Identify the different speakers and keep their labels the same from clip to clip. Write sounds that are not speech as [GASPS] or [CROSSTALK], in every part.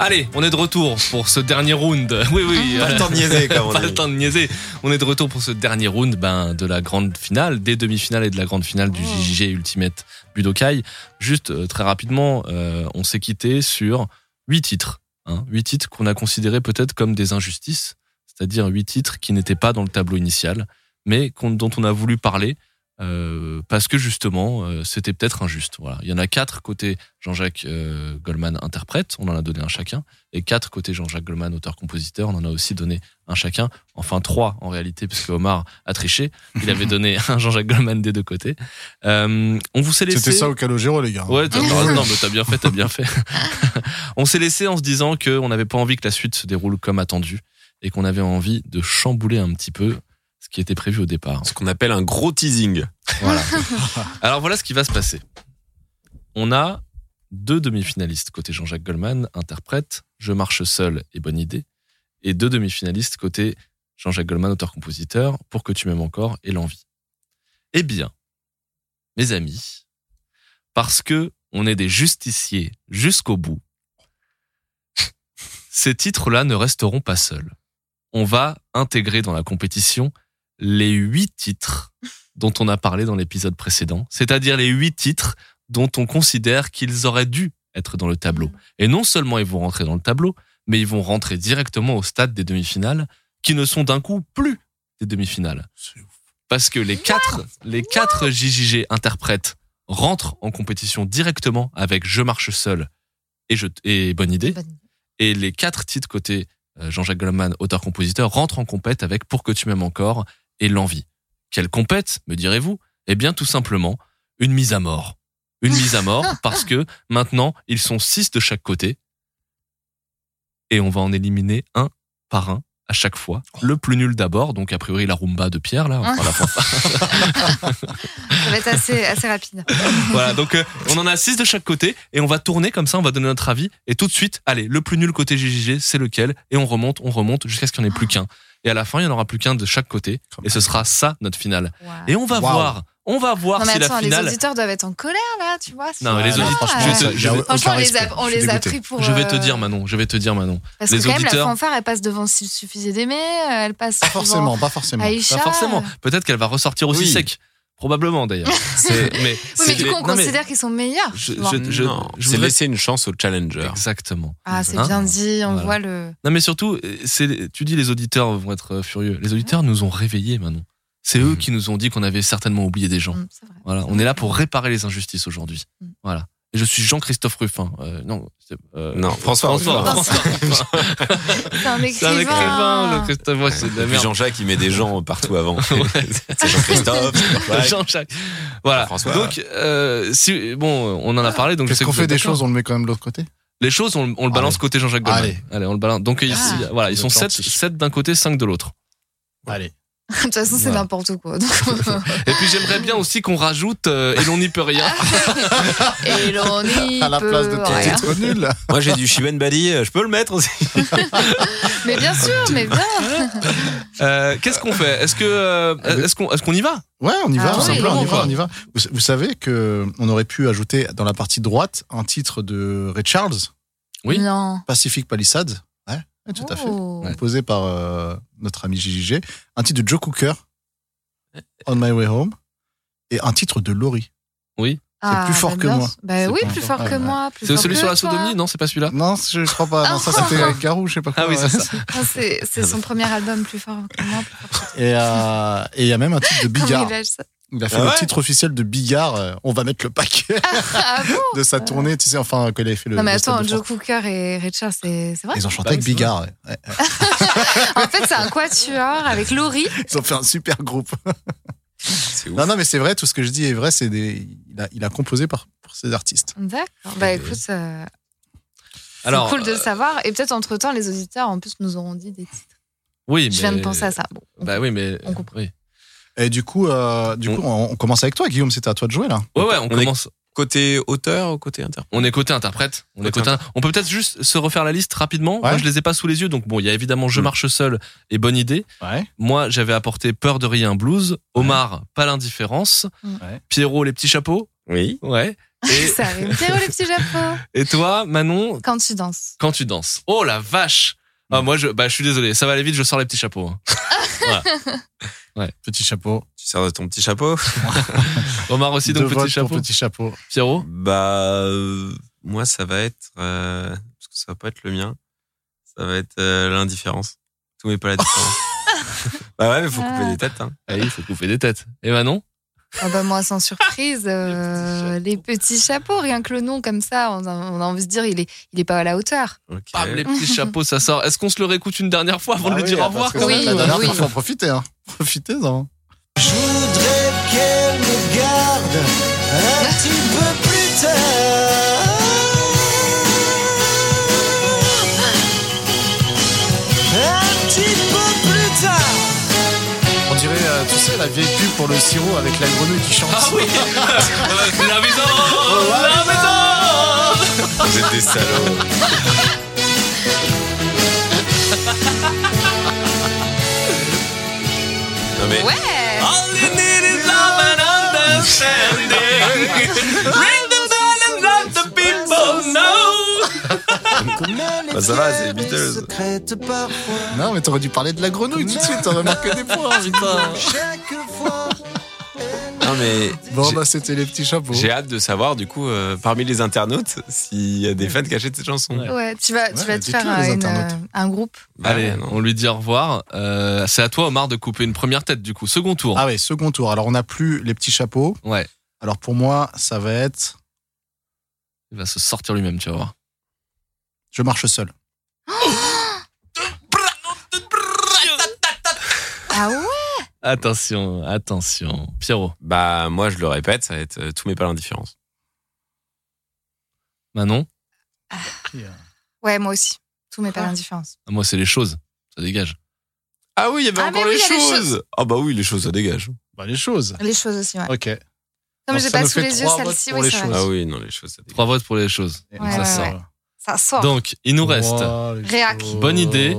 Speaker 1: Allez, on est de retour pour ce dernier round. [LAUGHS] Oui, oui.
Speaker 2: Pas le temps de niaiser, comme on
Speaker 1: Pas
Speaker 2: dit.
Speaker 1: le temps de niaiser. On est de retour pour ce dernier round ben, de la grande finale, des demi-finales et de la grande finale du JJG Ultimate Budokai. Juste euh, très rapidement, euh, on s'est quitté sur huit titres. Hein, huit titres qu'on a considérés peut-être comme des injustices, c'est-à-dire huit titres qui n'étaient pas dans le tableau initial, mais qu'on- dont on a voulu parler euh, parce que justement, euh, c'était peut-être injuste. Voilà. Il y en a quatre côté Jean-Jacques euh, Goldman interprète, on en a donné un chacun, et quatre côté Jean-Jacques Goldman auteur-compositeur, on en a aussi donné un chacun, enfin trois en réalité, puisque Omar a triché, il
Speaker 3: [LAUGHS]
Speaker 1: avait donné un Jean-Jacques Goldman des deux côtés. Euh, on vous s'est laissé...
Speaker 3: C'était ça au Calogero, les gars. Ah,
Speaker 1: Ouais,
Speaker 3: [LAUGHS]
Speaker 1: t'as- non, non, mais t'as bien fait, t'as bien fait. [LAUGHS] on s'est laissé en se disant qu'on n'avait pas envie que la suite se déroule comme attendu et qu'on avait envie de chambouler un petit peu ce qui était prévu au départ.
Speaker 2: Ce qu'on appelle un gros teasing.
Speaker 1: Voilà. Alors voilà ce qui va se passer. On a deux demi-finalistes côté Jean-Jacques Goldman, interprète, Je marche seul et Bonne idée, et deux demi-finalistes côté Jean-Jacques Goldman, auteur-compositeur, Pour que tu m'aimes encore et L'envie. Eh bien, mes amis, parce que on est des justiciers jusqu'au bout, ces titres-là ne resteront pas seuls. On va intégrer dans la compétition les huit titres dont on a parlé dans l'épisode précédent, c'est-à-dire les huit titres dont on considère qu'ils auraient dû être dans le tableau. Et non seulement ils vont rentrer dans le tableau, mais ils vont rentrer directement au stade des demi-finales, qui ne sont d'un coup plus des demi-finales.
Speaker 3: C'est ouf.
Speaker 1: Parce que les quatre, les quatre JJG interprètes rentrent en compétition directement avec Je marche seul et, je, et Bonne idée. Et les quatre titres côté euh, Jean-Jacques Goldman, auteur-compositeur, rentrent en compète avec Pour que tu m'aimes encore et L'envie. Quelle compète, me direz-vous Eh bien, tout simplement, une mise à mort. Une mise à mort parce que maintenant, ils sont six de chaque côté et on va en éliminer un par un à chaque fois. Le plus nul d'abord, donc a priori la rumba de Pierre, là, enfin, la
Speaker 4: Ça va être assez, assez rapide.
Speaker 1: voilà, donc euh, on en a 6 de chaque côté et on va tourner comme ça, on va donner notre avis et tout de suite, allez, le plus nul côté GGG, c'est lequel Et on remonte, on remonte jusqu'à ce qu'il n'y en ait plus qu'un. Et à la fin, il n'y en aura plus qu'un de chaque côté et ce sera ça notre finale. Et on va
Speaker 3: Wow.
Speaker 1: voir, on va voir
Speaker 4: Non, mais
Speaker 1: si
Speaker 4: attends,
Speaker 1: la
Speaker 4: les
Speaker 1: finale
Speaker 4: auditeurs doivent être en colère là, tu vois. c'est-
Speaker 1: Non, mais les
Speaker 3: Ah,
Speaker 1: auditeurs,
Speaker 3: franchement,
Speaker 1: je te-
Speaker 3: ça,
Speaker 1: je
Speaker 3: y a
Speaker 1: vais-
Speaker 3: aucun
Speaker 4: Franchement, on les
Speaker 3: respect.
Speaker 4: a, on
Speaker 3: Je suis
Speaker 4: les a
Speaker 3: dégoûté.
Speaker 4: pris pour.
Speaker 1: je vais te
Speaker 4: euh,
Speaker 1: dire Manon, je vais te dire Manon.
Speaker 4: Parce que
Speaker 1: les
Speaker 4: quand même, la
Speaker 1: auditeurs-
Speaker 4: fanfare, elle passe devant S'il suffisait d'aimer, euh, elle passe.
Speaker 3: Pas
Speaker 4: devant [LAUGHS]
Speaker 3: forcément, pas forcément.
Speaker 4: Aïcha.
Speaker 1: Pas forcément, peut-être qu'elle va ressortir aussi
Speaker 2: Oui.
Speaker 1: sec. Probablement
Speaker 4: [LAUGHS]
Speaker 1: d'ailleurs. C'est- mais,
Speaker 4: Oui,
Speaker 1: c'est-
Speaker 4: mais du coup, on
Speaker 1: non, mais
Speaker 4: considère qu'ils sont meilleurs.
Speaker 1: je-
Speaker 4: tu vois.
Speaker 1: je- je-
Speaker 2: Non,
Speaker 1: je
Speaker 2: c'est
Speaker 1: voudrais-
Speaker 2: laisser une chance au challenger.
Speaker 1: Exactement.
Speaker 4: Ah, c'est
Speaker 1: Hein
Speaker 4: bien dit, on
Speaker 1: Voilà.
Speaker 4: voit le.
Speaker 1: Non, mais surtout, euh, c'est, tu dis les auditeurs vont être euh, furieux. Les auditeurs nous ont réveillés, Manon. C'est eux
Speaker 2: Mhm.
Speaker 1: qui nous ont dit qu'on avait certainement oublié des gens.
Speaker 4: Hum, c'est vrai.
Speaker 1: Voilà, on est là pour réparer les injustices aujourd'hui.
Speaker 4: Mhm.
Speaker 1: Voilà. Et je suis Jean-Christophe Ruffin. Euh, non, c'est, euh,
Speaker 2: Non, François.
Speaker 1: François.
Speaker 2: Hollande.
Speaker 1: François. [LAUGHS]
Speaker 4: C'est un
Speaker 1: C'est un écrivain,
Speaker 4: écrivain.
Speaker 1: Jean-Christophe. Ouais, c'est de la
Speaker 2: Et puis
Speaker 1: merde.
Speaker 2: Jean-Jacques, il met des gens partout avant. [LAUGHS] c'est Jean-Christophe. c'est Jean-Jacques.
Speaker 1: Jean-Jacques. Voilà.
Speaker 2: François.
Speaker 1: Donc, euh, si, bon, on en a parlé. Donc, je
Speaker 3: Qu'est-ce
Speaker 1: sais
Speaker 3: qu'on
Speaker 1: que vous
Speaker 3: fait
Speaker 1: êtes
Speaker 3: des
Speaker 1: d'accord.
Speaker 3: choses, on le met quand même de l'autre côté
Speaker 1: Les choses, on, on le balance
Speaker 3: Allez.
Speaker 1: côté Jean-Jacques Goldman. Allez.
Speaker 3: Allez.
Speaker 1: on le balance. Donc, ils-
Speaker 4: Ah.
Speaker 1: voilà, ils sont sept,
Speaker 3: Authentique.
Speaker 1: sept d'un côté, cinq de l'autre.
Speaker 3: Allez.
Speaker 4: De toute façon, c'est
Speaker 1: Voilà.
Speaker 4: n'importe
Speaker 1: [LAUGHS]
Speaker 4: quoi. donc.
Speaker 1: Et puis, j'aimerais bien aussi qu'on rajoute euh, et l'on n'y peut
Speaker 4: [LAUGHS]
Speaker 1: rien.
Speaker 4: Et l'on y
Speaker 3: À la
Speaker 4: peut
Speaker 3: place de ton
Speaker 4: rien.
Speaker 3: titre nul. là.
Speaker 2: Moi, j'ai du Shiben Bali, euh, je peux le mettre aussi.
Speaker 4: Mais bien sûr, mais bien.
Speaker 1: Euh, qu'est-ce qu'on fait Est-ce que euh, est-ce qu'on est-ce qu'on y va
Speaker 3: Ouais, on y va,
Speaker 4: Ah
Speaker 3: tout
Speaker 4: oui,
Speaker 3: simplement, on y va,
Speaker 1: vraiment.
Speaker 3: on y va. Vous, vous savez que on aurait pu ajouter dans la partie droite un titre de Ray Charles,
Speaker 1: [LAUGHS] Oui.
Speaker 4: Non.
Speaker 3: Pacific Palisade. Ouais, ouais, tout à fait.
Speaker 4: Oh.
Speaker 3: Composé par euh, notre ami JJG. Un titre de Joe Cooker, On My Way Home. Et un titre de Laurie.
Speaker 4: Ah,
Speaker 3: plus fort
Speaker 4: bah,
Speaker 3: que
Speaker 4: bien
Speaker 3: moi.
Speaker 4: sûr. Bah
Speaker 3: C'est
Speaker 4: oui,
Speaker 3: pas
Speaker 4: plus
Speaker 3: encore-
Speaker 4: fort que
Speaker 3: ouais,
Speaker 4: moi. plus
Speaker 1: C'est
Speaker 4: fort
Speaker 1: celui
Speaker 4: que
Speaker 1: sur la
Speaker 4: toi.
Speaker 1: sodomie Non, c'est pas celui-là.
Speaker 3: Non, je je crois pas. Non, ça c'était avec Garou, je sais pas quoi.
Speaker 1: Ah oui, c'est ça.
Speaker 4: Ah, C'est c'est son premier album, plus fort que moi. Plus fort que toi.
Speaker 3: Et euh, et il y a même un titre de
Speaker 4: Comment
Speaker 3: Bigard.
Speaker 4: il lâche ça
Speaker 3: Il a fait
Speaker 2: Ah ouais
Speaker 3: le titre officiel de Bigard. euh, on va mettre le paquet
Speaker 4: [LAUGHS] Ah bon
Speaker 3: de sa tournée, tu sais, enfin, quand il avait fait le.
Speaker 4: Non, mais
Speaker 3: le Stade
Speaker 4: attends,
Speaker 3: de
Speaker 4: Joe Cooker et Richard, c'est c'est vrai.
Speaker 3: France. Ils ont chanté
Speaker 1: Bah,
Speaker 3: avec
Speaker 1: c'est vrai.
Speaker 3: Bigard. ouais. Ouais.
Speaker 4: En fait, c'est un quatuor avec Laurie.
Speaker 3: Ils ont fait un super groupe.
Speaker 2: C'est ouf.
Speaker 3: Non, non, mais c'est vrai, tout ce que je dis est vrai. C'est des... il, a, il a composé par, pour ces artistes.
Speaker 4: D'accord. Bah écoute, euh, c'est
Speaker 1: Alors
Speaker 4: cool de
Speaker 1: euh,
Speaker 4: le savoir. Et peut-être entre-temps, les auditeurs, en plus, nous auront dit des titres.
Speaker 1: oui, mais
Speaker 4: Je viens de penser à ça. Bon, on-
Speaker 1: Eh ben, Bah oui, mais
Speaker 4: On comprend.
Speaker 1: Oui.
Speaker 3: Et du coup, euh, du
Speaker 1: On-
Speaker 3: coup on, on commence avec toi, Guillaume. C'était à toi de jouer là.
Speaker 1: Ouais ouais, on,
Speaker 2: est-
Speaker 1: commence.
Speaker 2: Côté auteur ou côté interprète
Speaker 1: On est côté interprète. On est
Speaker 2: Côté
Speaker 1: côté. On peut peut-être juste se refaire la liste rapidement. Moi,
Speaker 3: Ouais.
Speaker 1: je les ai pas sous les yeux, donc bon, il y a évidemment Je
Speaker 2: Mm.
Speaker 1: marche seul et Bonne idée.
Speaker 3: Ouais.
Speaker 1: Moi, j'avais apporté Peur de rien blues. Omar, pas l'indifférence.
Speaker 4: Mm.
Speaker 3: Ouais.
Speaker 1: Pierrot, les petits chapeaux.
Speaker 2: Oui.
Speaker 1: Ouais. Et,
Speaker 4: [LAUGHS] Ça arrive. Pierrot le petit chapeau.
Speaker 1: et toi, Manon,
Speaker 4: Quand tu danses.
Speaker 1: quand tu danses Oh la vache ah, Moi, je, bah, je suis désolé, ça va aller vite, je sors les petits chapeaux. hein.
Speaker 3: Petit chapeau.
Speaker 2: Tu sers de ton petit chapeau [LAUGHS]
Speaker 1: Omar [LAUGHS] aussi,
Speaker 3: Deux
Speaker 1: donc
Speaker 3: votes
Speaker 1: petit chapeau.
Speaker 3: Pour petit chapeau.
Speaker 1: Pierrot
Speaker 2: Bah, euh, moi, ça va être. euh, parce que ça va pas être le mien. Ça va être euh, l'indifférence. Tout mais pas la différence. bah ouais, mais faut couper
Speaker 4: Ah.
Speaker 2: des têtes. Hein.
Speaker 1: Ah oui, il faut couper des têtes. Eh Et Manon
Speaker 4: Ah bah moi, sans surprise, euh,
Speaker 1: Les
Speaker 4: les petits chapeaux, rien que le nom comme ça, on a, on a envie de se dire, il est, il est pas à la hauteur.
Speaker 2: Ok.
Speaker 1: Bam, les petits chapeaux, ça sort. Est-ce qu'on se le réécoute une dernière fois avant de
Speaker 3: Ah
Speaker 1: lui
Speaker 3: oui,
Speaker 1: dire au
Speaker 3: parce
Speaker 1: revoir
Speaker 3: que
Speaker 1: quand
Speaker 4: oui.
Speaker 1: même
Speaker 3: la dernière
Speaker 4: oui.
Speaker 3: fois, faut en profiter. Hein. Profitez-en.
Speaker 5: Je voudrais qu'elle me garde un
Speaker 4: Bah.
Speaker 5: petit peu plus tard. Un petit peu plus tard.
Speaker 3: On dirait, euh, tu sais, la vieille pub pour le sirop avec la grenouille qui chante.
Speaker 1: Ah oui Euh, La maison La maison
Speaker 2: Vous êtes des salauds. non
Speaker 1: Eh.
Speaker 2: mais.
Speaker 4: Ouais
Speaker 1: All you need is love and understanding. Bring the sun and let the people know.
Speaker 2: Bah, ça va, c'est les Beatles.
Speaker 5: Secrète parfois.
Speaker 3: Non, mais t'aurais dû parler de la grenouille tout de suite. T'en as [LAUGHS] marqué des points, putain.
Speaker 5: Chaque fois.
Speaker 2: Non mais.
Speaker 3: Bon,
Speaker 2: j'ai-
Speaker 3: bah, c'était les petits chapeaux.
Speaker 2: J'ai hâte de savoir, du coup, euh, parmi les internautes, s'il y a des fans cachés de cette chanson.
Speaker 1: Ouais.
Speaker 4: Ouais, tu vas,
Speaker 3: Ouais,
Speaker 4: tu vas te
Speaker 3: dis
Speaker 4: faire
Speaker 3: tout, les
Speaker 4: euh, une,
Speaker 3: internautes.
Speaker 4: euh, un groupe.
Speaker 2: Bah,
Speaker 1: Allez,
Speaker 2: non.
Speaker 1: on lui dit au revoir. Euh, c'est à toi, Omar, de couper une première tête, du coup. Second tour.
Speaker 3: Ah ouais, second tour. Alors, on n'a plus les petits chapeaux.
Speaker 1: Ouais.
Speaker 3: Alors, pour moi, ça va être
Speaker 1: Il va se sortir lui-même, tu vas voir.
Speaker 3: Je marche seul.
Speaker 4: Ah ouais
Speaker 1: Attention, attention. Pierrot,
Speaker 2: Bah, moi, je le répète, ça va être euh, Tout mais pas l'indifférence.
Speaker 1: Manon,
Speaker 4: Ouais, moi aussi. Tout mais pas
Speaker 2: Ah.
Speaker 4: l'indifférence.
Speaker 1: Ah, moi, c'est les choses. Ça dégage.
Speaker 2: Ah oui, il y avait
Speaker 4: Ah, mais
Speaker 2: encore
Speaker 4: oui,
Speaker 2: les
Speaker 4: il y a les
Speaker 2: choses Ah bah oui, les choses, ça dégage.
Speaker 3: Bah, les choses.
Speaker 4: Les choses aussi, ouais.
Speaker 3: Ok.
Speaker 4: Comme
Speaker 3: Alors,
Speaker 4: j'ai
Speaker 3: ça
Speaker 4: pas
Speaker 3: nous
Speaker 4: sous
Speaker 3: fait
Speaker 4: les yeux
Speaker 3: trois votes
Speaker 4: celle-ci,
Speaker 3: pour
Speaker 4: oui,
Speaker 3: les
Speaker 4: c'est vrai.
Speaker 3: choses.
Speaker 2: Ah oui, non, les choses, ça dégage.
Speaker 1: Trois votes pour les choses.
Speaker 3: Et
Speaker 4: Ouais,
Speaker 3: ça
Speaker 4: ouais,
Speaker 3: sort.
Speaker 4: ouais. Ça sort.
Speaker 1: Donc, il nous reste
Speaker 3: Ouah, les
Speaker 4: Réac.
Speaker 3: choses.
Speaker 1: Bonne idée.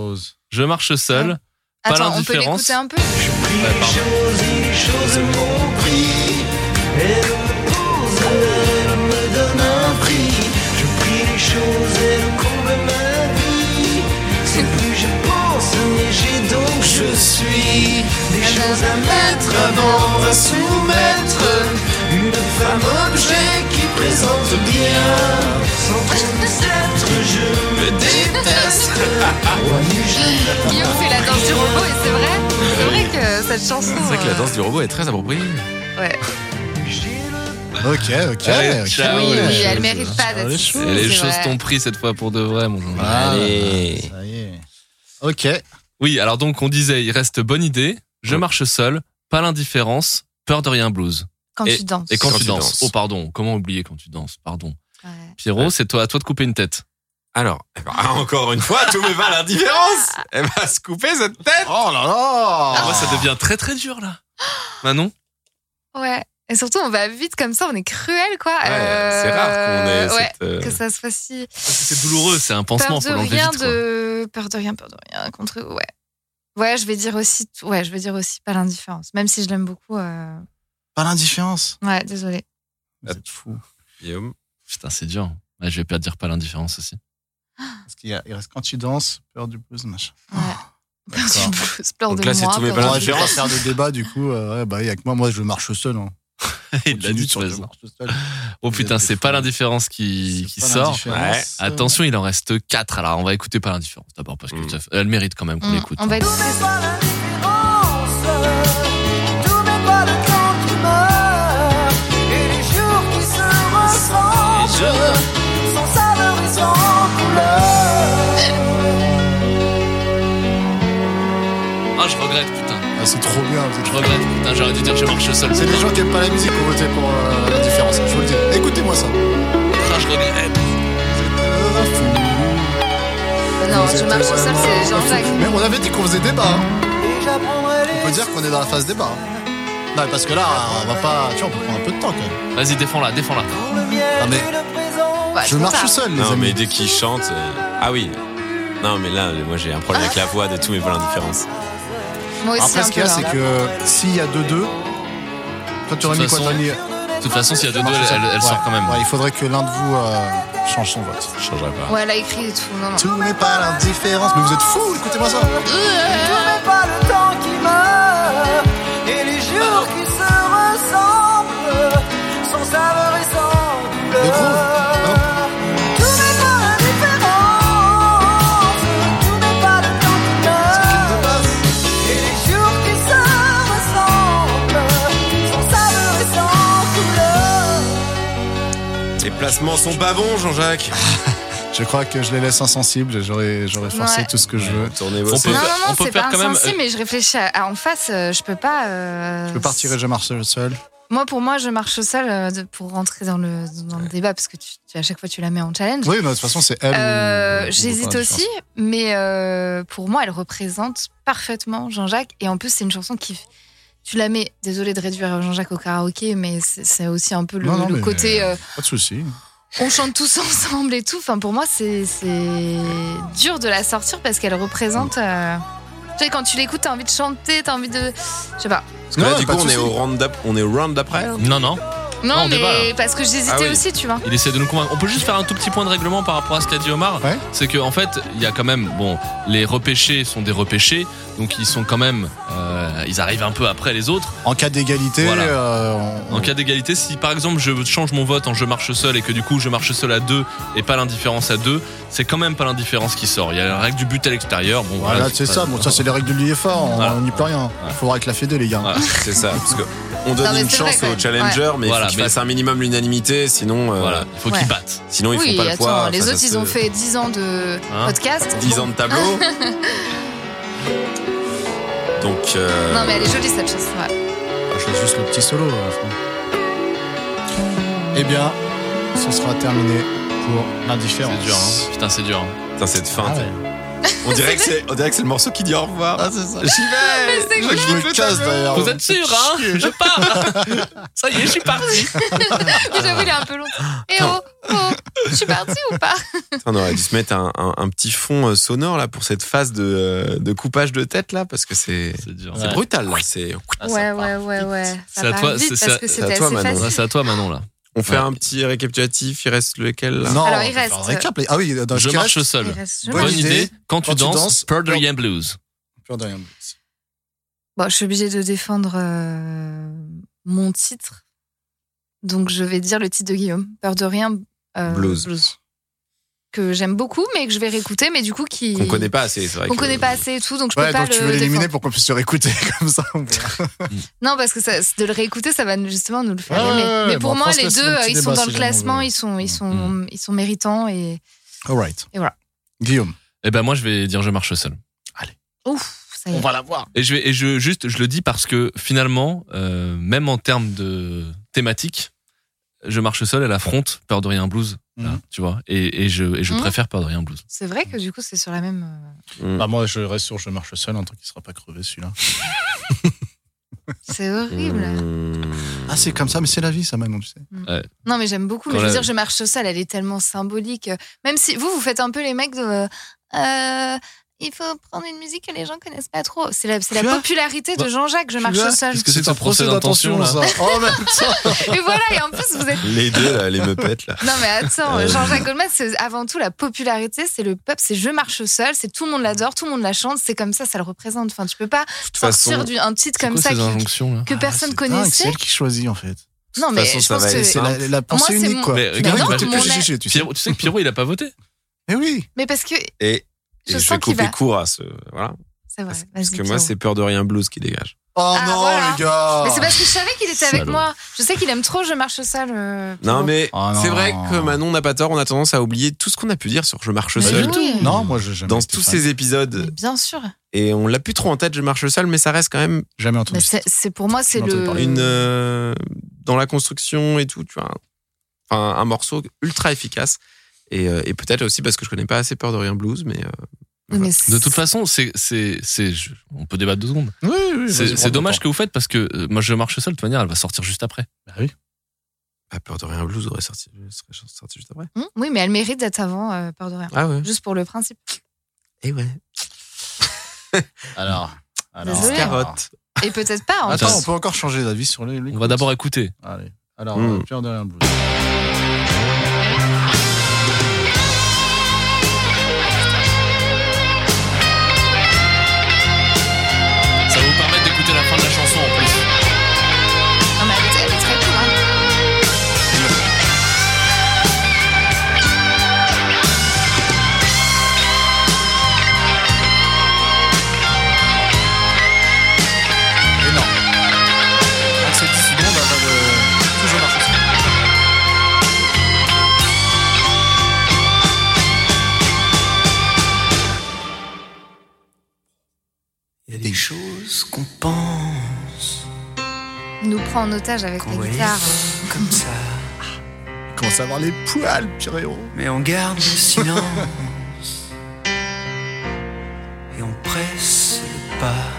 Speaker 1: Je marche seul. pas
Speaker 4: Attends, on peut
Speaker 1: l'indifférence.
Speaker 4: l'écouter un peu Ah
Speaker 1: Ouais, pardon.
Speaker 5: Chose et chose compris. Elle me pose, elle me donne un prix. Je prie les choses, elle comble ma vie. C'est plus je pense, mais j'ai donc je suis. Des choses
Speaker 4: bah,
Speaker 5: à mettre, à vendre, à soumettre. Une femme objet qui présente bien. Sans trop être, je me déteste. Moi, je ne
Speaker 4: Guillaume fait la danse du robot et c'est vrai. C'est vrai que cette chanson.
Speaker 2: C'est vrai que la
Speaker 4: euh,
Speaker 2: danse du robot est très appropriée.
Speaker 3: Ok, ok.
Speaker 1: Allez,
Speaker 3: ok.
Speaker 1: ciao,
Speaker 4: Oui,
Speaker 1: les
Speaker 4: oui,
Speaker 1: choses.
Speaker 4: elle mérite pas
Speaker 3: Les
Speaker 4: d'être ici,
Speaker 3: choses.
Speaker 1: Et les
Speaker 4: c'est
Speaker 1: choses
Speaker 4: vrai.
Speaker 1: t'ont pris cette fois pour de vrai, mon Jean.
Speaker 3: Ah,
Speaker 2: Allez.
Speaker 3: Ça y est. Ok.
Speaker 1: Oui, alors donc on disait, il reste bonne idée, je
Speaker 2: Ouais.
Speaker 1: marche seul, pas l'indifférence, peur de rien blues.
Speaker 4: Quand tu danses.
Speaker 1: Et quand,
Speaker 2: Quand
Speaker 1: tu,
Speaker 2: tu
Speaker 1: danses.
Speaker 2: danses.
Speaker 1: Oh pardon, comment oublier quand tu danses Pardon.
Speaker 4: Ouais.
Speaker 1: Pierrot,
Speaker 2: Ouais.
Speaker 1: c'est toi à toi de couper une tête.
Speaker 2: Alors, eh ben, [LAUGHS] encore une fois, Tout mais pas l'indifférence
Speaker 4: Ah.
Speaker 2: Elle va se couper cette tête
Speaker 3: Oh là là
Speaker 1: Ah, moi ça devient très très dur là. Manon
Speaker 4: Ouais. Et surtout, on va vite comme ça, on est cruel, quoi.
Speaker 2: Ouais,
Speaker 4: Euh,
Speaker 2: C'est rare qu'on ait
Speaker 4: ouais,
Speaker 2: cette... euh,
Speaker 4: Que ça se fasse si.
Speaker 1: Ah, C'est douloureux, c'est un
Speaker 4: Peur
Speaker 1: pansement,
Speaker 4: de
Speaker 1: faut l'enlever
Speaker 4: rien,
Speaker 1: vite. quoi.
Speaker 4: de. Peur de rien, peur de rien. Contre. Ouais. Ouais, je vais dire aussi. tout- Ouais, je vais dire aussi pas l'indifférence. Même si je l'aime beaucoup. euh,
Speaker 3: Pas l'indifférence.
Speaker 4: Ouais, désolé.
Speaker 1: Euh.
Speaker 3: Vous êtes fous.
Speaker 2: Guillaume.
Speaker 1: Putain, c'est dur. Ouais, je vais pas dire pas l'indifférence aussi.
Speaker 3: Parce qu'il y a- il reste quand tu danses, peur du blues, machin.
Speaker 4: Ouais. Peur du
Speaker 3: D'accord.
Speaker 4: blues, peur
Speaker 2: Oh, Donc
Speaker 4: de
Speaker 2: là, c'est
Speaker 4: moi,
Speaker 2: tout, mais
Speaker 4: peur
Speaker 2: pas
Speaker 4: de-
Speaker 3: Bon,
Speaker 2: l'indifférence.
Speaker 3: je vais pas faire de débat, du coup. euh, ouais, bah, il y a que moi, moi, je marche seul. Hein.
Speaker 1: Il l'a
Speaker 3: Continue
Speaker 1: dit
Speaker 3: sur
Speaker 1: de
Speaker 3: je
Speaker 1: raison.
Speaker 3: marche seul.
Speaker 1: Oh
Speaker 3: Vous
Speaker 1: putain,
Speaker 3: êtes des
Speaker 1: c'est pas
Speaker 3: fous.
Speaker 1: l'indifférence qui,
Speaker 3: C'est
Speaker 1: qui
Speaker 3: pas
Speaker 1: sort.
Speaker 3: l'indifférence.
Speaker 2: Ouais.
Speaker 1: Attention, il en reste 4. Alors on va écouter pas l'indifférence d'abord parce que
Speaker 2: Mm.
Speaker 1: ça fait- elle mérite quand même qu'on
Speaker 4: Mm,
Speaker 1: l'écoute.
Speaker 4: On va
Speaker 1: hein.
Speaker 5: Tout
Speaker 4: écouter
Speaker 5: n'est pas l'indifférence, tout n'est pas le temps qui meurt, et les jours qui se ressemblent, sans saveur et sans couleur.
Speaker 1: Ah, je regrette, putain.
Speaker 3: Ah, c'est trop bien. Vous êtes
Speaker 1: Je regrette, putain, j'aurais dû dire je marche seul.
Speaker 3: C'est les gens qui aiment pas la musique qui ont voté pour euh, l'indifférence. Je vous le dis. Écoutez-moi ça.
Speaker 1: Putain, je regrette.
Speaker 4: Non, je marche seul, c'est Jean-Jacques.
Speaker 3: Mais euh, on avait dit qu'on faisait débat. hein.
Speaker 5: Et j'apprendrai
Speaker 3: On peut
Speaker 5: les
Speaker 3: dire qu'on est dans la phase débat. hein. Non, mais parce que là, on va pas. Tu vois, on peut prendre un peu de temps quand même.
Speaker 1: Vas-y, défends-la, défends-la.
Speaker 5: jours, le miel
Speaker 3: Ah, mais-
Speaker 5: et le présent.
Speaker 4: Ouais,
Speaker 3: Je
Speaker 4: trop
Speaker 3: marche
Speaker 4: tard.
Speaker 3: seul, les
Speaker 2: Non, mais
Speaker 3: amis.
Speaker 2: dès qu'il chante... euh, Ah oui Non, mais là, moi, j'ai un problème avec la voix de Tout mais pas l'indifférence.
Speaker 4: Moi aussi,
Speaker 3: Après,
Speaker 4: un
Speaker 3: ce qu'il y a,
Speaker 4: peu,
Speaker 3: c'est
Speaker 4: hein.
Speaker 3: que s'il y a 2-2, toi, tu aurais
Speaker 1: De
Speaker 3: mis
Speaker 1: toute
Speaker 3: quoi
Speaker 1: façon-
Speaker 3: T'aurais mis
Speaker 1: De toute façon, s'il y a deux doigts,
Speaker 3: marche,
Speaker 1: elle, elle
Speaker 3: ça.
Speaker 1: sort quand même.
Speaker 3: Ouais, il faudrait que l'un de vous euh, change son vote.
Speaker 1: Je changerai pas.
Speaker 4: Ouais, elle a écrit et tout. Non, non.
Speaker 3: Tout n'est pas l'indifférence, mais vous êtes fous, écoutez-moi ça.
Speaker 4: Euh,
Speaker 5: n'est pas le temps qui meurt et les jours qui se ressemblent sans saveur et sans
Speaker 3: Le groove,
Speaker 5: douleur.
Speaker 6: hein.
Speaker 5: Tout n'est pas la différence, tout n'est pas le temps qui meurt et les jours qui se ressemblent sans saveur et sans couleur.
Speaker 2: Les placements sont pas bons, Jean-Jacques.
Speaker 3: Je crois que je les laisse insensibles, j'aurais j'aurais forcé
Speaker 4: Ouais.
Speaker 3: tout ce que je veux.
Speaker 2: Tournez
Speaker 1: On peut-
Speaker 4: Non, non, non,
Speaker 1: on peut
Speaker 4: c'est
Speaker 1: faire
Speaker 4: pas
Speaker 1: quand même-
Speaker 4: insensible, mais je réfléchis à, à- en face, euh, je peux pas. euh,
Speaker 3: Je peux partir et je marche seul.
Speaker 4: Moi, pour moi, je marche seul euh, de- pour rentrer dans le, dans le débat, parce que tu, tu- à chaque fois, tu la mets en challenge.
Speaker 3: Oui, mais de toute façon, c'est elle.
Speaker 4: Euh,
Speaker 3: ou- ou
Speaker 4: J'hésite
Speaker 3: pas, la
Speaker 4: aussi, mais euh, pour moi, elle représente parfaitement Jean-Jacques. Et en plus, c'est une chanson qui. Tu la mets, désolé de réduire Jean-Jacques au karaoké, mais c'est c'est aussi un peu le,
Speaker 3: Non, non,
Speaker 4: le
Speaker 3: mais-
Speaker 4: côté. euh,
Speaker 3: différence. Pas de souci.
Speaker 4: on chante tous [LAUGHS] ensemble et tout. Enfin, pour moi, c'est c'est dur de la sortir parce qu'elle représente. euh, Tu sais, quand tu l'écoutes, t'as envie de chanter, t'as envie de. Je sais pas.
Speaker 2: Parce que là,
Speaker 3: Non,
Speaker 2: du
Speaker 3: pas
Speaker 2: coup,
Speaker 3: de
Speaker 2: on est
Speaker 3: souci.
Speaker 2: au round up, on est au round d'après. là
Speaker 1: Non, non,
Speaker 4: Non,
Speaker 1: Non, on
Speaker 4: mais
Speaker 1: débat, là.
Speaker 4: parce que j'hésitais
Speaker 2: Ah oui.
Speaker 4: aussi, tu vois.
Speaker 1: il essaie de nous convaincre. On peut juste faire un tout petit point de règlement par rapport à ce qu'a dit Omar.
Speaker 3: Ouais.
Speaker 1: C'est que en fait, il y a quand même, bon, les repêchés sont des repêchés, donc ils sont quand même, euh, ils arrivent un peu après les autres.
Speaker 3: En cas d'égalité,
Speaker 1: Voilà.
Speaker 3: euh, on-
Speaker 1: En cas d'égalité, si par exemple je change mon vote en je marche seul et que du coup je marche seul à deux et pas l'indifférence à deux, c'est quand même pas l'indifférence qui sort. Il y a la règle du but à l'extérieur. Bon,
Speaker 3: Voilà,
Speaker 1: voilà,
Speaker 3: c'est
Speaker 1: pas-
Speaker 3: ça. Bon, ça, c'est les règles de l'IFA. On
Speaker 1: Voilà.
Speaker 3: on n'y peut rien. Il
Speaker 1: Voilà.
Speaker 3: faudra que la fédé, les gars.
Speaker 1: Voilà.
Speaker 2: Ah, C'est ça, parce que on
Speaker 4: Non,
Speaker 2: donne
Speaker 4: mais
Speaker 2: une
Speaker 4: c'est vrai,
Speaker 2: chance
Speaker 4: quand
Speaker 2: aux
Speaker 4: même.
Speaker 2: challengers, mais
Speaker 1: Voilà,
Speaker 2: il faut qu'ils
Speaker 1: mais-
Speaker 2: fassent un minimum l'unanimité, sinon, euh,
Speaker 1: Voilà, il faut
Speaker 4: Ouais.
Speaker 1: qu'ils battent.
Speaker 2: sinon ils
Speaker 4: oui,
Speaker 2: font pas le
Speaker 4: attends,
Speaker 2: poids.
Speaker 4: les
Speaker 2: Enfin,
Speaker 4: autres,
Speaker 2: ça
Speaker 4: ils
Speaker 2: se-
Speaker 4: ont fait 10 ans de
Speaker 1: Hein
Speaker 4: podcast.
Speaker 2: 10 ans de tableau.
Speaker 4: [LAUGHS]
Speaker 2: Donc, euh,
Speaker 4: Non, mais elle est jolie cette chanson. ouais.
Speaker 3: Je fais juste le petit solo. euh, Franck. Eh bien, ce sera terminé pour l'indifférence.
Speaker 1: C'est dur, hein. Putain, c'est dur. hein.
Speaker 2: putain, cette fin.
Speaker 3: Ah ouais.
Speaker 2: on, dirait que c'est, on dirait que c'est le morceau qui dit au revoir.
Speaker 3: Ah, c'est ça.
Speaker 2: J'y vais
Speaker 4: c'est
Speaker 2: Je
Speaker 4: clair.
Speaker 2: quitte
Speaker 3: Je
Speaker 2: le
Speaker 3: me casse
Speaker 2: tableau.
Speaker 3: d'ailleurs.
Speaker 1: Vous êtes sûr, hein Je pars
Speaker 3: [LAUGHS]
Speaker 1: Ça y est, je suis parti
Speaker 4: J'avoue, il est un peu long. Eh oh, oh, je suis partie ou pas
Speaker 2: On aurait dû se mettre un, un- un petit fond euh, sonore là pour cette phase de, euh, de coupage de tête là, parce que c'est,
Speaker 1: C'est dur.
Speaker 2: c'est brutal là. C'est...
Speaker 1: Ah, ça
Speaker 4: Ouais,
Speaker 1: part.
Speaker 4: ouais, ouais, ouais.
Speaker 1: C'est à
Speaker 4: Ça
Speaker 1: toi,
Speaker 4: part
Speaker 1: c'est-
Speaker 4: vite
Speaker 1: c'est à-
Speaker 4: parce que
Speaker 2: c'est à
Speaker 4: c'était
Speaker 2: toi,
Speaker 4: assez
Speaker 2: Manon.
Speaker 1: Là,
Speaker 4: facile.
Speaker 1: c'est à toi, Manon, là.
Speaker 2: On fait
Speaker 1: Ouais.
Speaker 2: un petit récapitulatif, il reste lequel là
Speaker 3: Non,
Speaker 4: Alors, il
Speaker 3: on va faire
Speaker 4: reste.
Speaker 3: un récap, les- Ah oui, dans
Speaker 1: hein. Je
Speaker 3: ce cas,
Speaker 1: marche
Speaker 4: Il
Speaker 1: seul.
Speaker 4: reste- je
Speaker 3: Bonne
Speaker 1: Bonne
Speaker 4: marche.
Speaker 1: idée.
Speaker 3: idée.
Speaker 1: Quand tu
Speaker 3: Quand tu
Speaker 1: danses,
Speaker 3: danses,
Speaker 1: Purdy
Speaker 3: Purdy
Speaker 1: and Blues.
Speaker 3: Pure Diamond.
Speaker 4: Bon, je suis obligée de défendre euh, mon titre. Donc, je vais dire le titre de Guillaume. Peur de rien. euh,
Speaker 2: Blues.
Speaker 4: Que j'aime beaucoup, mais que je vais réécouter, mais du coup, qui.
Speaker 2: Qu'on connaît pas euh, assez, c'est vrai.
Speaker 4: Qu'on
Speaker 2: que-
Speaker 4: connaît pas assez et tout, donc je
Speaker 3: Ouais,
Speaker 4: peux pas
Speaker 3: donc tu
Speaker 4: le
Speaker 3: veux l'éliminer
Speaker 4: défendre.
Speaker 3: pour qu'on puisse le réécouter [LAUGHS] comme ça. on verra.
Speaker 4: Non, parce que ça- de le réécouter, ça va nous- justement nous le faire
Speaker 3: Ouais,
Speaker 4: aimer.
Speaker 3: ouais, ouais,
Speaker 4: mais
Speaker 3: bon,
Speaker 4: pour
Speaker 3: on
Speaker 4: moi,
Speaker 3: pense
Speaker 4: les
Speaker 3: que
Speaker 4: deux,
Speaker 3: c'est un petit
Speaker 4: ils sont
Speaker 3: débat,
Speaker 4: dans le
Speaker 3: si jamais on
Speaker 4: classement,
Speaker 3: veut.
Speaker 4: ils
Speaker 2: Mm.
Speaker 4: sont, ils sont,
Speaker 1: Mhm.
Speaker 4: ils sont méritants et
Speaker 3: All right.
Speaker 4: Et voilà.
Speaker 3: Guillaume.
Speaker 1: Eh ben, moi, je vais dire je marche seul.
Speaker 4: ouf, ça y est.
Speaker 1: Et je vais, et je, juste, je le dis parce que finalement, euh, même en termes de thématique, je marche seul, elle affronte Peur de rien blues. là,
Speaker 3: Mhm.
Speaker 1: Tu vois, et, et je, et je
Speaker 4: Mhm.
Speaker 1: préfère Peur de rien blues.
Speaker 4: C'est vrai que du coup, c'est sur la même. euh,
Speaker 2: Mm.
Speaker 3: Bah, moi, je reste sur Je marche seul, en tant qu'il sera pas crevé celui-là.
Speaker 4: C'est horrible.
Speaker 2: Mm.
Speaker 3: Ah, c'est comme ça, mais c'est la vie, ça, Manon, tu sais.
Speaker 4: Non, mais j'aime beaucoup. Mais
Speaker 1: Quand
Speaker 4: je veux
Speaker 1: la-
Speaker 4: dire, je marche seule, elle est tellement symbolique. Même si vous, vous faites un peu les mecs de. euh, euh, il faut prendre une musique que les gens connaissent pas trop. C'est la, c'est la
Speaker 3: Tu vois
Speaker 4: popularité de
Speaker 3: Bah,
Speaker 4: Jean-Jacques, je marche
Speaker 3: vois
Speaker 4: seule.
Speaker 1: Qu'est-ce que c'est que ce procès d'intention, là
Speaker 3: ça. Oh, même ça.
Speaker 4: Et voilà, et en plus, vous êtes.
Speaker 2: Les deux là, les meupettes là.
Speaker 4: Non, mais attends,
Speaker 2: Euh.
Speaker 4: Jean-Jacques Goldman, c'est avant tout la popularité, c'est le peuple, c'est je marche seul, c'est tout le monde l'adore, tout le monde la chante, c'est comme ça, ça le représente. Enfin, tu peux pas
Speaker 2: De toute
Speaker 4: sortir
Speaker 2: façon,
Speaker 4: d'un titre
Speaker 1: C'est
Speaker 4: comme
Speaker 1: quoi
Speaker 4: ça
Speaker 1: ces
Speaker 4: qui-
Speaker 1: injonctions, là
Speaker 4: que personne
Speaker 3: Ah, C'est dingue, C'est
Speaker 4: connaissait.
Speaker 3: elle qui choisit, en fait.
Speaker 4: Non, mais
Speaker 2: façon,
Speaker 4: je
Speaker 2: ça
Speaker 4: pense
Speaker 2: va
Speaker 4: que.
Speaker 2: être
Speaker 3: C'est
Speaker 2: simple.
Speaker 3: la, la pensée
Speaker 4: c'est
Speaker 3: unique,
Speaker 4: mon-
Speaker 3: quoi.
Speaker 1: Mais regarde,
Speaker 4: non,
Speaker 1: il va te
Speaker 3: t'es
Speaker 4: mon
Speaker 3: plus
Speaker 4: a-
Speaker 3: GG, tu sais.
Speaker 1: Pierrot, tu sais que Pierrot, il a pas voté.
Speaker 3: Mais oui.
Speaker 4: Mais parce que.
Speaker 2: et, et
Speaker 4: Je
Speaker 2: je,
Speaker 4: sens
Speaker 2: vais
Speaker 4: qu'il
Speaker 2: couper
Speaker 4: va.
Speaker 2: court à ce. Voilà.
Speaker 4: C'est vrai,
Speaker 2: Parce-
Speaker 4: vas-y,
Speaker 2: Parce que moi,
Speaker 4: Pierrot.
Speaker 2: c'est peur de rien blues qui dégage.
Speaker 3: Oh
Speaker 4: Ah,
Speaker 3: non,
Speaker 4: voilà.
Speaker 3: les gars.
Speaker 4: Mais c'est parce que je savais qu'il était avec
Speaker 1: Salaud.
Speaker 4: moi. Je sais qu'il aime trop Je marche seul. euh,
Speaker 2: Non, mais
Speaker 3: Ah, non.
Speaker 2: c'est vrai que Manon n'a pas tort, on a tendance à oublier tout ce qu'on a pu dire sur Je marche
Speaker 4: Mais
Speaker 2: seul.
Speaker 4: oui, mais
Speaker 3: Non, moi, je jamais
Speaker 2: Dans
Speaker 3: été
Speaker 2: tous
Speaker 3: fan.
Speaker 2: ces épisodes,
Speaker 4: Bien sûr.
Speaker 2: et on l'a plus trop en tête, Je marche seul, mais ça reste quand même
Speaker 3: Jamais
Speaker 4: Mais
Speaker 3: entendu.
Speaker 4: Bah, c'est c'est- pour moi, c'est
Speaker 3: m'entends
Speaker 4: le.
Speaker 3: parler.
Speaker 2: une. euh, dans la construction et tout, tu vois. Enfin, un morceau ultra efficace. Et, euh, et peut-être aussi parce que je connais pas assez peur de rien blues, mais. euh,
Speaker 4: Mais
Speaker 1: De toute façon, c'est, c'est, c'est, je- on peut débattre deux secondes.
Speaker 3: Oui, oui,
Speaker 1: C'est,
Speaker 3: vas-y,
Speaker 1: c'est
Speaker 3: prends ton
Speaker 1: dommage
Speaker 3: temps.
Speaker 1: que vous faites parce que euh, moi, je marche seul, de toute manière, elle va sortir juste après.
Speaker 3: Bah oui.
Speaker 2: Ah, peur de rien blues aurait sorti, serait sorti juste après.
Speaker 4: Hum, Oui, mais elle mérite d'être avant, euh, peur de rien.
Speaker 2: Ah ouais.
Speaker 4: Juste pour le principe.
Speaker 2: Et ouais.
Speaker 3: Alors. alors-
Speaker 4: Désolé.
Speaker 2: Carotte.
Speaker 4: Et peut-être pas, en
Speaker 3: Attends,
Speaker 1: Attends.
Speaker 3: on peut encore changer d'avis sur les.
Speaker 1: On va d'abord écouter.
Speaker 3: Allez. Alors,
Speaker 2: Hmm.
Speaker 3: euh, Pierre Dorian Blues.
Speaker 1: Ça va vous permettre d'écouter la fin de la chanson en plus.
Speaker 4: Non, mais elle est- elle est très cool. hein.
Speaker 7: Énorme. Donc, c'est 10 secondes
Speaker 3: hein,
Speaker 7: avant de toujours marcher.
Speaker 6: Il y a des choses qu'on pense,
Speaker 4: Il nous prend en otage avec
Speaker 6: qu'on
Speaker 4: la
Speaker 6: laisse
Speaker 4: guitare.
Speaker 6: comme ça,
Speaker 3: Il commence à avoir les poils, Pierre Hérault.
Speaker 6: mais on garde le silence et on presse le pas.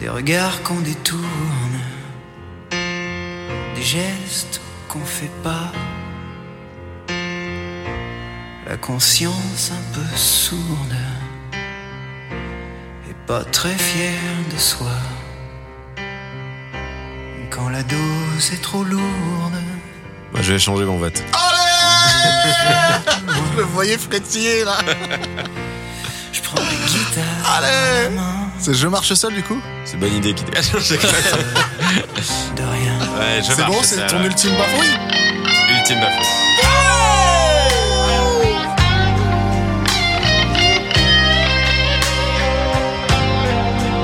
Speaker 6: Des regards qu'on détourne, des gestes qu'on fait pas. La conscience un peu sourde et pas très fière de soi. Quand la dose est trop lourde,
Speaker 2: Bah, je vais changer mon vote.
Speaker 3: [LAUGHS] Je le voyais frétiller, là.
Speaker 6: je prends la guitare à la
Speaker 3: Allez
Speaker 6: main
Speaker 3: C'est Je marche seul, du coup
Speaker 2: C'est bonne idée qui [LAUGHS] Ouais,
Speaker 6: de rien.
Speaker 2: je
Speaker 3: C'est
Speaker 2: marche,
Speaker 3: bon, c'est
Speaker 2: ça,
Speaker 3: ton
Speaker 2: là.
Speaker 3: ultime bafouille
Speaker 2: ultime bafouille.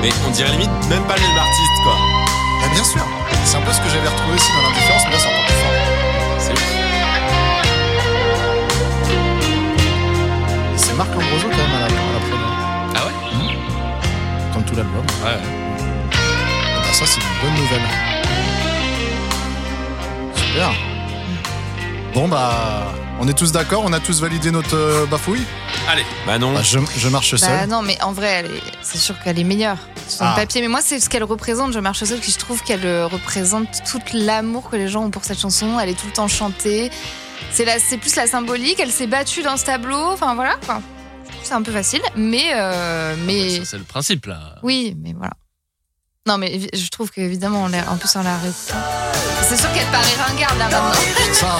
Speaker 2: Mais on dirait limite même pas le même artiste, quoi.
Speaker 3: Bah, bien sûr. C'est un peu ce que j'avais retrouvé aussi dans l'indifférence, mais là, c'est encore plus fort.
Speaker 2: C'est ouf.
Speaker 3: C'est Marc Ambroso, quand même, à la, à la première.
Speaker 1: Ah ouais
Speaker 3: Comme tout l'album.
Speaker 1: Ouais.
Speaker 3: Bah, ça, c'est une bonne nouvelle. Super. Bon, bah, on est tous d'accord, on a tous validé notre euh, bafouille.
Speaker 2: Allez. Bah non.
Speaker 3: Bah, je, je marche seul.
Speaker 4: Bah non, mais en vrai, elle est- c'est sûr qu'elle est meilleure sur
Speaker 3: Ah.
Speaker 4: le papier. Mais moi, c'est ce qu'elle représente. Je marche seule, que je trouve qu'elle euh, représente tout l'amour que les gens ont pour cette chanson. Elle est tout le temps chantée. C'est la- c'est plus la symbolique. Elle s'est battue dans ce tableau. Enfin voilà. quoi. Je trouve C'est un peu facile, mais euh, mais
Speaker 1: Ah Ça, c'est le principe là.
Speaker 4: oui, mais voilà. Non, mais évi- je trouve qu'évidemment, on l'a- en plus, on l'a réécouté. C'est sûr qu'elle paraît ringarde là maintenant.
Speaker 3: Putain,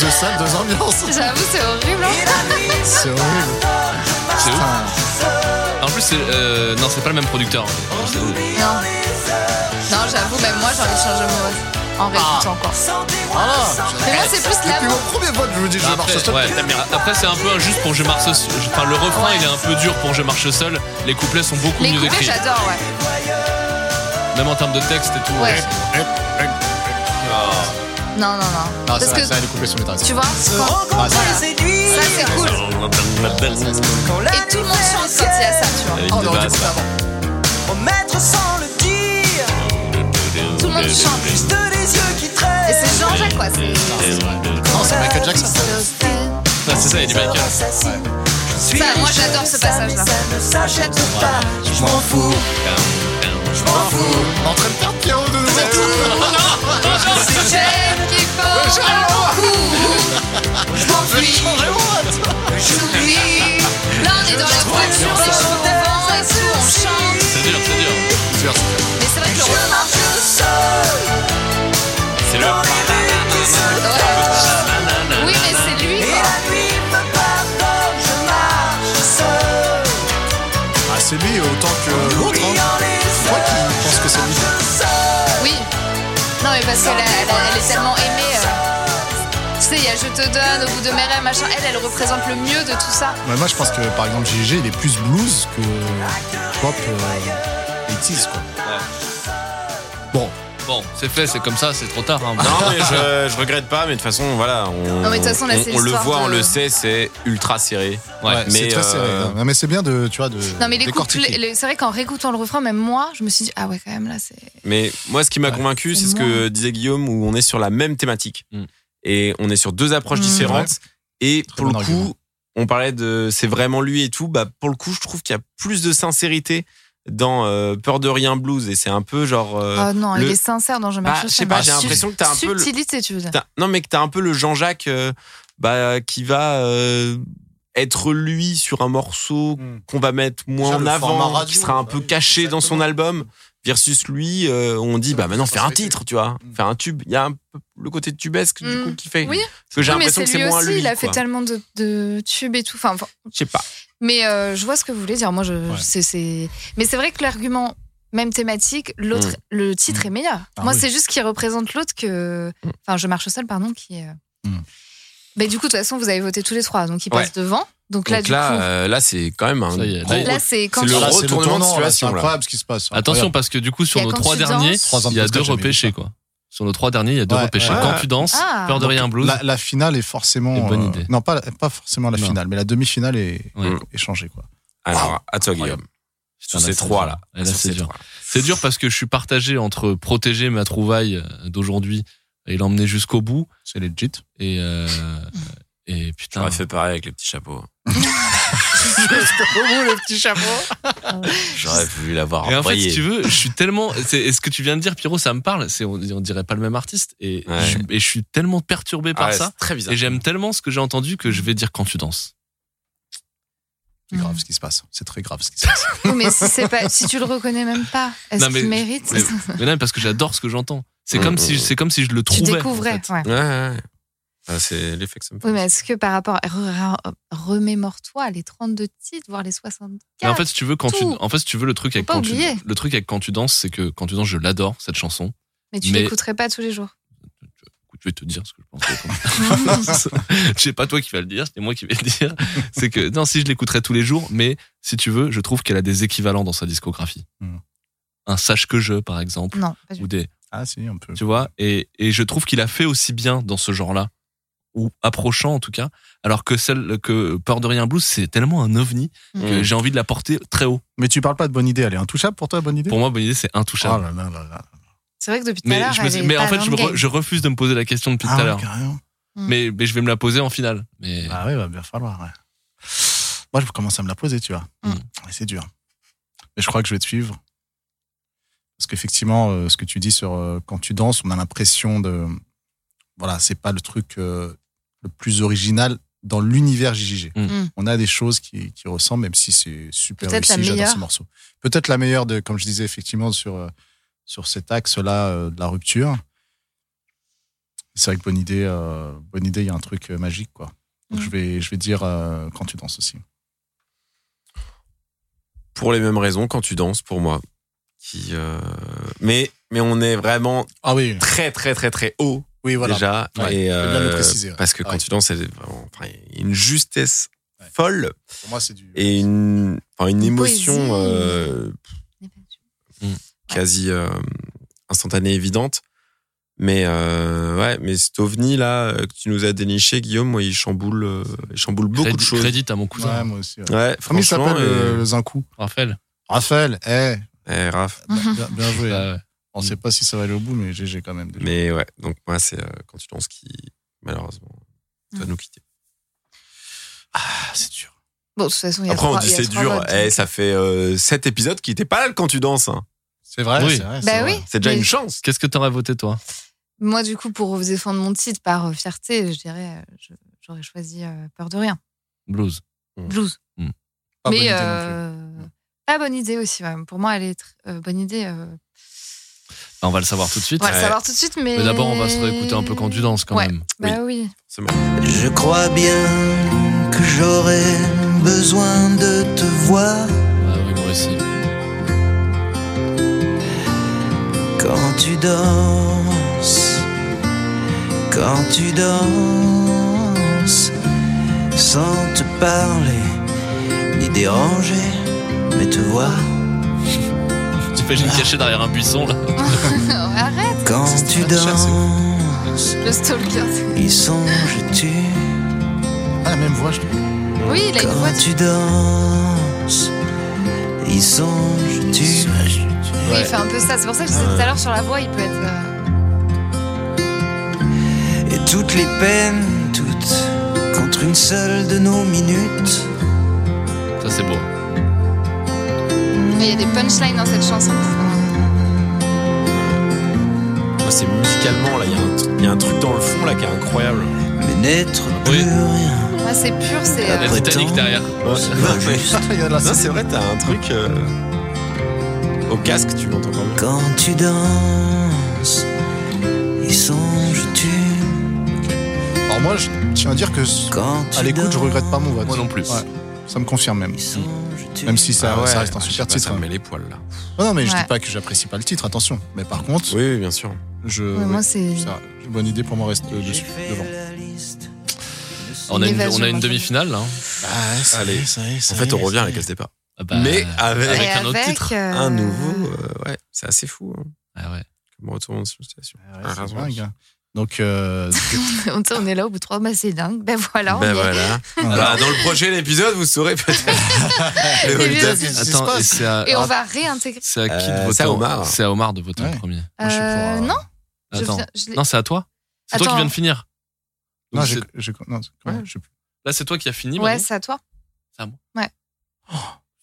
Speaker 3: deux salles, deux ambiances.
Speaker 4: [LAUGHS] J'avoue, c'est horrible. hein.
Speaker 3: C'est horrible.
Speaker 1: C'est ouf.
Speaker 3: Putain.
Speaker 1: En plus, c'est, euh, non, c'est pas le même producteur.
Speaker 4: Non, non j'avoue, même moi, j'ai envie de changer mon vote en
Speaker 1: Ah.
Speaker 4: réécoutant encore.
Speaker 3: Voilà.
Speaker 4: Mais moi, Ah, c'est plus
Speaker 3: Depuis mon
Speaker 4: l'amour.
Speaker 3: premier vote, je vous dis, je marche
Speaker 1: Après,
Speaker 3: seul. Ah,
Speaker 1: ouais, après, c'est un peu injuste pour Je marche seul. Enfin, le refrain il est un peu dur pour Je marche seul. Les couplets sont beaucoup
Speaker 4: Les
Speaker 1: mieux
Speaker 4: couplets,
Speaker 1: écrits.
Speaker 4: j'adore, ouais.
Speaker 1: Même en termes de texte et tout.
Speaker 4: Ouais.
Speaker 3: Eh,
Speaker 4: Non, non, non.
Speaker 3: Non,
Speaker 4: Parce
Speaker 3: ça,
Speaker 4: que,
Speaker 3: ça, elle est coupée sur les tarifs.
Speaker 4: tu vois, quand-
Speaker 3: Ah, ça.
Speaker 4: voilà. ça c'est cool. Et tout le monde chante quand il y a ça, tu vois.
Speaker 2: La ligne
Speaker 3: Oh, non,
Speaker 2: de
Speaker 3: du coup,
Speaker 2: base.
Speaker 3: c'est avant.
Speaker 8: Promettre sans le dire,
Speaker 4: Tout le monde chante.
Speaker 8: juste les yeux qui
Speaker 4: Et
Speaker 8: traînent.
Speaker 4: c'est Oh, Jean-Jacques, quoi. C'est
Speaker 3: Non, c'est Michael Jackson.
Speaker 4: Ça,
Speaker 1: Ah, c'est ça, il est Michael.
Speaker 4: moi, j'adore ce passage-là.
Speaker 8: Ça ne s'achète pas, je m'en fous.
Speaker 3: En train de faire Pierrot de nous
Speaker 4: C'est Jeanne qui porte un coup. Je m'enfuis. J'oublie. Là, on est dans la voiture, on est chaud devant et tout, on chante.
Speaker 1: C'est dur, c'est dur.
Speaker 4: Mais c'est vrai que le refrain,
Speaker 8: Je seul
Speaker 1: C'est le.
Speaker 8: dans les rues qui se tordent.
Speaker 4: Oui, mais c'est lui,
Speaker 8: Et
Speaker 4: quoi.
Speaker 8: la nuit me pardonne, je marche seul.
Speaker 3: Ah, c'est lui autant que l'autre. hein.
Speaker 8: Oubliant les
Speaker 3: crois qu'il
Speaker 8: heures,
Speaker 3: pense que c'est lui.
Speaker 8: je marche seul.
Speaker 4: Oui. Non, mais parce qu'elle elle- elle est tellement aimée. euh. Tu sais, il y a Je te donne, au bout de mes rêves, machin. Elle, elle représente le mieux de tout ça.
Speaker 3: Mais moi, je pense que par exemple, GG, il est plus blues que pop euh, 80s, quoi. Bon,
Speaker 1: Bon, c'est fait, c'est comme ça, c'est trop tard. hein.
Speaker 2: Non, mais je, je regrette pas, mais de toute façon, voilà. On,
Speaker 4: Non, mais de toute façon, là, c'est
Speaker 2: on, on le
Speaker 4: l'histoire
Speaker 2: voit, on
Speaker 4: de-
Speaker 2: le sait, c'est ultra serré.
Speaker 1: Ouais,
Speaker 3: ouais, c'est
Speaker 2: mais,
Speaker 3: très serré.
Speaker 2: euh,
Speaker 3: hein. Non, mais c'est bien de, tu vois, de.
Speaker 4: Non, mais les
Speaker 3: décortiquer.
Speaker 4: couplets- les- c'est vrai qu'en réécoutant le refrain, même moi, je me suis dit, ah ouais, quand même, là, c'est.
Speaker 2: Mais moi, ce qui m'a convaincu,
Speaker 4: C'est
Speaker 2: c'est ce que disait Guillaume, où on est sur la même thématique.
Speaker 1: Mm.
Speaker 2: Et on est sur deux approches
Speaker 4: Mm.
Speaker 2: différentes. Et
Speaker 3: bon
Speaker 2: pour le coup,
Speaker 3: argument.
Speaker 2: on parlait de c'est vraiment lui et tout. Bah, pour le coup, je trouve qu'il y a plus de sincérité dans euh, Peur de rien blues. Et c'est un peu genre. euh,
Speaker 4: oh non,
Speaker 2: le-
Speaker 4: il est sincère dans Je
Speaker 2: bah,
Speaker 4: marche
Speaker 2: je
Speaker 4: seul.
Speaker 2: sais pas,
Speaker 4: Ah,
Speaker 2: j'ai
Speaker 4: su-
Speaker 2: l'impression que t'as un peu. le-
Speaker 4: Subtilité, tu veux dire.
Speaker 2: t'as- non, mais que t'as un peu le Jean-Jacques euh, bah, qui va euh, être lui sur un morceau
Speaker 3: Hmm.
Speaker 2: qu'on va mettre moins
Speaker 3: Ça,
Speaker 2: en
Speaker 3: le format
Speaker 2: avant,
Speaker 3: radio,
Speaker 2: qui sera un
Speaker 3: bah
Speaker 2: peu
Speaker 3: oui,
Speaker 2: caché dans son
Speaker 3: exactement. Ah,
Speaker 2: album. Versus lui, euh, on dit, bah maintenant, faire un titre, tu vois.
Speaker 3: Mm.
Speaker 2: Faire un tube. Il y a un peu le côté tubesque, du
Speaker 4: Mm.
Speaker 2: coup, qui fait.
Speaker 4: Oui.
Speaker 2: Parce que j'ai
Speaker 4: Non, mais
Speaker 2: l'impression
Speaker 4: c'est
Speaker 2: que c'est
Speaker 4: lui
Speaker 2: moins
Speaker 4: aussi,
Speaker 2: lui.
Speaker 4: il a fait
Speaker 2: quoi.
Speaker 4: tellement de, de tubes et tout. Enfin, enfin,
Speaker 2: Je sais pas.
Speaker 4: mais euh, je vois ce que vous voulez dire. Moi, je, c'est, c'est- Mais c'est vrai que l'argument, même thématique, l'autre,
Speaker 2: Mm.
Speaker 4: le titre est meilleur.
Speaker 3: Ah
Speaker 4: Moi,
Speaker 3: oui.
Speaker 4: c'est juste qu'il représente l'autre que.
Speaker 2: Mm.
Speaker 4: Enfin, je marche seul, pardon, qui est. euh,
Speaker 3: Mm.
Speaker 4: Mais du coup, de toute façon, vous avez voté tous les trois, donc il
Speaker 2: Ouais.
Speaker 4: passe devant. Donc là,
Speaker 2: Donc
Speaker 4: du coup.
Speaker 2: là, euh, là c'est quand même un.
Speaker 1: Ça y est,
Speaker 2: gros-
Speaker 1: là,
Speaker 4: Là, c'est quand
Speaker 2: c'est
Speaker 4: tu-
Speaker 2: le
Speaker 3: Là, c'est
Speaker 2: retournement de
Speaker 3: tournant, là,
Speaker 2: situation,
Speaker 3: C'est
Speaker 2: là.
Speaker 3: incroyable ce qui se passe.
Speaker 1: Attention,
Speaker 3: Incroyable.
Speaker 1: parce que du coup,
Speaker 4: Il
Speaker 1: sur
Speaker 4: y a
Speaker 1: nos
Speaker 4: Quand
Speaker 1: trois
Speaker 4: tu danses.
Speaker 1: derniers,
Speaker 3: Trois ans de
Speaker 1: il y a
Speaker 3: podcast,
Speaker 1: deux
Speaker 3: j'ai jamais vu
Speaker 1: repêchés,
Speaker 3: ça.
Speaker 1: quoi. Sur nos trois derniers, il y a deux
Speaker 3: Ouais,
Speaker 1: repêchés.
Speaker 2: ouais.
Speaker 1: Quand tu danses,
Speaker 4: Ah.
Speaker 1: peur de rien blues.
Speaker 3: La, la finale est forcément.
Speaker 1: C'est une bonne
Speaker 3: euh,
Speaker 1: idée.
Speaker 3: non, pas, pas forcément la
Speaker 1: Non.
Speaker 3: finale, mais la demi-finale est,
Speaker 1: Ouais.
Speaker 3: est changée. Quoi.
Speaker 2: Alors, Ah, à toi, Guillaume.
Speaker 1: Putain,
Speaker 2: Sur
Speaker 1: Ah, là,
Speaker 2: ces
Speaker 1: c'est
Speaker 2: trois,
Speaker 1: dur.
Speaker 2: là.
Speaker 1: Et là,
Speaker 2: Sur
Speaker 1: c'est
Speaker 2: ces
Speaker 1: dur.
Speaker 2: trois, là.
Speaker 1: C'est dur parce que je suis partagé entre protéger ma trouvaille d'aujourd'hui et l'emmener jusqu'au bout.
Speaker 3: C'est legit.
Speaker 1: Et, euh, et putain.
Speaker 2: J'aurais fait pareil avec les petits chapeaux.
Speaker 3: le petit chapeau.
Speaker 2: J'aurais voulu
Speaker 1: [LAUGHS]
Speaker 2: l'avoir
Speaker 1: Et en fait,
Speaker 2: brillé.
Speaker 1: si tu veux, je suis tellement. c'est- Et ce que tu viens de dire, Pierrot, ça me parle. C'est, on, on dirait pas le même artiste. Et,
Speaker 2: Ouais.
Speaker 1: je, et je suis tellement perturbé
Speaker 2: Ah
Speaker 1: par
Speaker 2: ouais,
Speaker 1: ça.
Speaker 2: c'est Très bizarre.
Speaker 1: Et j'aime tellement ce que j'ai entendu que je vais dire quand tu danses.
Speaker 3: C'est grave ce qui se passe. C'est très grave ce qui se passe.
Speaker 4: Oui, mais si, c'est pas, si tu le reconnais même pas, est-ce
Speaker 1: Non, mais-
Speaker 4: qu'il mérite [LAUGHS]
Speaker 1: mais- Mais non, parce que j'adore ce que j'entends. C'est
Speaker 2: Mm,
Speaker 1: comme
Speaker 2: mm,
Speaker 1: si,
Speaker 2: mm.
Speaker 1: c'est comme si je le
Speaker 4: Tu
Speaker 1: trouvais. en
Speaker 4: découvrais.
Speaker 1: fait.
Speaker 4: ouais.
Speaker 2: Ouais, ouais, ouais. Ah, c'est l'effet que ça me fait.
Speaker 4: Oui, mais est-ce que par rapport. re- re- Remémore-toi les 32 titres, voire les 64.
Speaker 1: Mais en fait, si tu veux, quand tu,
Speaker 4: tout.
Speaker 1: en fait, si tu veux, le truc avec
Speaker 4: pas
Speaker 1: quand tu,
Speaker 4: oublier.
Speaker 1: le truc avec quand tu danses, c'est que quand tu danses, je l'adore, cette chanson.
Speaker 4: mais tu
Speaker 1: mais-
Speaker 4: l'écouterais pas tous
Speaker 1: [LAUGHS]
Speaker 4: les jours.
Speaker 1: Écoute, je vais te dire ce que je pense. je sais pas toi qui vas le dire, [LAUGHS] c'est moi qui vais le dire. C'est que, non, si je l'écouterais tous les jours, mais si tu veux, je trouve qu'elle a des équivalents dans sa discographie.
Speaker 3: Hmm.
Speaker 1: Un Sache que je, par exemple,
Speaker 4: non, pas du
Speaker 1: ou des,
Speaker 3: Ah, si, on peut.
Speaker 1: tu vois, et, et je trouve qu'il a fait aussi bien dans ce genre-là, ou approchant en tout cas, alors que celle, que Peur de rien blues, c'est tellement un ovni que
Speaker 4: Hmm.
Speaker 2: Mm.
Speaker 1: j'ai envie de la porter très haut.
Speaker 3: Mais tu parles pas de bonne idée. Elle est intouchable pour toi, bonne idée
Speaker 1: Pour moi, bonne idée, c'est
Speaker 3: Oh
Speaker 1: intouchable.
Speaker 3: là là là là.
Speaker 4: C'est vrai que depuis tout à
Speaker 1: Mais,
Speaker 4: l'heure.
Speaker 1: je me suis-
Speaker 4: elle est
Speaker 1: mais en
Speaker 4: pas
Speaker 1: fait,
Speaker 4: dans
Speaker 1: je,
Speaker 4: le
Speaker 1: me re-
Speaker 4: game.
Speaker 1: je refuse de me poser la question depuis
Speaker 3: Ah,
Speaker 1: tout à
Speaker 3: ouais,
Speaker 1: l'heure.
Speaker 3: carrément.
Speaker 1: Mais, mais je vais me la poser en finale. Mais
Speaker 3: Ah, ouais, va bien falloir. ouais. Moi, je commence à me la poser, tu vois.
Speaker 4: Mm.
Speaker 3: Ouais, C'est dur. Mais je crois que je vais te suivre. Parce qu'effectivement, euh, ce que tu dis sur euh, quand tu danses, on a l'impression de. Voilà, c'est pas le truc euh, le plus original dans l'univers JJG.
Speaker 1: Mm.
Speaker 4: Mm.
Speaker 3: On a des choses qui, qui ressemblent, même si c'est super
Speaker 4: Peut-être la
Speaker 3: réussi. J'adore
Speaker 4: meilleure.
Speaker 3: ce morceau. Peut-être la meilleure, de, comme je disais, effectivement, sur, euh, sur cet axe-là euh, de la rupture. C'est vrai que bonne idée, euh, bonne idée, il y a un truc euh, magique, quoi. Donc
Speaker 4: Mm.
Speaker 3: je, vais, je vais dire euh, quand tu danses aussi.
Speaker 2: Pour les mêmes raisons, quand tu danses, pour moi. Qui, euh, mais, mais on est vraiment
Speaker 3: Ah oui,
Speaker 2: très, très, très, très haut
Speaker 3: oui, voilà.
Speaker 2: déjà.
Speaker 3: Ouais,
Speaker 2: et, euh,
Speaker 3: faut bien le préciser, ouais.
Speaker 2: Parce que
Speaker 3: Ah
Speaker 2: quand
Speaker 3: ouais.
Speaker 2: tu danses, c'est vraiment enfin, il y a une justesse
Speaker 3: Ouais.
Speaker 2: folle
Speaker 3: Pour moi, c'est du.
Speaker 2: et une, enfin, une
Speaker 4: Une poésie.
Speaker 2: émotion euh, quasi euh, instantanée, évidente. Mais euh, ouais, mais cet ovni là euh, que tu nous as déniché, Guillaume, moi, il chamboule, euh, il chamboule beaucoup
Speaker 1: crédit,
Speaker 2: de choses.
Speaker 1: crédit à mon cousin,
Speaker 3: Ouais, moi aussi. ouais.
Speaker 2: Ouais,
Speaker 3: Comment il
Speaker 2: franchement.
Speaker 3: s'appelle euh,
Speaker 2: euh,
Speaker 3: le Zincou
Speaker 1: Raphaël.
Speaker 3: Raphaël,
Speaker 4: [LAUGHS]
Speaker 3: eh,
Speaker 2: eh, Raph.
Speaker 3: bien, bien joué.
Speaker 1: Bah, ouais.
Speaker 3: On sait pas si ça va aller au bout, mais GG quand même. déjà.
Speaker 2: Mais ouais, donc moi, c'est euh, quand tu danses qui, malheureusement, doit
Speaker 4: Mm.
Speaker 2: nous quitter.
Speaker 3: Ah, c'est dur.
Speaker 4: Bon, de toute façon, il y a
Speaker 2: Après, on
Speaker 4: trois-
Speaker 2: dit
Speaker 4: il y a
Speaker 2: c'est
Speaker 4: trois
Speaker 2: dur.
Speaker 4: votes.
Speaker 2: Eh, ça fait 7 épisodes qui n'étaient pas là quand tu danses. hein.
Speaker 3: C'est vrai,
Speaker 1: Oui.
Speaker 3: c'est vrai. c'est
Speaker 4: Bah
Speaker 3: vrai.
Speaker 4: oui.
Speaker 2: C'est déjà
Speaker 4: mais
Speaker 2: une chance.
Speaker 1: Qu'est-ce que t'aurais voté, toi
Speaker 4: Moi, du coup, pour défendre mon titre par euh, fierté, je dirais, euh, je- j'aurais choisi euh, Peur de rien.
Speaker 1: Blues.
Speaker 4: Blues.
Speaker 3: Pas bonne
Speaker 4: mais
Speaker 3: idée non plus.
Speaker 4: euh, pas bonne idée aussi. ouais. Pour moi, elle est tr- euh, bonne idée. euh,
Speaker 1: Bah, on va le savoir tout de suite.
Speaker 4: On va le
Speaker 2: Ouais.
Speaker 4: savoir tout de suite, mais.
Speaker 1: Mais d'abord, on va se réécouter un peu quand tu danses, quand
Speaker 4: Ouais.
Speaker 1: même.
Speaker 4: Bah oui. [LAUGHS]
Speaker 2: C'est bon.
Speaker 5: Je crois bien que j'aurai besoin de te voir
Speaker 1: Ah oui, moi aussi.
Speaker 5: quand tu danses, quand tu danses, sans te parler ni déranger, mais te voir
Speaker 1: T'imagines caché derrière un buisson, là
Speaker 4: Arrête,
Speaker 5: quand tu danses.
Speaker 4: le stalker.
Speaker 5: Y songes-tu
Speaker 3: Ah, la même voix, je trouve.
Speaker 4: Oui, il a une voix.
Speaker 5: quand tu danses? Y songes-tu?
Speaker 4: Oui, il fait un peu ça. C'est pour ça que je disais tout à l'heure sur la voix, il peut être. euh,
Speaker 5: Et toutes les peines, toutes, contre une seule de nos minutes.
Speaker 1: Ça, c'est beau.
Speaker 4: Mais il y a des punchlines dans cette chanson.
Speaker 2: Moi, c'est musicalement, là. Il y, a un tr- il y a un truc dans le fond, là, qui est incroyable.
Speaker 5: Mais n'être plus
Speaker 1: Oui.
Speaker 5: rien.
Speaker 4: Ouais, c'est pur, c'est.
Speaker 1: Il y a
Speaker 4: euh,
Speaker 1: Titanic
Speaker 5: Prétends.
Speaker 1: derrière.
Speaker 3: Ah,
Speaker 2: Ouais.
Speaker 5: Pas juste.
Speaker 2: Non, c'est vrai, t'as un truc. euh, Au casque, tu l'entends quand même.
Speaker 5: Quand tu danses, y songes-tu
Speaker 3: Alors moi, je tiens à dire que s-
Speaker 5: Quand
Speaker 3: à l'écoute, je regrette pas mon vote.
Speaker 1: Moi non plus.
Speaker 3: Ouais. Ça me confirme même.
Speaker 5: songes-tu
Speaker 3: Même si ça,
Speaker 2: Ah ouais,
Speaker 3: ça reste un
Speaker 2: ah, je sais
Speaker 3: super
Speaker 2: pas,
Speaker 3: titre.
Speaker 2: Ça me
Speaker 3: hein.
Speaker 2: met les poils là.
Speaker 3: Non, non, mais je
Speaker 4: Ouais.
Speaker 3: dis pas que j'apprécie pas le titre, attention. Mais par contre,
Speaker 2: Oui, oui, bien sûr.
Speaker 3: je.
Speaker 4: Ouais, euh, Moi,
Speaker 3: oui,
Speaker 4: c'est.
Speaker 3: ça, j'ai une bonne idée pour moi reste dessus, euh, devant.
Speaker 1: On a une,
Speaker 4: L'évasion
Speaker 1: on a une
Speaker 4: marchande.
Speaker 1: demi-finale là. hein.
Speaker 2: ça Allez. y est, En fait, on revient à la case départ.
Speaker 1: Ah bah,
Speaker 2: Mais avec
Speaker 1: avec un autre titre.
Speaker 4: euh,
Speaker 2: un nouveau. euh, ouais, c'est assez fou. Hein,
Speaker 1: Ah ouais.
Speaker 2: comme retour en situation.
Speaker 3: Ouais, c'est dingue. hein. Donc,
Speaker 4: [LAUGHS]
Speaker 3: euh,
Speaker 4: [LAUGHS] on est- on est là au bout de trois mois, c'est dingue. Ben voilà. on
Speaker 2: ben
Speaker 4: est- [LAUGHS]
Speaker 2: voilà.
Speaker 3: voilà.
Speaker 2: Bah, dans le prochain épisode, vous saurez peut-être. le
Speaker 4: Et
Speaker 2: hold-up.
Speaker 4: bien-
Speaker 3: Qu'est-ce qui se
Speaker 1: Attends, et
Speaker 3: passe
Speaker 1: c'est à,
Speaker 4: Et on
Speaker 1: ah,
Speaker 4: va réintégrer.
Speaker 1: c'est à qui
Speaker 2: Euh,
Speaker 1: de voter
Speaker 2: c'est à
Speaker 1: en-
Speaker 2: Omar.
Speaker 1: C'est à Omar de voter en
Speaker 3: Ouais.
Speaker 1: premier.
Speaker 3: Moi, je suis pour,
Speaker 4: Euh,
Speaker 3: euh,
Speaker 4: non je
Speaker 1: Attends.
Speaker 4: viens- je l'ai-
Speaker 1: Non, c'est à toi. C'est toi qui
Speaker 4: Attends.
Speaker 1: viens de finir.
Speaker 3: Non,
Speaker 1: Donc
Speaker 3: j'ai-
Speaker 1: c'est-
Speaker 3: j'ai- non, c'est- ouais, je-
Speaker 1: Là, c'est toi qui as fini.
Speaker 4: Ouais,
Speaker 1: Manon
Speaker 4: c'est à toi.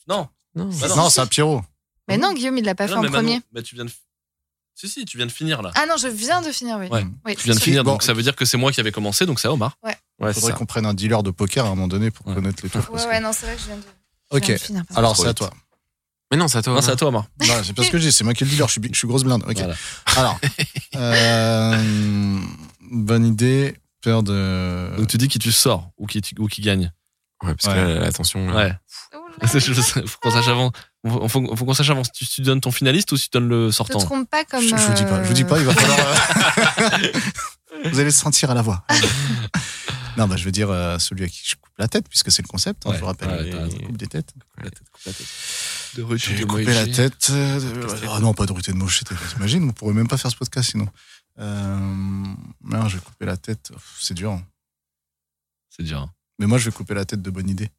Speaker 1: Non, Bah non.
Speaker 3: Non, c'est à Pierrot.
Speaker 4: Mais non, Guillaume, il l'a pas fait
Speaker 1: non,
Speaker 4: en
Speaker 1: mais Manon,
Speaker 4: premier.
Speaker 1: bah, tu viens de. Si, si, tu viens de finir là.
Speaker 4: Ah non, je viens de finir, oui.
Speaker 1: Ouais.
Speaker 4: Oui,
Speaker 1: Tu viens de
Speaker 4: sorry.
Speaker 1: finir,
Speaker 3: Bon.
Speaker 1: donc ça veut dire que c'est moi qui avais commencé, donc c'est à Omar.
Speaker 2: Ouais,
Speaker 3: Il
Speaker 2: c'est
Speaker 3: faudrait
Speaker 2: ça.
Speaker 3: qu'on prenne un dealer de poker à un moment donné pour
Speaker 1: Ouais.
Speaker 3: connaître les trucs. parce
Speaker 4: Ouais,
Speaker 3: que-
Speaker 4: ouais, non, c'est vrai que je viens de, je
Speaker 3: Ok.
Speaker 4: viens de finir. pardon.
Speaker 3: Alors,
Speaker 2: Trop
Speaker 3: c'est à
Speaker 2: vite.
Speaker 3: toi.
Speaker 2: Mais non, c'est à toi. hein.
Speaker 1: Non, c'est
Speaker 2: Omar.
Speaker 1: à toi, Omar.
Speaker 3: Non, c'est pas ce que j'ai, c'est moi qui ai le dealer, je suis, je suis grosse blinde. Ok.
Speaker 1: Voilà.
Speaker 3: [LAUGHS] Alors, euh, bonne idée, peur de.
Speaker 1: Euh. Donc tu dis qui tu sors ou qui, tu- ou qui gagne.
Speaker 2: Ouais, parce que
Speaker 3: Ouais.
Speaker 2: là, attention. là.
Speaker 1: Ouais.
Speaker 4: Oh là là.
Speaker 1: Je sais, faut qu'on sache avant. Faut, faut- faut qu'on sache avant si tu, tu donnes ton finaliste ou si tu donnes le
Speaker 4: Je te
Speaker 1: sortant.
Speaker 4: trompe pas comme.
Speaker 3: je, je vous dis pas, je vous dis pas, il va falloir. euh, [LAUGHS] vous allez le sentir à
Speaker 1: [LAUGHS]
Speaker 3: la voix. non, bah, je veux dire euh, celui à qui je coupe la tête, puisque c'est le concept, hein,
Speaker 1: Ouais,
Speaker 3: je vous rappelle.
Speaker 1: ouais, t'as raison.
Speaker 3: je coupe des têtes.
Speaker 2: Coupe la tête, coupe la tête.
Speaker 1: De Ruchi,
Speaker 3: J'ai
Speaker 1: de
Speaker 3: coupé
Speaker 1: Moïse.
Speaker 3: la tête. euh, de- Ah non, pas de Ruté de Mauchet, t'imagines, on pourrait même pas faire ce podcast sinon. Euh, merde, je vais couper la tête, Pff, c'est dur. hein.
Speaker 1: C'est dur. hein.
Speaker 3: Mais moi, je vais couper la tête de bonne idée.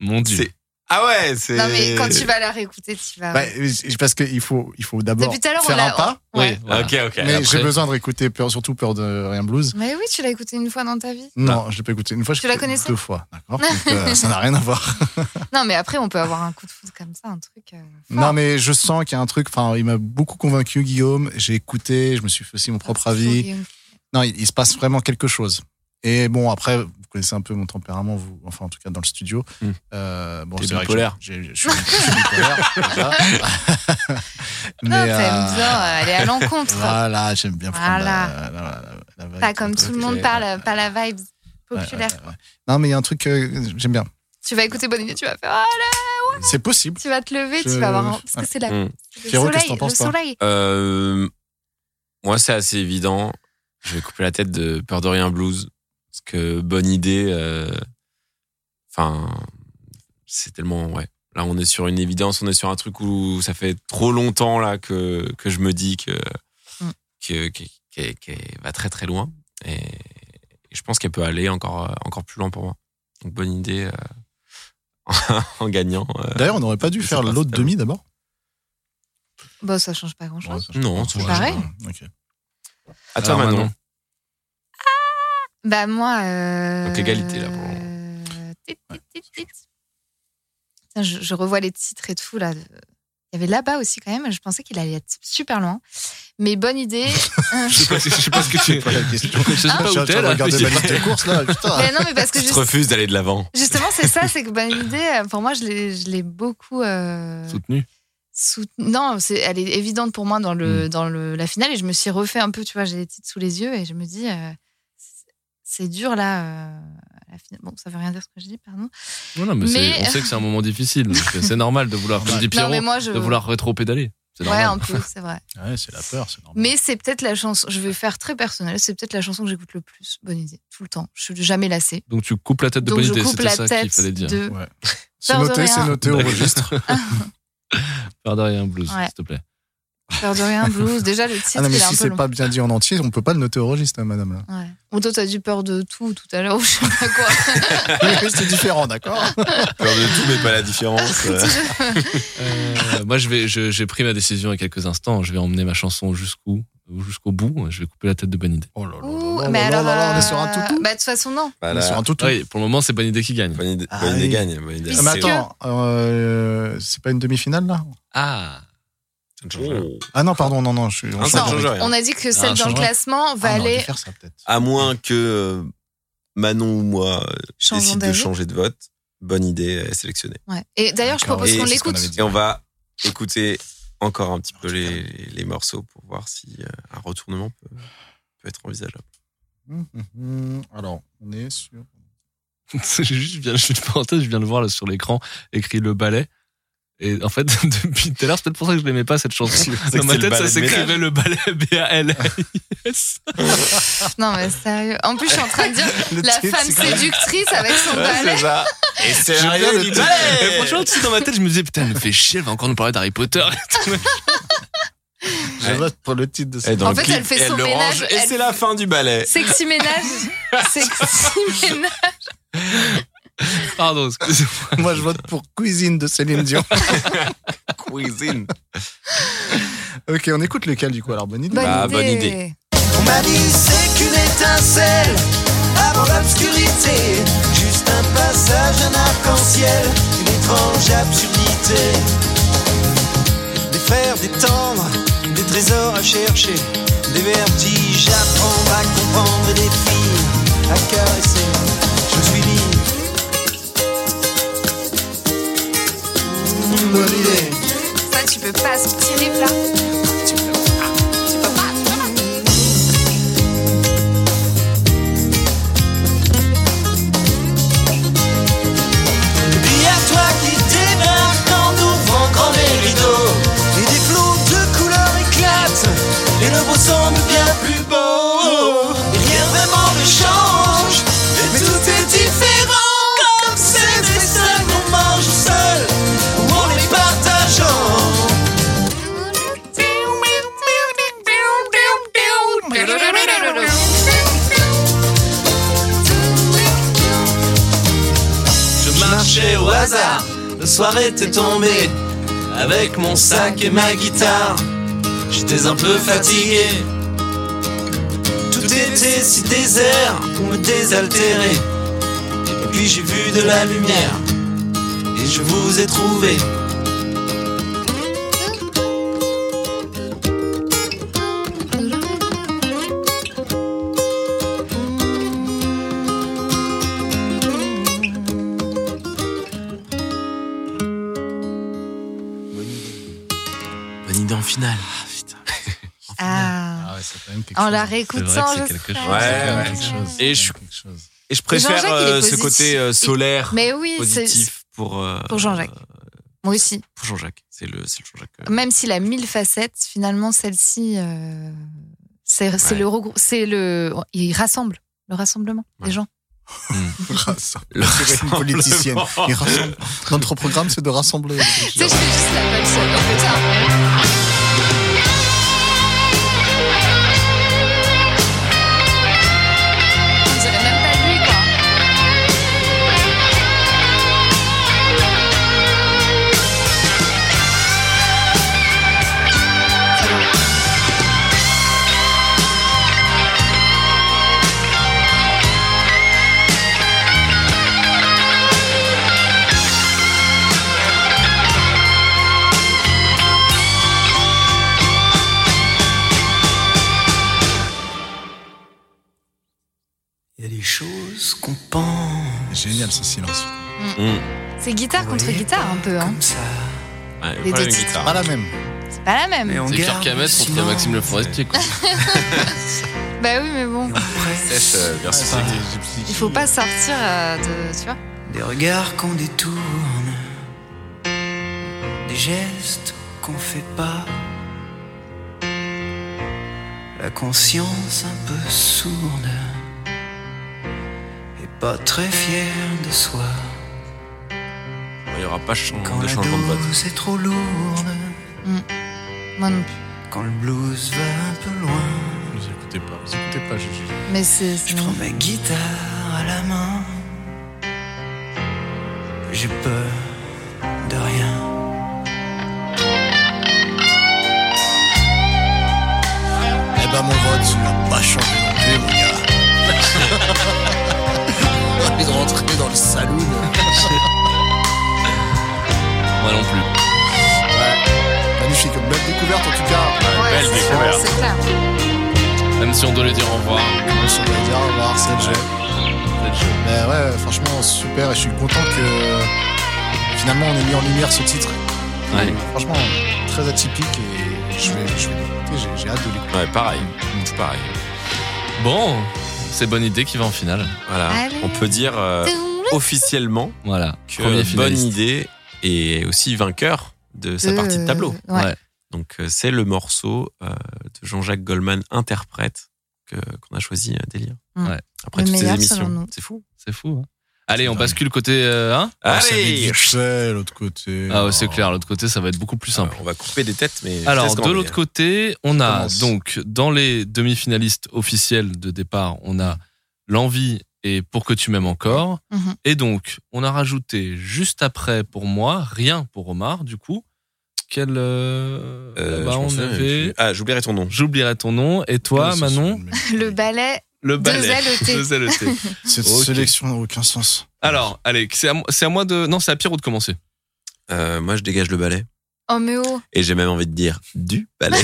Speaker 1: Mon dieu.
Speaker 2: C'est- Ah ouais, c'est.
Speaker 4: euh, Non, mais quand tu vas la réécouter, tu vas.
Speaker 3: Bah, je- parce qu'il faut, il faut d'abord
Speaker 4: Ah Depuis tout à l'heure, on
Speaker 3: faire
Speaker 4: l'a-
Speaker 3: un pas.
Speaker 1: Oui,
Speaker 4: Ouais.
Speaker 1: voilà.
Speaker 2: Ok, ok.
Speaker 3: Mais
Speaker 1: après-
Speaker 3: j'ai besoin de réécouter peur, surtout peur de rien blues.
Speaker 4: Mais oui, tu l'as écouté une fois dans ta vie.
Speaker 3: Non, je l'ai pas écouté une fois. je
Speaker 4: Tu
Speaker 3: l'ai
Speaker 4: la
Speaker 3: écouté
Speaker 4: connaissais
Speaker 3: deux fois,
Speaker 4: [LAUGHS]
Speaker 3: d'accord. Donc, euh, ça n'a rien à voir.
Speaker 4: Non, mais après, on peut avoir un coup de foudre comme ça, un truc. euh,
Speaker 3: Non, mais je sens qu'il y a un truc. Enfin, il m'a beaucoup convaincu, Guillaume. J'ai écouté, je me suis fait aussi mon propre avis.
Speaker 4: Guillaume.
Speaker 3: Non, il, il se passe vraiment quelque chose. Et bon, après, vous connaissez un peu mon tempérament, vous. Enfin, en tout cas, dans le studio.
Speaker 2: Hmm.
Speaker 3: Euh, bon,
Speaker 2: T'es
Speaker 3: c'est vrai que
Speaker 2: bipolaire.
Speaker 3: j'ai- j'ai- Je suis je suis bipolaire. voilà. mais
Speaker 4: Non,
Speaker 3: euh,
Speaker 4: t'aimes bien euh, aller
Speaker 3: [LAUGHS]
Speaker 4: à l'encontre.
Speaker 3: voilà, j'aime bien prendre
Speaker 4: Voilà.
Speaker 3: la, la- la- la vibe.
Speaker 4: Pas comme tout le monde, pas la, pas la vibe
Speaker 3: Ouais,
Speaker 4: populaire.
Speaker 3: ouais, ouais. Non, mais il y a un truc que j'aime bien.
Speaker 4: Tu vas écouter Bonne Idée, tu vas faire Ah là
Speaker 3: C'est possible.
Speaker 4: Tu vas te lever,
Speaker 3: Je-
Speaker 4: tu vas avoir. un- Parce
Speaker 3: Ouais.
Speaker 4: que c'est la.
Speaker 2: Hmm.
Speaker 4: Le
Speaker 3: Pierrot, qu'est-ce que
Speaker 4: soleil,
Speaker 3: t'en penses,
Speaker 4: le
Speaker 3: toi
Speaker 4: soleil.
Speaker 2: Euh, moi, c'est assez évident. Je vais couper la tête de Peur de rien blues. Parce que bonne idée. euh, Enfin, c'est tellement. Ouais. Là, on est sur une évidence. On est sur un truc où ça fait trop longtemps là que, que je me dis que
Speaker 4: Mm.
Speaker 2: que- que- que- qu'elle va très très loin. Et, et je pense qu'elle peut aller encore euh, encore plus loin pour moi. Donc bonne idée euh, [LAUGHS] en gagnant. euh,
Speaker 3: D'ailleurs, on n'aurait pas dû
Speaker 2: je sais
Speaker 3: faire
Speaker 2: pas,
Speaker 3: l'autre
Speaker 2: c'est
Speaker 3: demi d'abord.
Speaker 4: Bon, ça change pas grand chose.
Speaker 2: non, ça
Speaker 4: c'est
Speaker 2: change
Speaker 4: pareil.
Speaker 3: pas. Ok.
Speaker 2: pas. À toi,
Speaker 1: Alors,
Speaker 2: Manon.
Speaker 1: Manon.
Speaker 4: Bah, moi. euh,
Speaker 2: Donc, égalité, là, pour le
Speaker 4: tit, tit, tit, tit. Putain, Je, je revois les titres et tout, là. Il y avait là-bas aussi, quand même. Je pensais qu'il allait être super loin. Mais
Speaker 3: [LAUGHS]
Speaker 4: bonne idée. Euh,
Speaker 1: Je sais pas, [LAUGHS] je sais pas ce que tu.
Speaker 3: C'est pas la question.
Speaker 1: Je sais
Speaker 4: Ah.
Speaker 1: pas
Speaker 3: Je suis
Speaker 1: où
Speaker 3: en
Speaker 1: t'es
Speaker 3: train de
Speaker 1: là.
Speaker 3: regarder
Speaker 1: Je
Speaker 3: ma
Speaker 1: sais
Speaker 3: liste
Speaker 1: pas.
Speaker 3: de courses
Speaker 4: [LAUGHS]
Speaker 3: là. Putain.
Speaker 4: mais non, mais parce que
Speaker 2: Tu te
Speaker 4: juste-
Speaker 2: refuses d'aller de l'avant.
Speaker 4: justement, c'est ça, c'est
Speaker 1: [LAUGHS]
Speaker 4: que bonne idée. euh, Pour moi, je l'ai je l'ai beaucoup. euh,
Speaker 1: Soutenu.
Speaker 4: souten- Non, c'est, elle est évidente pour moi dans,
Speaker 1: Hmm.
Speaker 4: le, dans le, la finale et je me suis refait un peu, tu vois, j'ai les titres sous les yeux et je me dis, euh, c'est- c'est dur là. euh, la finale. Bon, ça veut rien dire ce que je dis, pardon.
Speaker 1: Non, non, mais, c'est-
Speaker 4: Mais-
Speaker 1: on sait que c'est un moment difficile. donc euh, C'est normal de [LAUGHS] vouloir, comme dit
Speaker 4: Non,
Speaker 1: Pierrot,
Speaker 4: mais moi, je.
Speaker 1: de vouloir rétro-pédaler. C'est
Speaker 4: ouais,
Speaker 1: normal.
Speaker 4: un peu,
Speaker 1: [LAUGHS]
Speaker 4: c'est vrai.
Speaker 3: Ouais, c'est la peur, c'est normal.
Speaker 4: Mais c'est peut-être la chanson, je vais faire très personnel, c'est peut-être la chanson que j'écoute le plus. Bonne idée, tout le temps. Je suis jamais lassée.
Speaker 1: Donc tu coupes la tête de
Speaker 4: Donc
Speaker 1: bonne
Speaker 4: je
Speaker 1: idée,
Speaker 4: coupe
Speaker 1: c'était
Speaker 4: la
Speaker 1: ça qu'il
Speaker 4: tête
Speaker 1: fallait dire.
Speaker 4: de.
Speaker 3: Ouais. C'est
Speaker 4: peur de
Speaker 3: noté,
Speaker 4: rien.
Speaker 3: c'est noté au
Speaker 2: Bah,
Speaker 1: D'accord.
Speaker 3: registre.
Speaker 1: Peur de rien, blues,
Speaker 4: Ouais.
Speaker 1: s'il te plaît.
Speaker 4: Peur de rien, blues. Déjà, le titre,
Speaker 3: Ah non, mais
Speaker 4: il est un
Speaker 3: si
Speaker 4: peu
Speaker 3: c'est
Speaker 4: long.
Speaker 3: pas bien dit en entier, on peut pas le noter au registre, hein, madame.
Speaker 4: [LAUGHS]
Speaker 3: Là.
Speaker 4: Ouais. Bon, toi, t'as dit peur de tout tout à l'heure, ou je sais pas quoi.
Speaker 3: Oui, oui, c'est différent, d'accord
Speaker 2: Peur de [LAUGHS] tout, mais pas la
Speaker 4: [LAUGHS]
Speaker 2: différence. euh.
Speaker 3: [LAUGHS]
Speaker 1: Euh, moi, je vais, je- j'ai pris ma décision il y a quelques instants. Je vais emmener ma chanson jusqu'où, jusqu'au bout. Je vais couper la tête de bonne idée.
Speaker 3: Oh là là.
Speaker 4: Ouh,
Speaker 3: là là
Speaker 4: mais
Speaker 3: là
Speaker 4: alors.
Speaker 3: là là, on est sur un
Speaker 4: euh,
Speaker 3: toutou.
Speaker 4: Bah, de toute façon, non.
Speaker 3: On est sur un toutou.
Speaker 1: Oui, pour le moment, c'est bonne idée qui gagne.
Speaker 2: Bonne idée,
Speaker 3: Ah
Speaker 2: bonne idée
Speaker 3: oui.
Speaker 2: gagne. Bonne idée.
Speaker 4: Oui,
Speaker 3: Mais
Speaker 4: c'est
Speaker 3: attends, euh, c'est pas une demi-finale là
Speaker 1: Ah,
Speaker 2: Ça ne change rien.
Speaker 3: Ah non, pardon, non, non, je suis. on
Speaker 2: Ah, ça ne
Speaker 3: change
Speaker 2: change
Speaker 3: de-
Speaker 2: rien.
Speaker 4: On a dit que
Speaker 1: Ah,
Speaker 4: celle dans le
Speaker 3: changement.
Speaker 4: classement va
Speaker 3: Ah, non, on aurait dû
Speaker 4: aller.
Speaker 3: faire ça peut-être.
Speaker 2: À moins que euh, Manon ou moi euh,
Speaker 4: Changeons
Speaker 2: décide de
Speaker 4: d'avis.
Speaker 2: changer de vote. bonne idée euh, sélectionnée.
Speaker 4: Ouais. Et d'ailleurs, je
Speaker 3: D'accord.
Speaker 4: propose
Speaker 2: Et
Speaker 4: qu'on
Speaker 2: c'est
Speaker 3: ce qu'on
Speaker 4: l'écoute.
Speaker 3: avait dit.
Speaker 2: Et on va écouter encore un petit peu les, les morceaux pour voir si euh, un retournement peut, peut être envisageable.
Speaker 3: Hum, hum, hum. Alors, on est sur.
Speaker 1: [LAUGHS] C'est juste, je viens, je fais une parenthèse, je viens de voir là, sur l'écran écrit le ballet. Et en fait, [LAUGHS] depuis tout à l'heure, c'est peut-être pour ça que je n'aimais pas cette chanson. Dans ma tête, ça s'écrivait le ballet [LAUGHS] B-A-L-S.
Speaker 4: Non, mais sérieux. En plus, je suis en train
Speaker 3: [LAUGHS]
Speaker 4: de dire la femme séductrice avec son balai.
Speaker 2: ça. Et c'est
Speaker 1: Je
Speaker 2: Ariel
Speaker 1: viens de-
Speaker 2: Dombal.
Speaker 1: Et franchement, tu sais, dans ma tête, je me disais, putain, elle me fait chier, elle va encore nous parler d'Harry Potter.
Speaker 3: Je vote pour le titre de
Speaker 2: Et
Speaker 3: cette.
Speaker 2: dans
Speaker 4: En
Speaker 2: le
Speaker 4: fait,
Speaker 2: clip,
Speaker 4: elle fait son
Speaker 2: le
Speaker 4: ménage,
Speaker 2: range,
Speaker 4: elle-
Speaker 2: Et c'est la fin du ballet.
Speaker 3: [LAUGHS]
Speaker 4: Sexy ménage. Sexy ménage.
Speaker 1: [LAUGHS] Pardon, excusez-moi.
Speaker 3: Moi, je vote pour Cuisine de Céline
Speaker 2: [LAUGHS]
Speaker 3: Dion.
Speaker 2: Cuisine.
Speaker 3: ok, on écoute lequel du coup Alors, bonne idée.
Speaker 4: Bonne
Speaker 2: Bah,
Speaker 4: idée.
Speaker 2: bonne idée.
Speaker 6: On m'a dit c'est qu'une étincelle avant l'obscurité, juste un passage, un arc-en-ciel, une étrange absurdité. Des frères, des tendres, des trésors à chercher, des vertiges à prendre, à comprendre et des filles à caresser. Je me suis dit. mm, Bonne idée.
Speaker 4: Ça, tu peux pas ce petit riff là. Tu peux pas. Tu peux pas. Tu peux pas.
Speaker 6: Puis à toi qui débarque en ouvrant grand les rideaux Et des flots de couleurs éclatent Et le beau semble bien plus beau Et rien vraiment ne change Et tout est différent Comme ces dessins qu'on mange seul Ou en les partageant Je marchais au hasard, le soir était tombé Avec mon sac et ma guitare, j'étais un peu fatigué Tout était si désert pour me désaltérer Et puis j'ai vu de la lumière Et je vous ai trouvé
Speaker 2: Bonne idée en finale. Ah, putain.
Speaker 4: Ah.
Speaker 3: Ah ouais, c'est quand même quelque
Speaker 4: En
Speaker 3: chose.
Speaker 4: la
Speaker 1: C'est vrai
Speaker 4: réécoutant,
Speaker 1: que c'est
Speaker 4: je
Speaker 1: quelque
Speaker 4: sais.
Speaker 1: chose.
Speaker 2: Ouais,
Speaker 3: C'est quand même
Speaker 2: ouais.
Speaker 3: quelque chose.
Speaker 2: Et je-
Speaker 3: Quelque chose.
Speaker 2: Et je préfère
Speaker 4: Jean-Jacques, il est
Speaker 2: euh, ce
Speaker 4: positif.
Speaker 2: côté euh, solaire,
Speaker 4: Mais oui, c'est
Speaker 2: positif pour, euh,
Speaker 4: pour Jean-Jacques. moi aussi.
Speaker 2: Pour Jean-Jacques. C'est le, c'est le Jean-Jacques. euh,
Speaker 4: Même s'il a mille facettes, finalement celle-ci, euh, c'est c'est
Speaker 2: Ouais.
Speaker 4: le regrou- c'est le, il rassemble le rassemblement
Speaker 2: Ouais.
Speaker 4: des gens.
Speaker 3: [LAUGHS] Rassemble-
Speaker 2: le
Speaker 3: C'est une politicienne.
Speaker 2: rassemblement.
Speaker 3: Et rassemble- Notre programme, c'est de rassembler.
Speaker 4: Tu sais, je fais juste la bonne solo, putain. On dirait même pas lui, quoi.
Speaker 6: Il y a des choses qu'on pense
Speaker 3: Génial ce silence.
Speaker 4: C'est guitare contre guitare un peu, hein.
Speaker 6: comme ça
Speaker 2: Ouais,
Speaker 4: Les
Speaker 2: pas la
Speaker 4: deux
Speaker 2: guitare.
Speaker 3: Pas la même.
Speaker 4: C'est pas la
Speaker 6: Mais
Speaker 4: même.
Speaker 6: on
Speaker 1: C'est Pierre
Speaker 6: garde le
Speaker 1: Camès contre
Speaker 6: silence.
Speaker 1: Maxime Le Forestier, quoi.
Speaker 4: Bah oui, mais bon,
Speaker 6: Et on
Speaker 1: Eh,
Speaker 6: presse
Speaker 2: Sèche, euh, versus
Speaker 3: Ah,
Speaker 2: Sèche.
Speaker 4: il faut pas sortir euh, de, tu vois.
Speaker 6: Des regards qu'on détourne, des gestes qu'on fait pas, la conscience un peu sourde et pas très fière de soi.
Speaker 2: Il n'y aura pas chan-
Speaker 6: Quand
Speaker 2: de
Speaker 6: la
Speaker 2: changement de vote.
Speaker 6: dose est trop lourde,
Speaker 4: Moi non plus.
Speaker 6: quand le blues va un peu loin,
Speaker 3: Vous écoutez pas, vous écoutez pas. je- je-
Speaker 4: Mais c'est. c'est
Speaker 6: je
Speaker 4: non.
Speaker 6: prends ma guitare à la main, j'ai peur de rien.
Speaker 3: Eh ben mon vote, tu n'as pas changé non plus, mon gars. [LAUGHS] On est rentré dans le saloon.
Speaker 1: Moi non plus.
Speaker 3: Magnifique, belle découverte en tout cas.
Speaker 4: Ouais,
Speaker 2: Belle
Speaker 4: c'est-
Speaker 2: découverte.
Speaker 4: C'est clair.
Speaker 1: Même si on doit lui dire au revoir.
Speaker 3: Ah, On se va dire, au revoir, c'est le jeu.
Speaker 1: C'est le jeu.
Speaker 3: Mais ouais, franchement, super. Et je suis content que finalement on ait mis en lumière ce titre.
Speaker 1: Ouais.
Speaker 3: Franchement, très atypique et je vais, je vais l'écouter. J'ai- J'ai hâte de l'écouter.
Speaker 2: Ouais, pareil. Pareil.
Speaker 1: Bon, c'est bonne idée qui va en finale.
Speaker 2: Voilà.
Speaker 4: Allez.
Speaker 2: On peut dire euh, officiellement
Speaker 1: Voilà.
Speaker 2: que
Speaker 1: Premier
Speaker 2: Bonne
Speaker 1: finaliste.
Speaker 2: Idée est aussi vainqueur de sa partie de tableau.
Speaker 4: Euh, ouais.
Speaker 1: Ouais.
Speaker 2: Donc euh, c'est le morceau euh, de Jean-Jacques Goldman interprète que- qu'on a choisi à délire.
Speaker 4: Mm.
Speaker 1: Ouais.
Speaker 2: Après
Speaker 4: Le
Speaker 2: toutes ces
Speaker 4: meilleur, selon
Speaker 2: émissions,
Speaker 4: nous.
Speaker 2: c'est fou.
Speaker 1: C'est fou. hein. Allez, on bascule côté euh, hein
Speaker 3: Ah, ça met
Speaker 2: Allez
Speaker 3: du sel, l'autre côté. Oh,
Speaker 1: Ah ouais, c'est clair. L'autre côté, ça va être beaucoup plus simple.
Speaker 2: Alors, euh, on va couper des têtes, mais
Speaker 1: Alors, de l'autre
Speaker 2: côté,
Speaker 1: côté, on a
Speaker 3: Commence.
Speaker 1: donc dans les demi-finalistes officiels de départ, on a l'envie et pour que tu m'aimes encore.
Speaker 4: Mhm.
Speaker 1: Et donc, on a rajouté juste après pour moi, rien pour Omar, du coup. Quel. euh, bah, on avait.
Speaker 2: Ah, j'oublierai ton nom.
Speaker 1: J'oublierai ton nom. Et toi,
Speaker 3: Ouais, ça,
Speaker 1: Manon
Speaker 3: c'est-
Speaker 4: [LAUGHS] Le ballet.
Speaker 1: Le ballet.
Speaker 4: LET.
Speaker 1: [LAUGHS] Deux E LET.
Speaker 3: Cette
Speaker 1: Ok.
Speaker 3: sélection n'a aucun sens.
Speaker 1: Alors, allez, c'est à, mo- c'est à moi de. Non, c'est à Pierrot de commencer.
Speaker 2: Euh, moi, je dégage le balai.
Speaker 4: Oh, mais oh,
Speaker 2: Et j'ai même envie de dire du balai.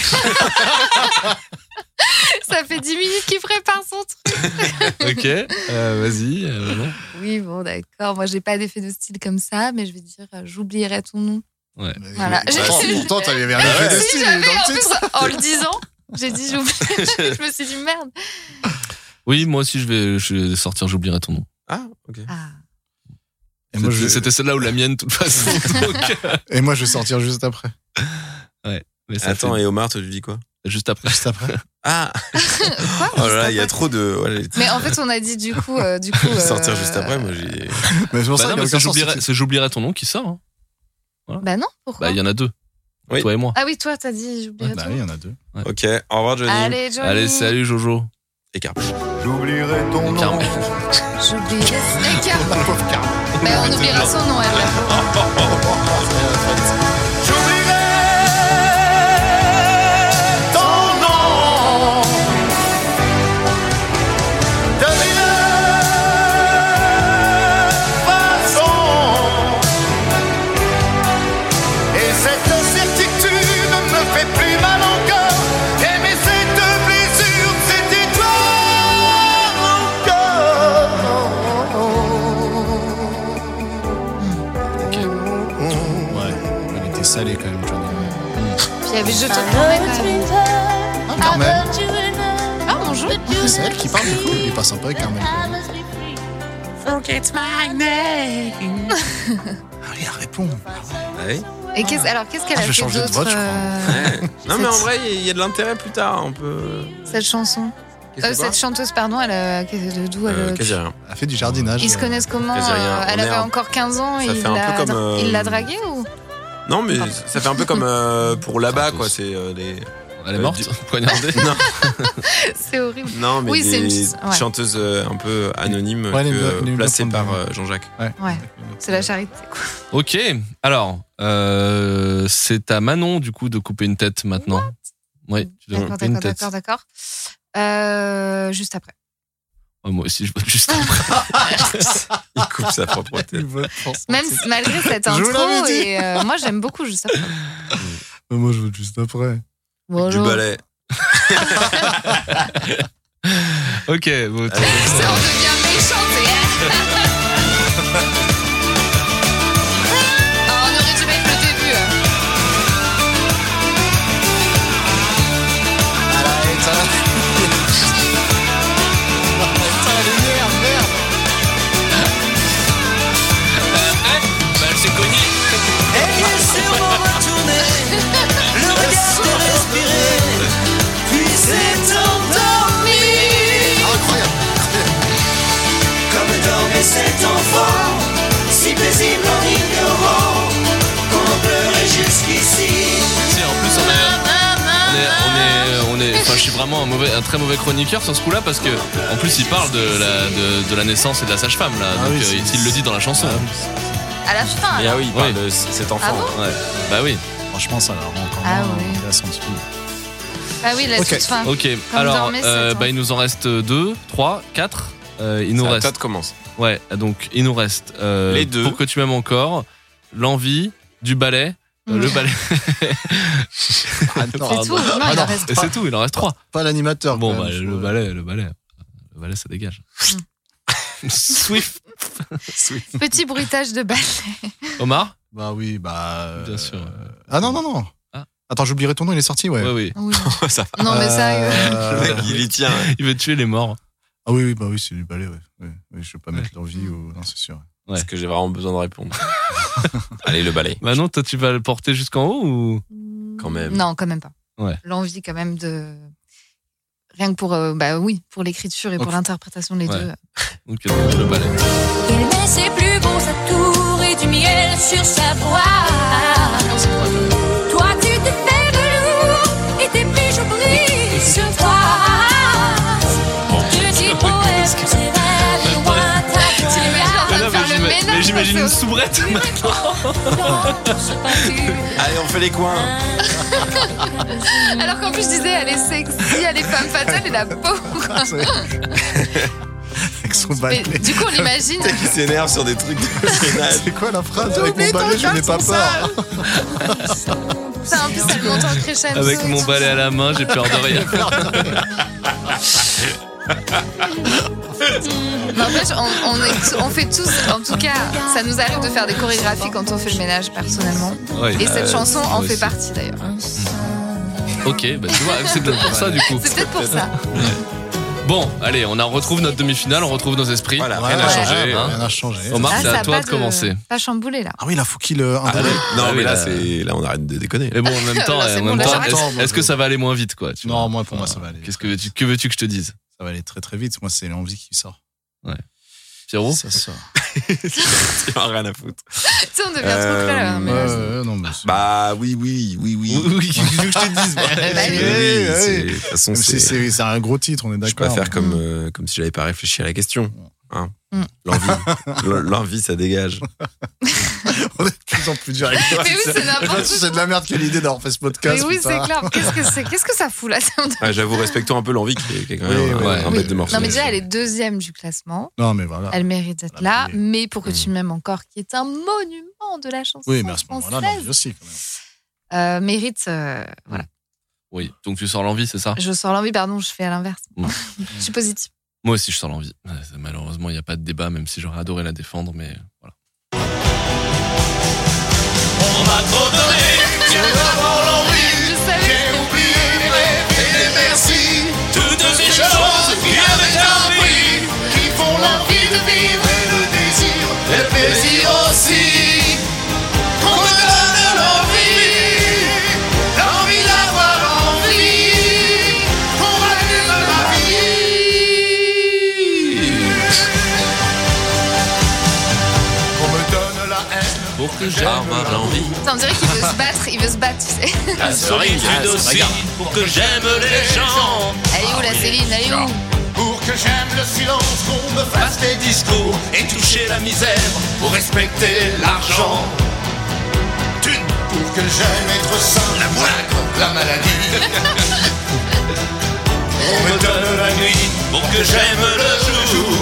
Speaker 4: ça fait 10 minutes qu'il prépare son truc.
Speaker 1: ok, euh, vas-y. euh, Manon.
Speaker 4: Oui, bon, d'accord. Moi, j'ai pas d'effet de style comme ça, mais je vais dire, euh, j'oublierai ton nom. Voilà.
Speaker 3: Et Pourtant, pourtant, Bah, t'avais un effet de
Speaker 4: Si,
Speaker 3: style
Speaker 4: j'avais,
Speaker 3: Ah dans
Speaker 4: en
Speaker 3: le
Speaker 4: plus,
Speaker 3: titre.
Speaker 4: en le disant, j'ai dit, j'oublie. je me suis dit, merde.
Speaker 1: Oui, moi aussi, je vais, je vais sortir, j'oublierai ton nom.
Speaker 2: ah, ok.
Speaker 4: Ah.
Speaker 3: Et moi, je-
Speaker 1: C'était- C'était celle-là où la mienne, de toute façon. donc, euh,
Speaker 3: Et moi, je vais sortir juste après.
Speaker 1: mais ça
Speaker 2: Attends,
Speaker 1: fait
Speaker 2: et Omar, toi, tu dis quoi
Speaker 1: juste après.
Speaker 3: [LAUGHS] Juste après.
Speaker 2: [LAUGHS] Ah
Speaker 4: Quoi
Speaker 2: Oh là là,
Speaker 4: Juste
Speaker 2: il y a
Speaker 4: après
Speaker 2: trop de. ouais, les-
Speaker 4: Mais en fait, on a dit, du coup. euh, du coup euh,
Speaker 2: Sortir juste après, moi,
Speaker 4: [LAUGHS]
Speaker 2: j'ai.
Speaker 3: Mais c'est
Speaker 1: Bah non,
Speaker 3: pour ça qu'il y a
Speaker 1: mais c'est
Speaker 3: aucun sens.
Speaker 1: j'oublierai, c'est J'oublierai ton nom qui sort. hein.
Speaker 4: Bah non, pourquoi
Speaker 1: Bah, il y en a deux.
Speaker 2: Oui.
Speaker 1: Toi et moi.
Speaker 4: Ah oui, toi, t'as dit, j'oublierai
Speaker 3: Bah
Speaker 4: ton
Speaker 3: oui, il y
Speaker 4: nom.
Speaker 3: en a deux.
Speaker 2: Ok, au revoir, Johnny.
Speaker 4: Allez, Johnny.
Speaker 1: Allez, salut Jojo.
Speaker 2: Et Carpe.
Speaker 5: J'oublierai ton
Speaker 1: Et Carmen.
Speaker 5: nom.
Speaker 4: J'oublierai. Et Carmen. Bah, on oubliera son nom, elle.
Speaker 5: J'oublierai ton nom. De mille façons. Et cette certitude me fait plus mal encore. Aimer cette blessure, c'était toi
Speaker 3: Ouais. Il était salé quand même, Johnny.
Speaker 4: Puis il y avait Je te promets quand même.
Speaker 3: Ah, Carmen.
Speaker 4: Ah, bonjour.
Speaker 3: C'est elle qui parle du coup. Il est pas sympa avec Carmen. Allez, réponds.
Speaker 2: Ouais.
Speaker 4: Et qu'est-ce, alors, qu'est-ce qu'elle
Speaker 3: Ah,
Speaker 4: a
Speaker 3: je vais
Speaker 4: fait
Speaker 3: changer de
Speaker 4: d'autre
Speaker 3: vote, je crois.
Speaker 4: euh,
Speaker 2: Non, mais en vrai, il y a de l'intérêt plus tard. On peut.
Speaker 4: cette chanson
Speaker 2: Qu'est-ce
Speaker 4: Euh,
Speaker 2: que
Speaker 4: Cette
Speaker 2: c'est
Speaker 4: chanteuse, pardon, elle a, de- d'où elle
Speaker 2: Euh, quasi rien.
Speaker 3: Elle fait du jardinage.
Speaker 4: Ils se connaissent comment
Speaker 2: quasi rien.
Speaker 4: euh, Elle
Speaker 2: On est
Speaker 4: avait
Speaker 2: un-
Speaker 4: encore 15 ans.
Speaker 2: Ça
Speaker 4: il
Speaker 2: fait un
Speaker 4: l'a
Speaker 2: peu comme,
Speaker 4: dra- Il
Speaker 2: euh,
Speaker 4: l'a draguée
Speaker 2: [LAUGHS]
Speaker 4: ou
Speaker 2: Non, mais
Speaker 4: Pardon.
Speaker 2: ça fait un peu comme euh, [LAUGHS] pour là-bas,
Speaker 1: Santos.
Speaker 2: quoi. C'est euh, des.
Speaker 1: Elle est
Speaker 2: Euh,
Speaker 1: morte,
Speaker 2: du-
Speaker 1: poignardée.
Speaker 2: [LAUGHS] Non,
Speaker 4: C'est horrible.
Speaker 2: non, mais
Speaker 4: Oui, c'est
Speaker 2: des
Speaker 4: une petite- ouais.
Speaker 2: chanteuses euh, un peu anonymes
Speaker 3: Ouais, les
Speaker 2: que,
Speaker 3: bleus- les
Speaker 2: placées
Speaker 3: bleus
Speaker 2: par
Speaker 3: prendre-
Speaker 2: euh, Jean-Jacques. [LAUGHS]
Speaker 4: Ouais, c'est la charité. quoi.
Speaker 1: Ok, alors, euh, c'est à Manon, du coup, de couper une tête maintenant. Oui, tu dois
Speaker 4: D'accord,
Speaker 1: couper une
Speaker 4: d'accord,
Speaker 1: tête.
Speaker 4: d'accord, d'accord. Euh, juste après.
Speaker 1: Ouais, moi aussi, je vote juste après.
Speaker 2: Il coupe sa propre tête.
Speaker 4: Même si- malgré cette
Speaker 2: [LAUGHS]
Speaker 3: Je vous
Speaker 4: intro,
Speaker 3: l'avais dit.
Speaker 4: et euh, moi j'aime beaucoup juste après.
Speaker 3: Moi, je vote juste après.
Speaker 2: Du
Speaker 4: Bonjour.
Speaker 2: balai.
Speaker 1: ok, bon,
Speaker 2: Allez,
Speaker 4: Ça, on devient méchant,
Speaker 2: [LAUGHS]
Speaker 4: et- Ah, on aurait dû mettre le début. hein.
Speaker 6: Ayez sûrement retourné le regard de respirer, puis s'est endormi. Comme dormait cet enfant, si paisible en ignorant qu'on pleurait jusqu'ici.
Speaker 1: Si, en plus, on est. On est, on est, on est- enfin, je suis vraiment un, mauvais, un très mauvais chroniqueur sur ce coup-là parce que, en plus, il parle de la, de, de la naissance et de la sage-femme, là.
Speaker 3: Ah
Speaker 1: donc,
Speaker 3: oui,
Speaker 1: euh,
Speaker 3: c'est-
Speaker 1: il le dit dans la chanson.
Speaker 4: À la fin.
Speaker 2: Et
Speaker 4: alors.
Speaker 2: ah oui, il parle de c- cet enfant.
Speaker 4: Ah
Speaker 1: ouais. Bah oui.
Speaker 3: Franchement, ça la rend encore
Speaker 4: Ah
Speaker 3: moins
Speaker 4: ouais.
Speaker 3: intéressante.
Speaker 4: Ah oui, la
Speaker 3: Ok.
Speaker 4: toute fin.
Speaker 1: Ok,
Speaker 4: Comme
Speaker 1: alors,
Speaker 4: dormait,
Speaker 1: euh,
Speaker 4: c'est
Speaker 1: bah,
Speaker 4: temps.
Speaker 1: il nous en reste deux, trois, quatre. Euh, il nous
Speaker 2: C'est à
Speaker 1: reste.
Speaker 2: toi de commencer.
Speaker 1: Ouais, donc il nous reste euh,
Speaker 2: Les deux.
Speaker 1: Pour que tu m'aimes encore, l'envie, du ballet, euh,
Speaker 4: Hmm.
Speaker 1: le ballet.
Speaker 3: Ah, bah. non,
Speaker 1: Pardon.
Speaker 4: C'est tout. bah. Non, il en
Speaker 1: non,
Speaker 4: reste
Speaker 1: et
Speaker 3: trois.
Speaker 1: c'est tout, il en reste trois.
Speaker 3: Pas l'animateur.
Speaker 1: Bon,
Speaker 3: quand
Speaker 1: bah,
Speaker 3: même.
Speaker 1: le ballet, le ballet. Le ballet, ça dégage.
Speaker 4: Mm.
Speaker 1: Swift.
Speaker 4: Petit bruitage de balles.
Speaker 1: Omar
Speaker 3: Bah oui, bah. euh,
Speaker 1: Bien sûr.
Speaker 3: Ah non, non, non.
Speaker 1: Ah.
Speaker 3: Attends, j'oublierai ton nom, il est sorti, ouais.
Speaker 1: Ouais, oui.
Speaker 4: [LAUGHS] Oui.
Speaker 2: Ça va.
Speaker 4: Non, mais [LAUGHS] ça. euh,
Speaker 2: [LAUGHS] Le mec,
Speaker 3: Euh,
Speaker 2: il y tient. hein. ouais.
Speaker 1: Il veut tuer les morts.
Speaker 3: Ah oui, oui, bah oui, c'est du balai, ouais. Oui, oui, je vais pas mettre leur vie ou. Non, c'est sûr.
Speaker 2: Parce que j'ai vraiment besoin
Speaker 4: [LAUGHS]
Speaker 2: de répondre. Allez, le balai.
Speaker 1: Bah non, toi, tu vas le porter jusqu'en haut ou
Speaker 2: Quand même.
Speaker 4: Non, quand même pas.
Speaker 1: Ouais.
Speaker 4: L'envie, quand même, de. Rien que pour. euh, bah oui, pour l'écriture et pour
Speaker 1: Ok.
Speaker 4: l'interprétation des
Speaker 1: Ouais.
Speaker 4: deux.
Speaker 1: Ok, donc le balai.
Speaker 8: [LAUGHS] Il met ses plus beaux atours et du miel sur sa voix. Toi, tu te fais velours et tes bijoux brillent sur toi. Deux petits poèmes, je rêve loin ta
Speaker 4: Tu l'imagines en train de faire Ah, le ménage
Speaker 1: mais j'imagine une
Speaker 4: face au-
Speaker 1: soubrette.
Speaker 2: Allez, on fait les coins.
Speaker 4: Alors qu'en plus, je disais, elle est sexy, elle est femme fatale et la pauvre.
Speaker 3: Avec son
Speaker 4: Ah. Mais
Speaker 3: balai.
Speaker 4: du coup, on l'imagine.
Speaker 2: Qui s'énerve sur des trucs de ménage.
Speaker 3: C'est quoi la phrase Avec mon balai, je n'ai pas peur.
Speaker 4: Ça, en plus, elle monte en crescendo.
Speaker 1: Avec
Speaker 4: et
Speaker 1: mon
Speaker 4: tout.
Speaker 1: balai à la main, j'ai peur de
Speaker 4: [LAUGHS]
Speaker 1: rien.
Speaker 4: Mais Bah, en fait, on, on est- on fait tous, en tout cas, ça nous arrive de faire des chorégraphies quand on fait le ménage, personnellement.
Speaker 1: Ouais. Euh,
Speaker 4: Et cette chanson en
Speaker 1: moi
Speaker 4: fait
Speaker 1: aussi.
Speaker 4: partie, d'ailleurs.
Speaker 1: Ok, bah tu vois, c'est peut-être pour ça du coup.
Speaker 4: C'est peut-être pour ça.
Speaker 1: Bon, allez, on en retrouve notre demi-finale, on retrouve nos esprits.
Speaker 2: Voilà,
Speaker 3: Ouais,
Speaker 2: rien à
Speaker 3: ouais,
Speaker 1: changer,
Speaker 3: ouais,
Speaker 1: hein.
Speaker 3: Rien à changer.
Speaker 1: Omar,
Speaker 4: Ah,
Speaker 1: c'est
Speaker 4: ça
Speaker 1: à
Speaker 4: a
Speaker 1: toi
Speaker 4: pas
Speaker 1: de commencer.
Speaker 4: Pas chamboulé, là.
Speaker 3: Ah oui, là, faut qu'il. euh,
Speaker 2: Ah,
Speaker 3: intervienne.
Speaker 2: Non,
Speaker 1: Ah oui,
Speaker 2: mais là,
Speaker 1: là.
Speaker 2: c'est là, on arrête
Speaker 1: [LAUGHS]
Speaker 2: de déconner.
Speaker 1: Mais bon, en
Speaker 4: [LAUGHS]
Speaker 1: même temps,
Speaker 4: Là, c'est
Speaker 1: en même
Speaker 4: bon, là,
Speaker 1: temps,
Speaker 4: j'arrête.
Speaker 1: est-ce est-ce que ça va aller moins vite, quoi tu vois
Speaker 3: Non, moi, pour moi, ça va aller.
Speaker 1: Qu'est-ce que veux-tu que, veux que je te dise
Speaker 3: Ah, Ça va aller très très vite. Moi, c'est l'envie qui sort.
Speaker 1: Pierrot
Speaker 3: Ça sort.
Speaker 2: Tu en as rien à foutre.
Speaker 4: Tu sais, Eh, on devient
Speaker 2: Euh,
Speaker 4: trop clair, là.
Speaker 3: Ouais,
Speaker 4: Mais...
Speaker 3: ouais, non, mais.
Speaker 2: Bah oui, oui, oui, oui.
Speaker 1: je veux que je te dise.
Speaker 4: Bah oui.
Speaker 2: Oui,
Speaker 3: oui, oui.
Speaker 2: c'est- De toute façon,
Speaker 3: Même si
Speaker 2: c'est.
Speaker 3: c'est c'est un gros titre, on est
Speaker 2: Je
Speaker 3: d'accord.
Speaker 2: peux pas faire
Speaker 3: mais-
Speaker 2: comme, euh, comme si j'avais pas réfléchi à la question. Hein.
Speaker 4: Mm.
Speaker 2: L'envie. L- L'envie, ça dégage.
Speaker 3: On est de plus en plus dur avec toi.
Speaker 4: Mais oui, c'est n'importe
Speaker 3: Là-dessus, C'est de la merde, quelle idée d'avoir fait ce podcast.
Speaker 4: Mais oui, c'est
Speaker 3: putain.
Speaker 4: clair. Qu'est-ce que c'est Qu'est-ce que ça fout là Ça me donne-
Speaker 2: Ah, J'avoue, respectons un peu l'envie qui est, qui est quand
Speaker 3: Oui,
Speaker 2: même un-
Speaker 3: oui,
Speaker 2: un
Speaker 3: oui.
Speaker 2: bête de morceau.
Speaker 4: Non, mais déjà, elle est deuxième du classement.
Speaker 3: Non, mais voilà.
Speaker 4: Elle mérite d'être
Speaker 3: Ah,
Speaker 4: là.
Speaker 3: mais- Hmm.
Speaker 4: Mais pour que tu m'aimes encore, qui est un monument de la chanson
Speaker 3: Oui, mais à ce moment-là, l'envie
Speaker 4: française,
Speaker 3: aussi, quand même.
Speaker 4: euh, mérite. euh, voilà.
Speaker 1: [LAUGHS] Oui, donc tu sors l'envie, c'est ça
Speaker 3: Hmm.
Speaker 4: Je sors l'envie, pardon, je fais à l'inverse.
Speaker 1: Mm.
Speaker 4: [LAUGHS] je suis positive.
Speaker 1: Moi aussi, je sors l'envie. Ouais, c'est- Malheureusement, il n'y a pas de débat, même si j'aurais adoré la défendre, mais voilà.
Speaker 4: Je savais.
Speaker 1: Pour que j'aime l'envie.
Speaker 4: Ça, on dirait qu'il veut se battre, il veut se battre, tu sais.
Speaker 1: pour que j'aime les gens.
Speaker 4: Elle est où
Speaker 3: Oh,
Speaker 4: la Céline Elle est où
Speaker 5: Pour que j'aime le silence, qu'on me fasse des discours et toucher la misère pour respecter l'argent. Thune pour que j'aime être sain, la moindre, la maladie. [LAUGHS] On me donne la nuit pour que j'aime le jour.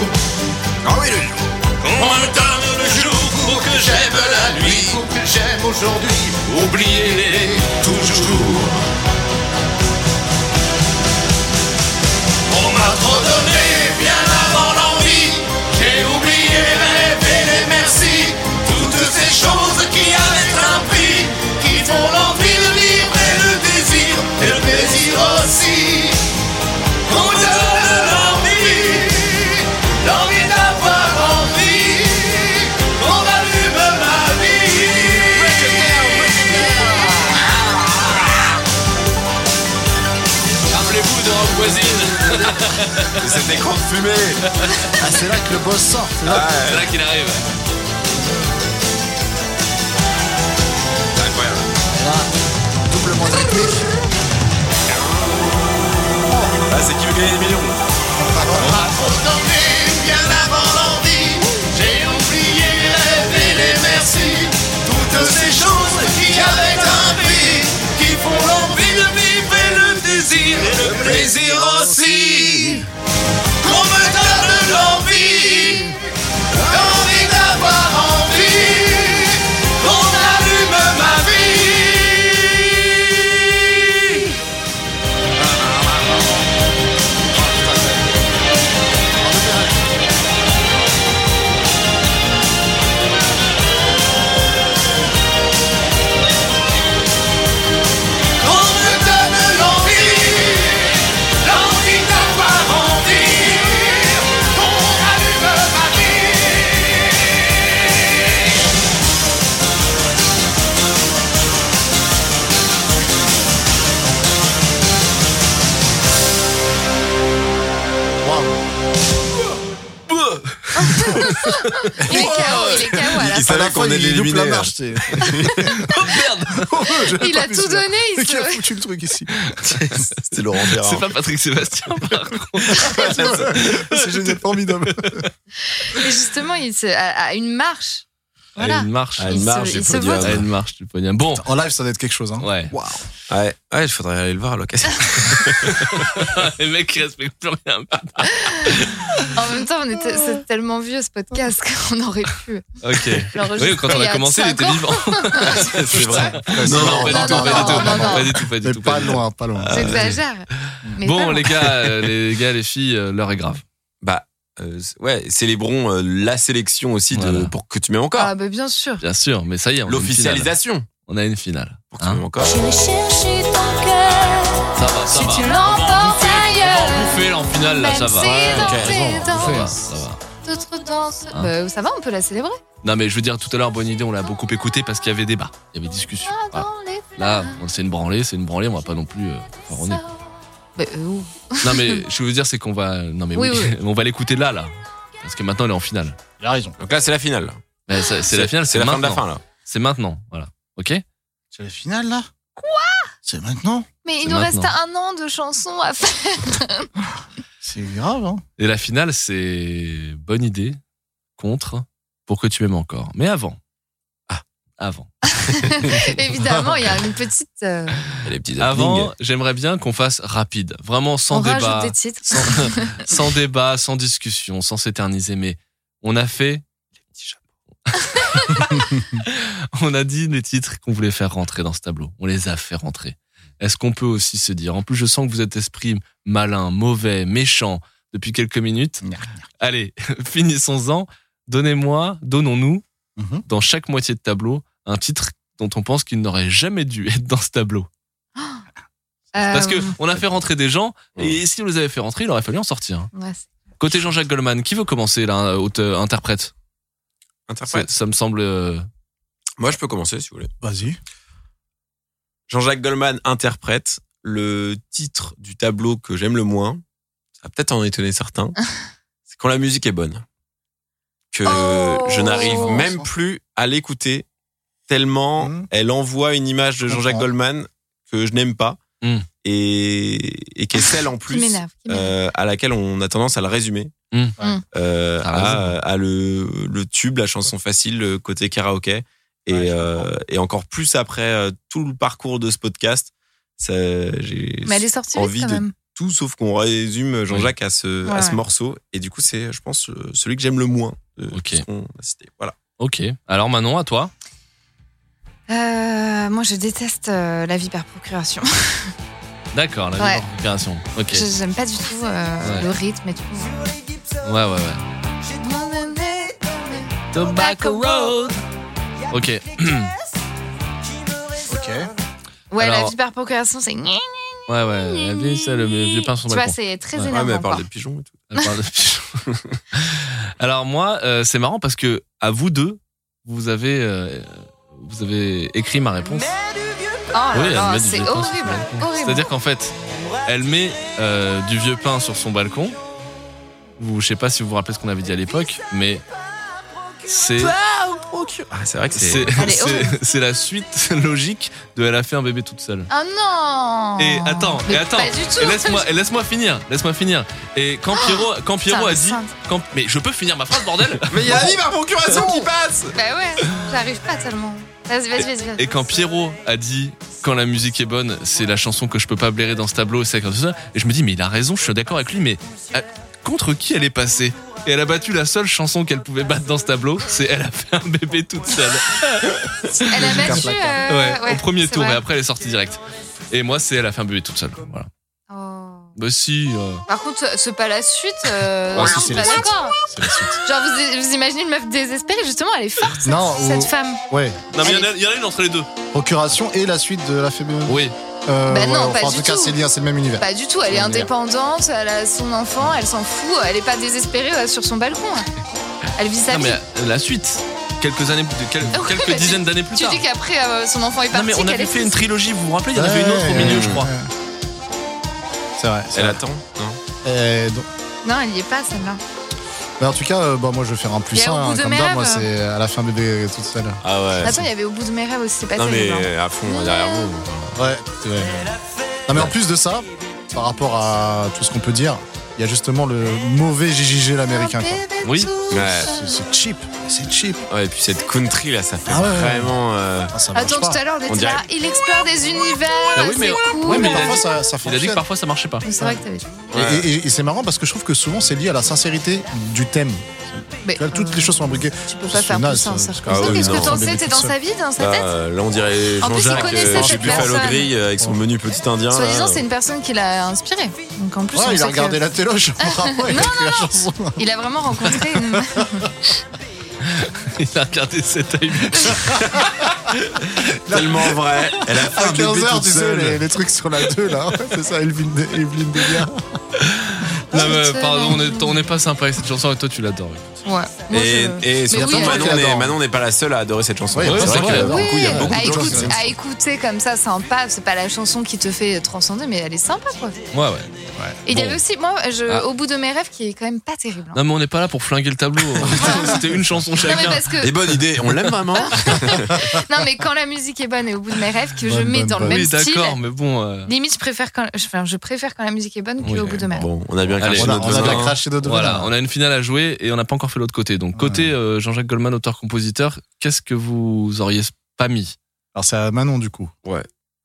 Speaker 5: Ah On me donne le jour pour que j'aime la nuit. Pour que j'aime aujourd'hui, oublier toujours. On m'a trop donné bien avant l'envie. J'ai oublié rêver les merci. Toutes ces choses qui avaient un prix, qui font l'envie de vivre et le désir, et le plaisir aussi. On donne l'envie, l'envie d'avoir envie. On allume ma vie.
Speaker 2: Rappelez-vous de Rock Voisine. Cette écran de fumée.
Speaker 3: Ah, c'est là que le boss sort. c'est là.
Speaker 1: C'est là qu'il arrive.
Speaker 2: Incroyable.
Speaker 3: Doublement rythmique.
Speaker 2: Ah, c'est qui veut gagner des millions
Speaker 5: Trop donné bien avant l'envie, j'ai oublié rêver les merci. Toutes ces choses qui avaient un prix, qui font l'envie de vivre et le désir et le plaisir aussi. Qu'on me donne l'envie, l'envie d'avoir envie, qu'on allume ma vie.
Speaker 4: Il est KO, il est KO à la fin.
Speaker 2: Il savait qu'on allait hein.
Speaker 3: il loupe
Speaker 2: l'éliminer.
Speaker 3: la marche. tu sais.
Speaker 4: [LAUGHS]
Speaker 1: Oh merde
Speaker 3: Oh, j'avais
Speaker 4: Il
Speaker 3: pas
Speaker 4: a
Speaker 3: vu
Speaker 4: tout
Speaker 3: celui-là.
Speaker 4: donné, il
Speaker 3: Qui a
Speaker 4: se...
Speaker 3: foutu le truc ici
Speaker 2: [LAUGHS] C'était Laurent
Speaker 3: [LAUGHS]
Speaker 1: C'est
Speaker 2: Gérard.
Speaker 1: pas Patrick Sébastien, par contre.
Speaker 3: C'est génial, formidable.
Speaker 4: Et justement, il se... À, à une marche. Voilà.
Speaker 1: À Ah, une marche.
Speaker 2: À
Speaker 4: Il
Speaker 2: une
Speaker 4: se-
Speaker 2: marche
Speaker 4: il
Speaker 2: du
Speaker 4: se
Speaker 2: podium.
Speaker 1: À une marche du podium. Bon,
Speaker 3: En live, ça doit être quelque chose. Hein.
Speaker 1: [LAUGHS] ouais.
Speaker 3: Waouh.
Speaker 2: Ouais, ouais, il faudrait aller le voir à l'occasion.
Speaker 1: Les mecs qui respectent plus rien.
Speaker 4: En même temps, on était... c'est tellement vieux ce podcast [LAUGHS] qu'on aurait pu
Speaker 1: Ok.
Speaker 4: l'enregistrer.
Speaker 1: Oui, quand on
Speaker 4: il y
Speaker 1: a commencé, il
Speaker 4: cinq
Speaker 1: était
Speaker 4: ans.
Speaker 1: vivant. C'est vrai.
Speaker 3: Non,
Speaker 1: Oh, Non, pas
Speaker 4: non,
Speaker 1: du tout,
Speaker 4: non,
Speaker 1: pas du
Speaker 4: non,
Speaker 1: tout,
Speaker 4: non, non.
Speaker 1: pas du tout, pas du
Speaker 3: Mais
Speaker 1: tout,
Speaker 3: pas
Speaker 1: pas du tout.
Speaker 3: loin, pas loin.
Speaker 4: J'exagère. Mais pas
Speaker 1: Ah, Bon,
Speaker 4: loin.
Speaker 1: les gars, euh, les gars, les filles, euh, l'heure est grave.
Speaker 2: bah, euh, c- ouais, célébrons euh, la sélection aussi de,
Speaker 1: Voilà.
Speaker 2: pour que tu mets encore.
Speaker 4: Ah, bah, bien sûr.
Speaker 1: Bien sûr, mais ça y est, on a une finale.
Speaker 2: L'officialisation.
Speaker 1: On a une finale.
Speaker 2: Pour que tu
Speaker 1: Hein
Speaker 2: mets encore.
Speaker 8: J'irai chercher ton cœur
Speaker 1: ça va, ça
Speaker 8: si
Speaker 1: va.
Speaker 8: tu
Speaker 1: On
Speaker 8: l'entends ailleurs.
Speaker 1: va en bouffer là en finale, là,
Speaker 8: Même
Speaker 1: ça
Speaker 8: si
Speaker 1: va.
Speaker 8: dans
Speaker 2: ok,
Speaker 8: tes
Speaker 1: Ça va,
Speaker 8: danses,
Speaker 1: ça va.
Speaker 4: D'autres danses.
Speaker 1: Hein.
Speaker 4: Bah, ça va, on peut la célébrer.
Speaker 1: Non, mais je veux dire, tout à l'heure, bonne idée, on l'a beaucoup écouté parce qu'il y avait débat, il y avait discussion. Voilà.
Speaker 4: hein, Dans les
Speaker 1: Là,
Speaker 4: flammes.
Speaker 1: on- c'est une branlée, c'est une branlée, on va pas non plus. euh, faire rogner.
Speaker 4: Bah, euh, ouh.
Speaker 1: Non, mais [LAUGHS] je veux dire, c'est qu'on va. Non, mais oui,
Speaker 4: Oui, oui.
Speaker 1: [LAUGHS] on va l'écouter là, là. Parce que maintenant, elle est en finale.
Speaker 3: Il a raison.
Speaker 2: Donc là, c'est la finale.
Speaker 1: Mais ça- C'est la finale,
Speaker 2: C'est
Speaker 1: c'est
Speaker 2: la fin de
Speaker 1: maintenant.
Speaker 2: la fin, là.
Speaker 1: C'est maintenant, voilà. Ok
Speaker 3: C'est la finale, là Quoi C'est maintenant
Speaker 4: Mais
Speaker 1: C'est
Speaker 4: il nous reste
Speaker 1: maintenant.
Speaker 4: un an de chansons à faire.
Speaker 1: [LAUGHS]
Speaker 3: C'est grave, hein
Speaker 1: Et la finale, c'est bonne idée contre pour que tu m'aimes encore. Mais avant. Ah, avant.
Speaker 4: Évidemment, il y a une petite. euh,
Speaker 2: Et les petits happenings.
Speaker 1: Avant, j'aimerais bien qu'on fasse rapide. Vraiment sans
Speaker 4: on rajoute
Speaker 1: débat.
Speaker 4: des titres.
Speaker 1: Sans, [LAUGHS] sans débat, sans discussion, sans s'éterniser. Mais on a fait. [LAUGHS] on a dit les titres qu'on voulait faire rentrer dans ce tableau. On les a fait rentrer. Est-ce qu'on peut aussi se dire En plus, je sens que vous êtes esprit malin, mauvais, méchant depuis quelques minutes. Allez, [LAUGHS] finissons-en. Donnez-moi, donnons-nous,
Speaker 3: Mhm.
Speaker 1: dans chaque moitié de tableau, un titre dont on pense qu'il n'aurait jamais dû être dans ce tableau. Parce que
Speaker 4: Euh,
Speaker 1: on a fait rentrer des gens, et si on les avait fait rentrer, il aurait fallu en sortir.
Speaker 4: ouais, c'est-
Speaker 1: Côté Jean-Jacques Goldman, qui veut commencer là, euh, auteur, interprète
Speaker 2: Interprète.
Speaker 1: ça, ça me semble. euh,
Speaker 2: Moi, je peux commencer, si vous voulez.
Speaker 3: Vas-y.
Speaker 2: Jean-Jacques Goldman interprète le titre du tableau que j'aime le moins. Ça va peut-être en étonner certains. C'est quand la musique est bonne. Que
Speaker 4: Oh.
Speaker 2: je n'arrive même plus à l'écouter tellement
Speaker 3: Mm.
Speaker 2: elle envoie une image de Jean-Jacques
Speaker 3: Comprends.
Speaker 2: Goldman que je n'aime pas
Speaker 1: Mm.
Speaker 2: et, et qui est celle en
Speaker 4: Qui
Speaker 2: plus
Speaker 4: m'énerve. qui m'énerve.
Speaker 2: euh, à laquelle on a tendance à le résumer.
Speaker 1: Mm.
Speaker 4: Mm.
Speaker 2: Euh,
Speaker 1: T'as
Speaker 2: à, à le, le tube, la chanson facile, le côté karaoké. Et,
Speaker 3: Ouais, je
Speaker 2: euh, et encore plus après euh, tout le parcours de ce podcast, ça, j'ai
Speaker 1: euh,
Speaker 4: Mais elle est sortie
Speaker 2: envie
Speaker 4: vite quand
Speaker 2: de
Speaker 4: même.
Speaker 2: tout sauf qu'on résume Jean-Jacques à ce,
Speaker 4: Ouais,
Speaker 2: à ce
Speaker 4: ouais.
Speaker 2: morceau. Et du coup, c'est, je pense, euh, celui que j'aime le moins. de
Speaker 1: Ok.
Speaker 2: tout ce qu'on a cité. Voilà.
Speaker 1: Ok. Alors Manon, à toi.
Speaker 4: Euh, moi, je déteste euh, la vie par procuration.
Speaker 1: D'accord, la
Speaker 4: Ouais.
Speaker 1: récupération. Ok.
Speaker 4: Je [LAUGHS] J'aime pas du tout euh,
Speaker 1: Ouais.
Speaker 4: le rythme et tout.
Speaker 1: Ouais, ouais, ouais. Tobacco Road. Ok.
Speaker 3: [CLEARS THROAT] Ok.
Speaker 4: Ouais, la
Speaker 1: Alors-
Speaker 4: vie par procuration, c'est. Tu
Speaker 1: Ouais, ouais. La vie, c'est le vieux pain sur le
Speaker 4: vois,
Speaker 1: balcon.
Speaker 4: c'est très
Speaker 1: Ouais. Ouais,
Speaker 2: Ouais, mais
Speaker 4: énervant.
Speaker 2: elle parle
Speaker 4: quoi.
Speaker 2: des pigeons et tout.
Speaker 1: Elle parle de [LAUGHS] pigeons. Alors moi, euh, c'est marrant parce que à vous deux, vous avez euh, vous avez écrit ma réponse.
Speaker 4: Oh là
Speaker 1: Oui, elle
Speaker 4: là,
Speaker 1: met du
Speaker 4: c'est
Speaker 1: vieux pain sur
Speaker 4: horrible.
Speaker 1: le balcon.
Speaker 4: horrible.
Speaker 1: C'est-à-dire qu'en fait, elle met euh, du vieux pain sur son balcon. Vous, je sais pas si vous vous rappelez ce qu'on avait dit à l'époque, mais c'est
Speaker 2: Ah, c'est vrai que c'est.
Speaker 1: c'est
Speaker 4: Elle est
Speaker 1: c'est-
Speaker 4: horrible.
Speaker 1: c'est la suite [LAUGHS] logique de elle a fait un bébé toute seule.
Speaker 4: Ah non
Speaker 1: Et attends,
Speaker 4: Mais
Speaker 1: et attends,
Speaker 4: Pas du tout
Speaker 1: Et laisse-moi, et laisse-moi finir, laisse-moi finir. Et quand Pierrot, quand Pierrot
Speaker 4: Ah, Putain,
Speaker 1: a dit,
Speaker 4: sainte.
Speaker 1: quand- mais je peux finir ma phrase bordel.
Speaker 2: Mais il y a la vie par procuration qui passe
Speaker 4: [LAUGHS] Bah ouais, j'arrive pas tellement. Vas-y, vas-y, vas-y. vas-y.
Speaker 1: Et quand Pierrot a dit quand la musique est bonne, c'est la chanson que je peux pas blairer dans ce tableau, c'est comme ça. Et je me dis mais il a raison, je suis d'accord avec lui, mais euh, contre qui elle est passée Et elle a battu la seule chanson qu'elle pouvait battre dans ce tableau, c'est elle a fait un bébé toute seule.
Speaker 4: Elle a battu. euh,
Speaker 1: ouais, au premier
Speaker 4: c'est
Speaker 1: tour,
Speaker 4: vrai.
Speaker 1: mais après elle est sortie direct. Et moi c'est elle a fait un bébé toute seule. Voilà.
Speaker 4: Oh.
Speaker 1: Bah si, euh,
Speaker 4: Par contre, c'est pas la suite. Euh,
Speaker 3: Ouais, si,
Speaker 4: je suis
Speaker 3: c'est
Speaker 4: pas
Speaker 3: la suite.
Speaker 4: d'accord.
Speaker 1: c'est la suite.
Speaker 4: Genre, vous, vous imaginez une meuf désespérée, justement, elle est forte, cette,
Speaker 3: Non,
Speaker 4: cette
Speaker 3: ou-
Speaker 4: femme.
Speaker 3: Ouais.
Speaker 1: Non mais il y en a- il y, en a une entre les deux.
Speaker 3: Procuration et la suite de la FBE.
Speaker 1: Oui.
Speaker 3: Euh,
Speaker 4: Bah non,
Speaker 3: ouais,
Speaker 4: pas
Speaker 3: enfin, en
Speaker 4: du
Speaker 3: tout cas,
Speaker 4: tout.
Speaker 3: c'est lié, c'est le même univers.
Speaker 4: Pas du tout, elle est
Speaker 3: Merde.
Speaker 4: indépendante, elle a son enfant, elle s'en fout, elle est pas désespérée euh, sur son balcon. Elle vit sa
Speaker 1: Non
Speaker 4: vie.
Speaker 1: mais euh, la suite. Quelques années, quel-
Speaker 4: Ouais,
Speaker 1: quelques
Speaker 4: bah, tu-
Speaker 1: dizaines d'années plus
Speaker 4: Tu
Speaker 1: tard.
Speaker 4: dis qu'après euh, son enfant est
Speaker 1: Non
Speaker 4: parti,
Speaker 1: mais on
Speaker 4: qu'elle
Speaker 1: avait
Speaker 4: est
Speaker 1: fait une
Speaker 4: triste.
Speaker 1: trilogie, vous vous rappelez Il y en avait une autre au
Speaker 3: Ouais,
Speaker 1: milieu, je crois.
Speaker 3: ouais. C'est vrai. c'est
Speaker 2: Elle
Speaker 3: vrai.
Speaker 2: attend. Non.
Speaker 3: Euh, donc-
Speaker 4: Non, elle y est pas celle-là.
Speaker 3: Mais en tout cas, euh, bah, moi, je vais faire un plus
Speaker 4: Et
Speaker 3: 1.
Speaker 4: au bout de
Speaker 3: comme
Speaker 4: mes
Speaker 3: d'hab, moi,
Speaker 4: rêves.
Speaker 3: c'est à la fin bébé toute seule.
Speaker 2: Ah ouais.
Speaker 4: Attends, il y avait au bout de mes rêves aussi, c'est pas
Speaker 2: Non
Speaker 4: terrible. hein.
Speaker 2: mais à fond derrière vous.
Speaker 3: Ouais, c'est vrai. Non, mais en plus de ça, par rapport à tout ce qu'on peut dire, il y a justement le mauvais JJG l'américain. quoi.
Speaker 4: Bébé
Speaker 1: Oui.
Speaker 4: tout
Speaker 2: Ouais.
Speaker 3: C'est- C'est cheap, c'est cheap.
Speaker 2: Ouais, et puis cette country là, ça fait
Speaker 3: Ah ouais, ouais.
Speaker 2: vraiment. euh,
Speaker 3: Ah, ça marche
Speaker 4: Attends,
Speaker 3: pas.
Speaker 4: tout à l'heure, on
Speaker 2: On
Speaker 4: était
Speaker 2: dirait-
Speaker 4: là. Il explore des univers.
Speaker 1: Ah oui, mais-
Speaker 4: c'est cool.
Speaker 1: ouais, mais il a
Speaker 3: parfois,
Speaker 1: dit-
Speaker 3: ça,
Speaker 1: Il a
Speaker 3: ça
Speaker 1: dit que
Speaker 3: fonctionne.
Speaker 1: parfois ça marchait pas.
Speaker 4: Mais C'est vrai que t'avais dit.
Speaker 2: ouais.
Speaker 3: Et, et- et c'est marrant parce que je trouve que souvent, c'est lié à la sincérité du thème.
Speaker 4: Mais,
Speaker 3: Tu vois, toutes les choses sont imbriquées.
Speaker 4: Tu peux
Speaker 3: Ça,
Speaker 4: pas
Speaker 3: c'est
Speaker 4: faire
Speaker 3: naze,
Speaker 4: plus sans
Speaker 3: ça.
Speaker 4: ça.
Speaker 2: Ah oui,
Speaker 4: Qu'est-ce que
Speaker 2: non.
Speaker 4: t'en
Speaker 3: Bébé
Speaker 4: sais T'es
Speaker 3: toute
Speaker 4: dans
Speaker 3: seule.
Speaker 4: sa vie, dans
Speaker 1: Bah,
Speaker 4: sa
Speaker 2: Là,
Speaker 4: tête
Speaker 2: euh, là, on dirait
Speaker 4: En plus, il
Speaker 2: Jean-Jacques
Speaker 4: connaissait
Speaker 2: euh, chez
Speaker 4: cette
Speaker 2: Buffalo
Speaker 4: personne.
Speaker 2: Grill euh, avec son menu petit indien. là.
Speaker 4: Soi-disant, c'est une personne qui l'a inspiré. Donc en plus,
Speaker 3: Ouais,
Speaker 4: on
Speaker 3: il
Speaker 4: sait
Speaker 3: a regardé
Speaker 4: que-
Speaker 3: la
Speaker 4: [LAUGHS]
Speaker 3: téloche en rapport avec la chanson.
Speaker 4: il a vraiment rencontré
Speaker 1: [LAUGHS]
Speaker 4: une.
Speaker 1: [LAUGHS] Il a regardé cet œil.
Speaker 2: tellement vrai. Elle a fait
Speaker 3: À
Speaker 2: un bébé
Speaker 3: 15h,
Speaker 2: toute
Speaker 3: tu sais,
Speaker 2: seule.
Speaker 3: les, les trucs sur la 2,
Speaker 4: [LAUGHS]
Speaker 3: là. C'est ça, Elvin Evelyn Delia.
Speaker 4: Ah,
Speaker 1: Non, mais pardon, on est- on n'est pas sympa avec cette chanson et toi tu l'adores.
Speaker 4: Ouais. Moi,
Speaker 2: Et,
Speaker 4: je-
Speaker 2: et
Speaker 4: Mais
Speaker 2: surtout,
Speaker 4: oui,
Speaker 2: Manon
Speaker 3: elle
Speaker 2: n'est-
Speaker 3: adore.
Speaker 2: Manon n'est pas la seule à adorer cette chanson.
Speaker 3: Ouais,
Speaker 1: c'est
Speaker 2: c'est
Speaker 1: vrai
Speaker 2: vrai
Speaker 1: qu'elle
Speaker 3: Bah,
Speaker 2: que
Speaker 1: adore.
Speaker 4: Oui,
Speaker 2: du coup, il y a beaucoup
Speaker 4: à,
Speaker 2: de gens qui
Speaker 4: écoute-
Speaker 2: aiment ça.
Speaker 4: à écouter comme ça, sympa. C'est pas la chanson qui te fait transcender, mais elle est sympa, quoi.
Speaker 1: Ouais, ouais.
Speaker 4: Et il y
Speaker 1: Bon.
Speaker 4: avait aussi, moi, je-
Speaker 1: Ah.
Speaker 4: au bout de mes rêves, qui est quand même pas terrible. hein.
Speaker 1: Non, mais on n'est pas là pour flinguer le
Speaker 4: [LAUGHS]
Speaker 1: tableau. C'était une chanson
Speaker 4: Non, mais
Speaker 1: chacun.
Speaker 4: parce que
Speaker 2: Et bonne idée, on l'aime
Speaker 4: [LAUGHS]
Speaker 2: vraiment.
Speaker 4: non mais quand la musique est bonne et au bout de mes rêves que je
Speaker 3: Bonne,
Speaker 4: mets
Speaker 3: bonne,
Speaker 4: dans le
Speaker 3: bonne.
Speaker 4: même
Speaker 1: Oui,
Speaker 4: style.
Speaker 1: d'accord, mais bon. euh,
Speaker 4: Limite, je préfère quand, enfin, je préfère quand la musique est bonne que
Speaker 1: Oui,
Speaker 4: au bout de mes rêves.
Speaker 2: Bon, on a bien
Speaker 1: Allez,
Speaker 2: craché
Speaker 3: On a,
Speaker 2: notre
Speaker 3: on a bien
Speaker 2: venin.
Speaker 3: craché de
Speaker 1: Voilà, on a une finale à jouer et on n'a pas encore fait l'autre côté. Donc, côté euh, Jean-Jacques Goldman, auteur-compositeur, qu'est-ce que vous auriez pas mis
Speaker 3: Alors, c'est à Manon, du coup.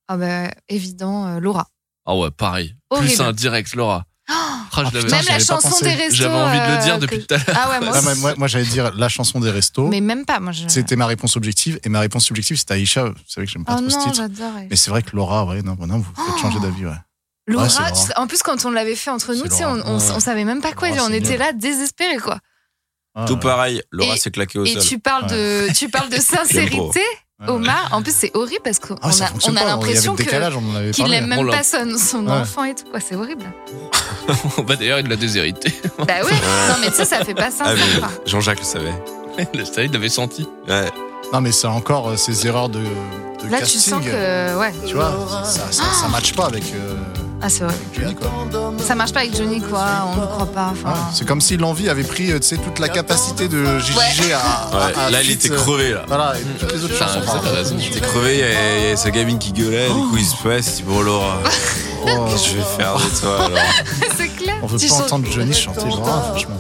Speaker 4: Ah bah évident,
Speaker 1: [GASPS]
Speaker 4: euh, Laura.
Speaker 1: Ah ouais, pareil.
Speaker 4: Horrible.
Speaker 1: Plus un direct, Laura. Ah, je
Speaker 3: Ah,
Speaker 1: l'avais-
Speaker 3: putain,
Speaker 4: même la
Speaker 3: j'y avais pas
Speaker 4: chanson
Speaker 3: pensé.
Speaker 4: des restos.
Speaker 1: J'avais envie de le
Speaker 4: euh,
Speaker 1: dire
Speaker 4: que-
Speaker 1: depuis tout à l'heure.
Speaker 4: Ah ouais, moi.
Speaker 3: Ah, mais
Speaker 4: aussi.
Speaker 3: moi, moi, j'allais dire la chanson des restos.
Speaker 4: Mais même pas, moi. Je...
Speaker 3: C'était ma réponse objective. Et ma réponse subjective, c'était Aïcha. Vous savez que j'aime pas
Speaker 4: Oh
Speaker 3: trop ce
Speaker 4: non,
Speaker 3: titre.
Speaker 4: j'adore.
Speaker 3: Mais c'est vrai que Laura, ouais, non, non vous faites changer d'avis, ouais.
Speaker 4: Laura,
Speaker 3: Ouais, c'est Laura.
Speaker 4: tu- en plus quand on l'avait fait entre nous,
Speaker 3: C'est
Speaker 4: tu sais, on,
Speaker 3: Laura.
Speaker 4: on,
Speaker 3: Ouais.
Speaker 4: on savait même pas quoi
Speaker 3: Laura,
Speaker 4: dire. On
Speaker 3: c'est
Speaker 4: était
Speaker 3: nul.
Speaker 4: là désespérés quoi.
Speaker 3: Ah,
Speaker 2: Tout
Speaker 3: ouais.
Speaker 2: pareil, Laura
Speaker 4: Et-
Speaker 2: s'est claquée au
Speaker 4: Et
Speaker 2: sol.
Speaker 4: tu parles de,
Speaker 3: [LAUGHS]
Speaker 4: tu parles de
Speaker 2: trop.
Speaker 4: sincérité,
Speaker 3: Ouais, ouais.
Speaker 4: Omar. En plus, c'est horrible parce qu'on
Speaker 3: Ah, ouais, ça
Speaker 4: a,
Speaker 3: fonctionne
Speaker 4: on a
Speaker 3: pas. Il y avait
Speaker 4: l'impression
Speaker 3: le
Speaker 4: que
Speaker 3: décalage, on en avait
Speaker 4: qu'il
Speaker 3: parlé.
Speaker 4: n'aime même
Speaker 1: On l'a-
Speaker 4: pas son, son
Speaker 3: Oh Ouais.
Speaker 4: enfant et tout. quoi, C'est horrible.
Speaker 1: [LAUGHS] bah, D'ailleurs, il l'a déshérité. [LAUGHS]
Speaker 4: Bah ouais, non mais tu sais, ça fait pas
Speaker 2: Ah,
Speaker 4: sincère.
Speaker 2: mais
Speaker 4: quoi.
Speaker 2: Jean-Jacques le savait.
Speaker 1: Le- Ça, il l'avait senti.
Speaker 2: Ouais.
Speaker 3: Non, mais c'est encore euh, ces erreurs de, de
Speaker 4: Là, tu
Speaker 3: casting. euh,
Speaker 4: sens que ouais,
Speaker 3: Tu vois, ça, ça, ça matche pas avec. euh,
Speaker 4: ah c'est vrai.
Speaker 3: avec Julie, quoi.
Speaker 4: Ça marche pas avec Johnny quoi. On ne croit pas.
Speaker 3: Ouais,
Speaker 4: Enfin,
Speaker 3: c'est comme si l'envie avait pris euh, tu sais, toute la capacité de JJG à, à-
Speaker 4: Ah,
Speaker 2: Ouais,
Speaker 3: à-
Speaker 2: Là,
Speaker 3: à
Speaker 2: il
Speaker 3: fit,
Speaker 2: était
Speaker 3: euh,
Speaker 2: crevé, là.
Speaker 3: Voilà, et toutes les autres
Speaker 1: Enfin,
Speaker 3: chansons. Oh,
Speaker 1: vous
Speaker 3: pardon.
Speaker 1: avez raison.
Speaker 2: Il était crevé, il y a- il y a ce gamine qui gueulait, du coup, il
Speaker 4: Oh.
Speaker 2: se passe, il dit Bon, Laura,
Speaker 3: Oh,
Speaker 2: qu'est-ce que je vais faire de toi alors
Speaker 4: [LAUGHS] c'est clair.
Speaker 3: on veut
Speaker 4: tu
Speaker 3: pas
Speaker 4: sens-
Speaker 3: entendre Johnny chanter Laura, franchement.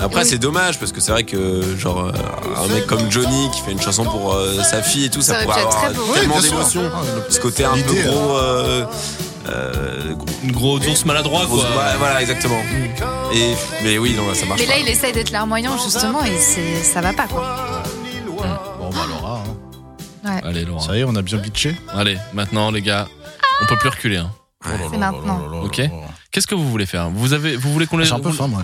Speaker 2: Après,
Speaker 4: Oui.
Speaker 2: c'est dommage parce que c'est vrai que, genre, euh, un mec comme Johnny qui fait une chanson pour euh, sa fille et tout, ça,
Speaker 4: Ça aurait
Speaker 2: pourrait
Speaker 4: pu être
Speaker 2: avoir
Speaker 4: très beau.
Speaker 2: tellement
Speaker 3: Oui, bien sûr.
Speaker 2: d'émotions.
Speaker 3: Ah,
Speaker 2: Ce côté un peu
Speaker 3: L'idée, hein.
Speaker 2: gros. euh, euh, gros-
Speaker 1: Une grosse ours maladroit,
Speaker 2: grosse-
Speaker 1: quoi.
Speaker 2: ouais, voilà, exactement. Et, mais oui, non, là, ça marche
Speaker 4: Mais là,
Speaker 2: pas.
Speaker 4: il essaye d'être larmoyant justement et c'est- ça va pas quoi.
Speaker 3: Bon, bah Laura, hein.
Speaker 1: Allez, Laura.
Speaker 3: ça y est, on a bien bitché.
Speaker 1: Allez, maintenant, les gars, on peut plus reculer. hein.
Speaker 4: C'est maintenant.
Speaker 1: Ok. Qu'est-ce que vous voulez faire vous, avez, vous voulez qu'on les
Speaker 3: J'ai un peu
Speaker 1: vous,
Speaker 3: faim, moi.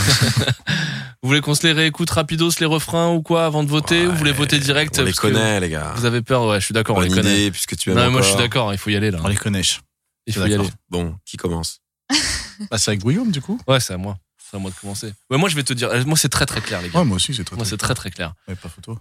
Speaker 2: hein.
Speaker 1: vous voulez qu'on se les réécoute rapidos les refrains ou quoi avant de voter ou Vous voulez voter direct
Speaker 2: On les
Speaker 1: parce que
Speaker 2: connaît, les gars.
Speaker 1: Vous avez peur Ouais, je suis d'accord, on
Speaker 2: Bonne
Speaker 1: les connaît.
Speaker 2: idée, puisque tu aimes
Speaker 1: Non, mais moi je suis
Speaker 2: encore.
Speaker 1: d'accord, il faut y aller là.
Speaker 3: On les connaît. je-
Speaker 1: Il
Speaker 3: suis
Speaker 1: faut y aller.
Speaker 3: d'accord.
Speaker 2: Bon, qui commence
Speaker 3: Bah, c'est avec Guillaume, du coup
Speaker 1: Ouais, c'est à moi. C'est à moi de commencer. Ouais, moi je vais te dire. euh, Moi c'est très très clair les gars.
Speaker 3: Ouais, moi aussi, c'est toi.
Speaker 1: Moi c'est très très clair.
Speaker 3: Ouais, pas photo.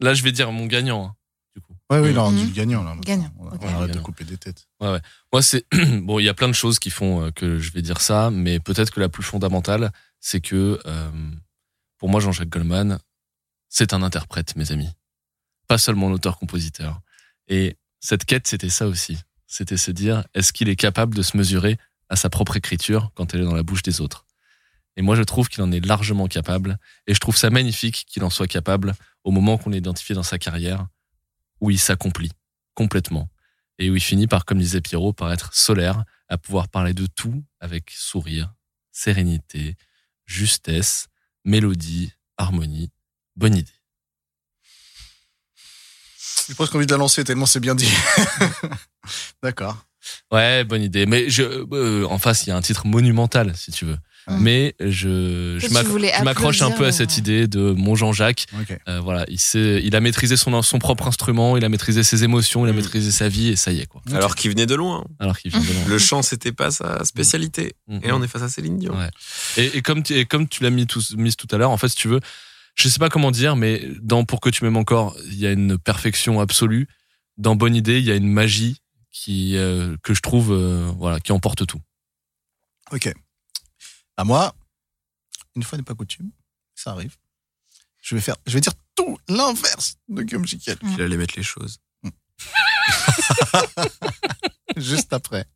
Speaker 1: Là je vais dire mon gagnant. hein, du coup.
Speaker 3: Ouais, oui, là, on
Speaker 4: Mhm.
Speaker 3: dit le gagnant, là.
Speaker 4: Gagnant.
Speaker 3: On,
Speaker 4: Ok.
Speaker 3: on arrête de
Speaker 1: Mm. Gagnant.
Speaker 3: couper des têtes.
Speaker 1: Moi, c'est [CLEARS THROAT] bon. Il y a plein de choses qui font euh, que je vais dire ça, mais peut-être que la plus fondamentale, c'est que euh, pour moi, Jean-Jacques Goldman, c'est un interprète, mes amis, pas seulement l'auteur-compositeur. Et cette quête, c'était ça aussi. C'était se dire, est-ce qu'il est capable de se mesurer à sa propre écriture quand elle est dans la bouche des autres Et moi, je trouve qu'il en est largement capable, et je trouve ça magnifique qu'il en soit capable au moment qu'on l'a identifié dans sa carrière, où il s'accomplit complètement et où il finit par, comme disait Pierrot, par être solaire, à pouvoir parler de tout avec sourire, sérénité, justesse, mélodie, harmonie. Bonne idée.
Speaker 3: J'ai presque envie de la lancer, tellement c'est bien dit. [LAUGHS] D'accord.
Speaker 1: Ouais, bonne idée. Mais je, euh, en face, il y a un titre monumental, si tu veux.
Speaker 3: Ouais.
Speaker 1: Mais je, je
Speaker 4: tu
Speaker 1: m'ac-
Speaker 4: voulais
Speaker 1: je m'accroche un
Speaker 4: applaudir,
Speaker 1: peu à
Speaker 4: mais
Speaker 1: cette
Speaker 4: ouais.
Speaker 1: idée de mon Jean-Jacques.
Speaker 3: Ok.
Speaker 1: Euh, voilà, il, sait, il a maîtrisé son, son propre instrument, il a maîtrisé ses émotions, il a
Speaker 2: Mm.
Speaker 1: maîtrisé sa vie, et ça y est, quoi.
Speaker 2: Alors qu'il venait de loin.
Speaker 1: Alors qu'il vient de loin. [LAUGHS]
Speaker 2: Le chant, c'était pas sa spécialité.
Speaker 1: Mhm.
Speaker 2: Et là, on est face à Céline Dion.
Speaker 1: Ouais. Et, et comme tu, et comme tu l'as mis tout, mise tout à l'heure, en fait, si tu veux, je sais pas comment dire, mais dans Pour que tu m'aimes encore, il y a une perfection absolue. Dans Bonne idée, il y a une magie qui euh, que je trouve euh, voilà qui emporte tout.
Speaker 3: Ok. À moi, Une fois n'est pas coutume, ça arrive. Je vais faire, je vais dire tout l'inverse de Guillaume Jiquel,
Speaker 2: Il allait mettre les choses.
Speaker 3: [LAUGHS] juste après.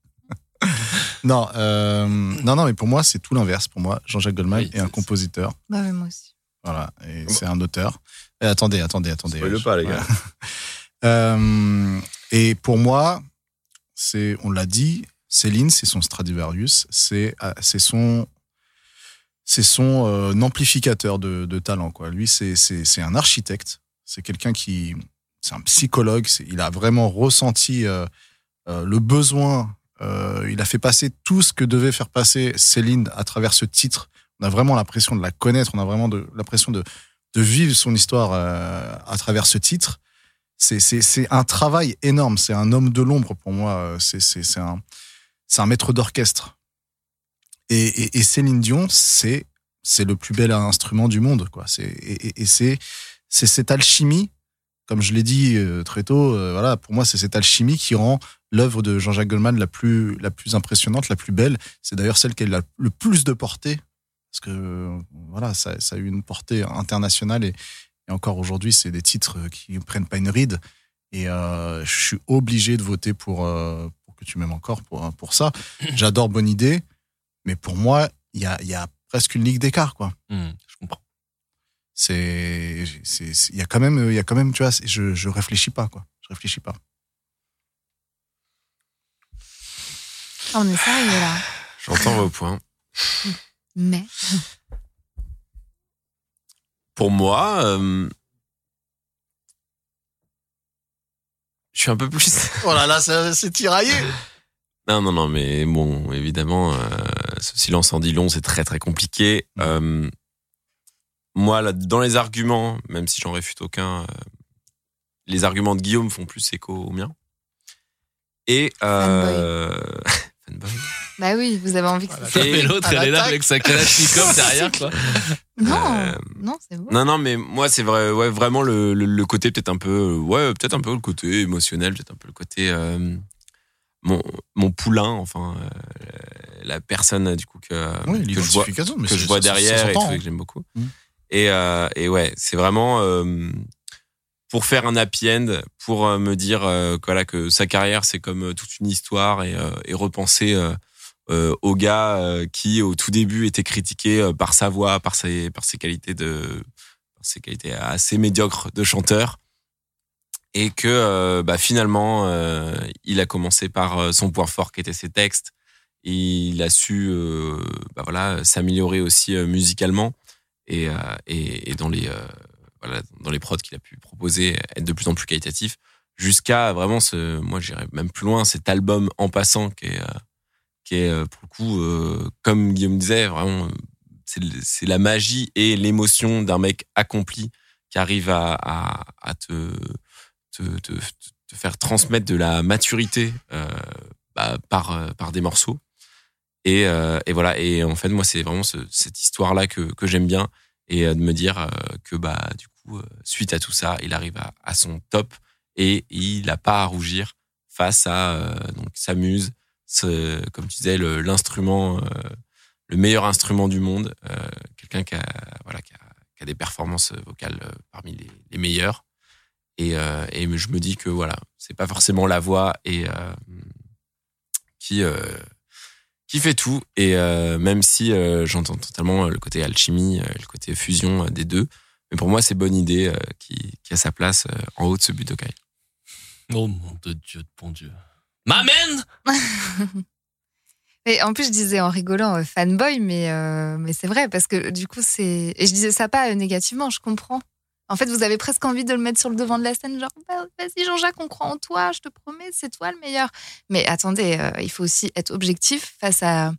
Speaker 3: [LAUGHS] non, euh, non, non, mais pour moi, c'est tout l'inverse. Pour moi, Jean-Jacques Goldman
Speaker 2: Oui,
Speaker 3: est un
Speaker 2: c'est-
Speaker 3: compositeur.
Speaker 4: Bah oui, moi aussi.
Speaker 3: Voilà, et c'est un auteur. Et attendez, attendez, attendez.
Speaker 1: Spoil
Speaker 3: Je-
Speaker 1: pas, les gars.
Speaker 3: voilà. [LAUGHS] Euh, et pour moi, c'est, on l'a dit, Céline, c'est son Stradivarius, c'est, ah, c'est son, c'est son euh, amplificateur de, de talent. Quoi. Lui, c'est, c'est, c'est un architecte. C'est quelqu'un qui, c'est un psychologue. c'est- il a vraiment ressenti euh, euh, le besoin. euh, il a fait passer tout ce que devait faire passer Céline à travers ce titre. On a vraiment l'impression de la connaître. On a vraiment de, l'impression de, de vivre son histoire euh, à travers ce titre. C'est- C'est c'est un travail énorme. C'est un homme de l'ombre pour moi. Euh, c'est- C'est c'est un, c'est un maître d'orchestre. Et, et- et Céline Dion, c'est c'est le plus bel instrument du monde. Quoi. C'est- Et, et- et c'est c'est cette alchimie, comme je l'ai dit euh, très tôt, euh, voilà, pour moi, c'est cette alchimie qui rend l'œuvre de Jean-Jacques Goldman la plus, la plus impressionnante, la plus belle. C'est d'ailleurs celle qui a la- le plus de portée. Parce que euh, voilà, ça, ça a eu une portée internationale et, et encore aujourd'hui, c'est des titres euh, qui ne prennent pas une ride. Et euh, je suis obligé de voter pour, euh, pour que tu m'aimes encore pour, pour
Speaker 4: [CLEARS THROAT]
Speaker 3: ça. J'adore Bonne Idée, mais pour moi, il y a, il y a presque une ligue d'écart, quoi.
Speaker 1: Hum, je comprends.
Speaker 3: C'est, c'est- c'est- il y a quand même, il y a quand même, tu vois, c'est- je, je réfléchis pas, quoi. Je réfléchis pas.
Speaker 4: Ah, on est sérieux là.
Speaker 2: J'entends vos points.
Speaker 4: Mais.
Speaker 2: Pour moi, euh, je suis un peu plus. [LAUGHS]
Speaker 3: Oh là là, c'est tiraillé.
Speaker 2: Non, non, non, mais bon, évidemment, euh, ce silence en dit long, c'est très, très compliqué. Euh, moi, là, dans les arguments, même si j'en réfute aucun, euh, les arguments de Guillaume font plus écho aux miens. Et. euh, [LAUGHS] fanboy.
Speaker 4: Bah oui, vous avez envie que
Speaker 1: [LAUGHS]
Speaker 4: ça.
Speaker 2: Et-
Speaker 1: Et l'autre,
Speaker 3: à
Speaker 1: elle est là
Speaker 3: l'attaque.
Speaker 1: avec sa
Speaker 3: [LAUGHS]
Speaker 1: Kalachnikov derrière, quoi.
Speaker 4: Non,
Speaker 2: Euh,
Speaker 4: non, c'est bon.
Speaker 2: Non, non, mais moi, c'est vrai, ouais, vraiment le, le- le côté peut-être un peu, euh, ouais, peut-être un peu le côté émotionnel, peut-être un peu le côté euh, mon, mon poulain, enfin, euh, la personne euh, du coup que, que je vois,
Speaker 3: l'identification, mais
Speaker 2: que
Speaker 3: c'est-
Speaker 2: je vois
Speaker 3: ça- ça
Speaker 2: derrière et
Speaker 3: s'entend,
Speaker 2: tout, et
Speaker 3: hein.
Speaker 2: que j'aime beaucoup.
Speaker 3: Mm.
Speaker 2: Et, euh, et ouais, c'est vraiment euh, pour faire un happy end, pour euh, me dire euh, que voilà, que sa carrière, c'est comme euh, toute une histoire et, euh, et repenser euh, euh, au gars euh, qui, au tout début, était critiqué euh, par sa voix, par ses, par ses qualités de par ses qualités assez médiocres de chanteur. Et que euh, bah, finalement, euh, il a commencé par euh, son point fort qui était ses textes il a su euh, bah voilà, s'améliorer aussi euh, musicalement et, euh, et, et dans, les, euh, voilà, dans les prods qu'il a pu proposer, être de plus en plus qualitatif, jusqu'à vraiment, ce, moi j'irais même plus loin, cet album en passant qui est, euh, qui est euh, pour le coup, euh, comme Guillaume disait, vraiment, euh, c'est le- c'est la magie et l'émotion d'un mec accompli qui arrive à, à, à te, te, te, te faire transmettre de la maturité. euh, bah, par, euh, par des morceaux. Et, euh, et voilà. Et en fait, moi, c'est vraiment ce- cette histoire-là que, que j'aime bien. Et euh, de me dire euh, que, bah, du coup, euh, suite à tout ça, il arrive à, à son top et il n'a pas à rougir face à euh, donc, sa muse, ce- comme tu disais, le- l'instrument, euh, le meilleur instrument du monde, euh, quelqu'un qui a, voilà, qui, a, qui a des performances vocales euh, parmi les, les meilleures. Et, euh, et je me dis que, voilà, c'est pas forcément la voix et. euh, qui euh, qui fait tout et euh, même si euh, j'entends totalement euh, le côté alchimie, euh, le côté fusion euh, des deux, mais pour moi c'est bonne idée euh, qui, qui a sa place euh, en haut de ce Budokai.
Speaker 1: Oh mon de Dieu, de bon Dieu. M'amène
Speaker 4: Mais en plus, je disais en rigolant euh, fanboy, mais, euh, mais c'est vrai, parce que du coup, c'est. Et je disais ça pas euh, négativement, je comprends. En fait, vous avez presque envie de le mettre sur le devant de la scène, genre, Bah, vas-y Jean-Jacques, on croit en toi, je te promets, c'est toi le meilleur. Mais attendez, euh, il faut aussi être objectif face à.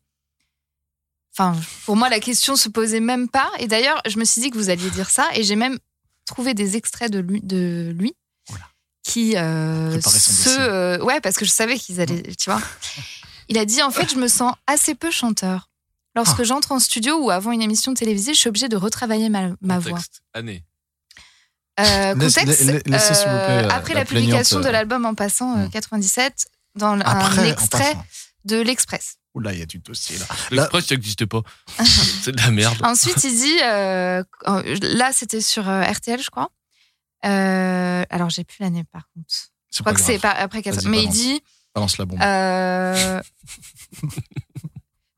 Speaker 4: Enfin, pour moi, la question se posait même pas. Et d'ailleurs, je me suis dit que vous alliez dire ça, et j'ai même trouvé des extraits de lui. De lui
Speaker 3: Oula.
Speaker 4: qui euh,
Speaker 3: Préparer son
Speaker 4: se.
Speaker 3: dossier. Mm.
Speaker 4: euh, ouais, parce que je savais qu'ils allaient. Tu vois il a dit en fait, je me sens assez peu chanteur. Lorsque
Speaker 3: Ah.
Speaker 4: j'entre en studio ou avant une émission télévisée, je suis obligée de retravailler ma, ma voix.
Speaker 1: Contexte, Année.
Speaker 4: Euh,
Speaker 3: Laisse-
Speaker 4: contexte, euh,
Speaker 3: la- la- laissez, s'il vous plaît, la-
Speaker 4: après
Speaker 3: la
Speaker 4: la, publication
Speaker 3: plaignante,
Speaker 4: de
Speaker 3: euh,
Speaker 4: l'album en passant euh,
Speaker 3: hmm.
Speaker 4: 97, dans l-
Speaker 3: Après,
Speaker 4: un
Speaker 3: en
Speaker 4: extrait
Speaker 3: passant.
Speaker 4: de l'Express.
Speaker 3: Oula, il y a du dossier là.
Speaker 1: L'express, ça n'existe
Speaker 4: [LAUGHS]
Speaker 1: pas. C'est de la merde.
Speaker 4: Ensuite, il dit, euh, euh, là, c'était sur euh, RTL, je crois. Euh, alors, j'ai plus l'année, par contre.
Speaker 3: C'est
Speaker 4: Je crois
Speaker 3: pas
Speaker 4: que
Speaker 3: grave.
Speaker 4: c'est pas- après 14.
Speaker 3: Vas-y,
Speaker 4: Mais il
Speaker 3: balance.
Speaker 4: dit,
Speaker 3: Balance la bombe. [LAUGHS]
Speaker 4: Euh,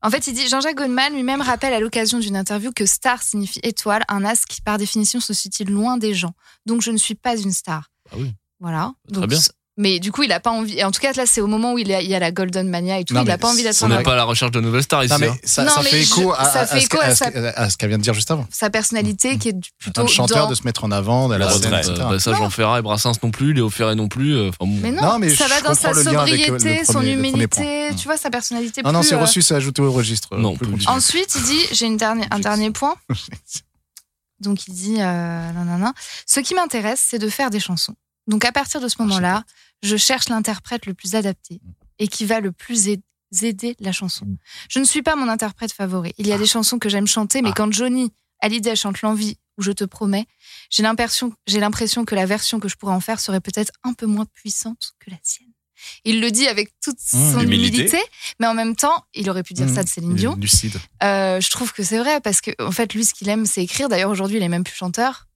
Speaker 4: en fait, il dit Jean-Jacques Goldman lui-même rappelle à l'occasion d'une interview que star signifie étoile, un as qui par définition se situe loin des gens. Donc je ne suis pas une star.
Speaker 1: Ah oui.
Speaker 4: Voilà.
Speaker 3: Bah,
Speaker 1: Très
Speaker 4: Donc,
Speaker 1: bien.
Speaker 4: c- Mais du coup, il n'a pas envie. et En tout cas, là, c'est au moment où il y a, il y a la Golden Mania et tout.
Speaker 3: Non,
Speaker 4: il n'a
Speaker 3: mais
Speaker 4: pas envie d'être
Speaker 1: On
Speaker 3: c'est
Speaker 1: n'est
Speaker 4: en-
Speaker 1: pas à la recherche de nouvelles stars ici.
Speaker 3: Non, mais
Speaker 1: hein.
Speaker 3: ça,
Speaker 4: Non,
Speaker 3: ça
Speaker 4: mais
Speaker 3: fait écho,
Speaker 4: je-
Speaker 3: à,
Speaker 4: ça
Speaker 3: à-
Speaker 4: fait
Speaker 3: à ce
Speaker 4: écho
Speaker 3: que-
Speaker 4: à
Speaker 3: à ce
Speaker 4: sa-
Speaker 3: que- à ce qu'elle vient de dire juste avant.
Speaker 4: sa personnalité qui est du-
Speaker 3: Ah,
Speaker 4: plutôt
Speaker 3: le chanteur
Speaker 4: dans.
Speaker 3: de se mettre en avant, de la
Speaker 1: La
Speaker 3: scène,
Speaker 1: retraite,
Speaker 3: etc.
Speaker 1: euh, bah, ça, Jean Ferrat et Brassens non plus, Léo Ferré non plus. euh, enfin, bon.
Speaker 4: Ah. Mais non,
Speaker 3: Non, mais
Speaker 4: ça
Speaker 3: je
Speaker 4: va dans sa
Speaker 3: comprends le lien avec, euh, le
Speaker 4: sobriété, son
Speaker 3: premier- le premier
Speaker 4: humilité,
Speaker 3: point. Mm.
Speaker 4: tu vois, sa personnalité.
Speaker 3: Non, non,
Speaker 4: plus,
Speaker 3: c'est
Speaker 4: euh,
Speaker 3: reçu, c'est ajouté au registre. euh,
Speaker 1: Non,
Speaker 3: On peut
Speaker 1: plus du
Speaker 3: continuer.
Speaker 4: Ensuite, il dit, j'ai une dernière, un dernier [LAUGHS] point. Donc il dit, euh, non, non, non. Ce qui m'intéresse, c'est de faire des chansons. Donc à partir de ce moment-là, je cherche l'interprète le plus adapté et qui va le plus aid- aider la chanson. Je ne suis pas mon interprète favori. Il y a des chansons que j'aime chanter, mais quand Johnny Hallyday chante L'envie ou Je te promets, j'ai l'impression, j'ai l'impression que la version que je pourrais en faire serait peut-être un peu moins puissante que la sienne. Il le dit avec toute
Speaker 3: Mmh.
Speaker 4: son
Speaker 2: Humilité.
Speaker 4: humilité. mais en même temps, il aurait pu dire ça de Céline
Speaker 3: Il est
Speaker 4: Dion.
Speaker 3: Lucide.
Speaker 4: Euh, je trouve que c'est vrai parce que en fait lui ce qu'il aime c'est écrire d'ailleurs aujourd'hui il est même plus chanteur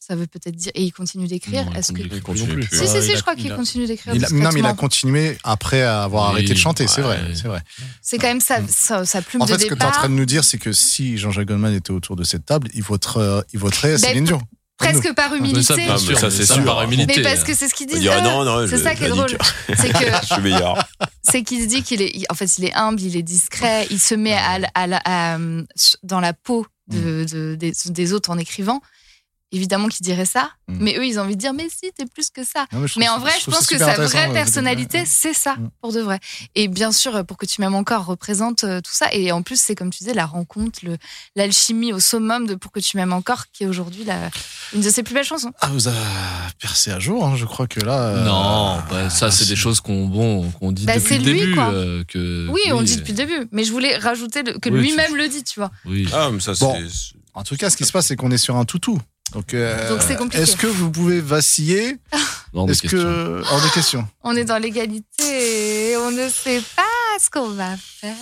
Speaker 4: ça veut peut-être dire et il continue d'écrire
Speaker 1: Non, il
Speaker 4: est-ce que
Speaker 1: continue d'écrire
Speaker 2: Il
Speaker 1: non
Speaker 2: continue
Speaker 1: plus.
Speaker 2: plus.
Speaker 4: si si
Speaker 3: Ouais,
Speaker 4: si
Speaker 3: Ah, il
Speaker 4: je
Speaker 3: a-
Speaker 4: crois qu'il
Speaker 3: il a-
Speaker 4: continue d'écrire
Speaker 3: Il a- non, mais il a
Speaker 4: discrètement.
Speaker 3: continué après avoir
Speaker 1: Oui,
Speaker 3: arrêté de chanter, c'est vrai.
Speaker 1: ouais.
Speaker 3: c'est vrai.
Speaker 4: c'est quand même sa, sa, sa plume
Speaker 3: Mm. En fait,
Speaker 4: de
Speaker 3: ce que tu es en
Speaker 4: départ
Speaker 3: train de nous dire, c'est que si Jean-Jacques Goldman était autour de cette table, il voterait, euh, il
Speaker 4: Ben,
Speaker 3: voterait Céline Dion.
Speaker 4: presque par
Speaker 1: Mais bah, ça,
Speaker 4: humilité
Speaker 1: bien
Speaker 2: Ah, mais
Speaker 1: sûr,
Speaker 2: ça,
Speaker 1: mais
Speaker 2: c'est
Speaker 1: ça,
Speaker 2: sûr.
Speaker 1: par humilité.
Speaker 3: hein.
Speaker 1: hein.
Speaker 4: mais parce que c'est ce qu'ils
Speaker 2: Il
Speaker 1: Oh,
Speaker 4: disent
Speaker 2: dirait
Speaker 4: eux.
Speaker 2: non, non,
Speaker 4: c'est
Speaker 2: je-
Speaker 4: ça qui est
Speaker 2: je
Speaker 4: drôle
Speaker 2: nique.
Speaker 4: c'est que
Speaker 2: [LAUGHS] Je suis meilleur.
Speaker 4: [LAUGHS] c'est qu'il se dit qu'il est il- en fait il est humble il est discret il se met à, la- à la- à, euh, dans la peau
Speaker 1: Mm.
Speaker 4: de- de- des, des autres en écrivant évidemment qu'ils diraient ça
Speaker 3: Mm.
Speaker 4: mais eux ils ont envie de dire mais si t'es plus que ça
Speaker 3: Non, trouve
Speaker 4: Mais en
Speaker 3: ça-
Speaker 4: vrai, je
Speaker 3: trouve
Speaker 4: pense
Speaker 3: ça
Speaker 4: que
Speaker 3: super
Speaker 4: sa
Speaker 3: intéressant,
Speaker 4: vraie
Speaker 3: euh,
Speaker 4: personnalité, c'est ça,
Speaker 3: Mm.
Speaker 4: pour de vrai. Et bien sûr, pour que tu m'aimes encore, représente euh, tout ça. Et en plus, c'est comme tu disais, la rencontre, le- l'alchimie au summum de Pour que tu m'aimes encore, qui est aujourd'hui la- une de ses plus belles chansons.
Speaker 3: Ah, vous avez percé à jour, hein, je crois que là. euh,
Speaker 1: Non, bah, ça, c'est des choses qu'on bon, qu'on dit
Speaker 4: Bah,
Speaker 1: depuis
Speaker 4: c'est
Speaker 1: le
Speaker 4: lui,
Speaker 1: début.
Speaker 4: quoi.
Speaker 1: euh, que,
Speaker 4: Oui, on le dit depuis le début, mais je voulais rajouter le- que
Speaker 1: Oui,
Speaker 4: lui-même le dit, tu vois.
Speaker 1: Oui.
Speaker 2: Ah, mais ça, c'est.
Speaker 3: Bon. En tout cas, ce qui se passe, c'est qu'on est sur un toutou. Donc, euh,
Speaker 4: Donc, c'est compliqué.
Speaker 3: Est-ce que vous pouvez vaciller
Speaker 1: Hors de
Speaker 3: Est-ce
Speaker 1: question.
Speaker 3: que. Hors de question.
Speaker 4: On est dans l'égalité, on ne sait pas ce qu'on va faire.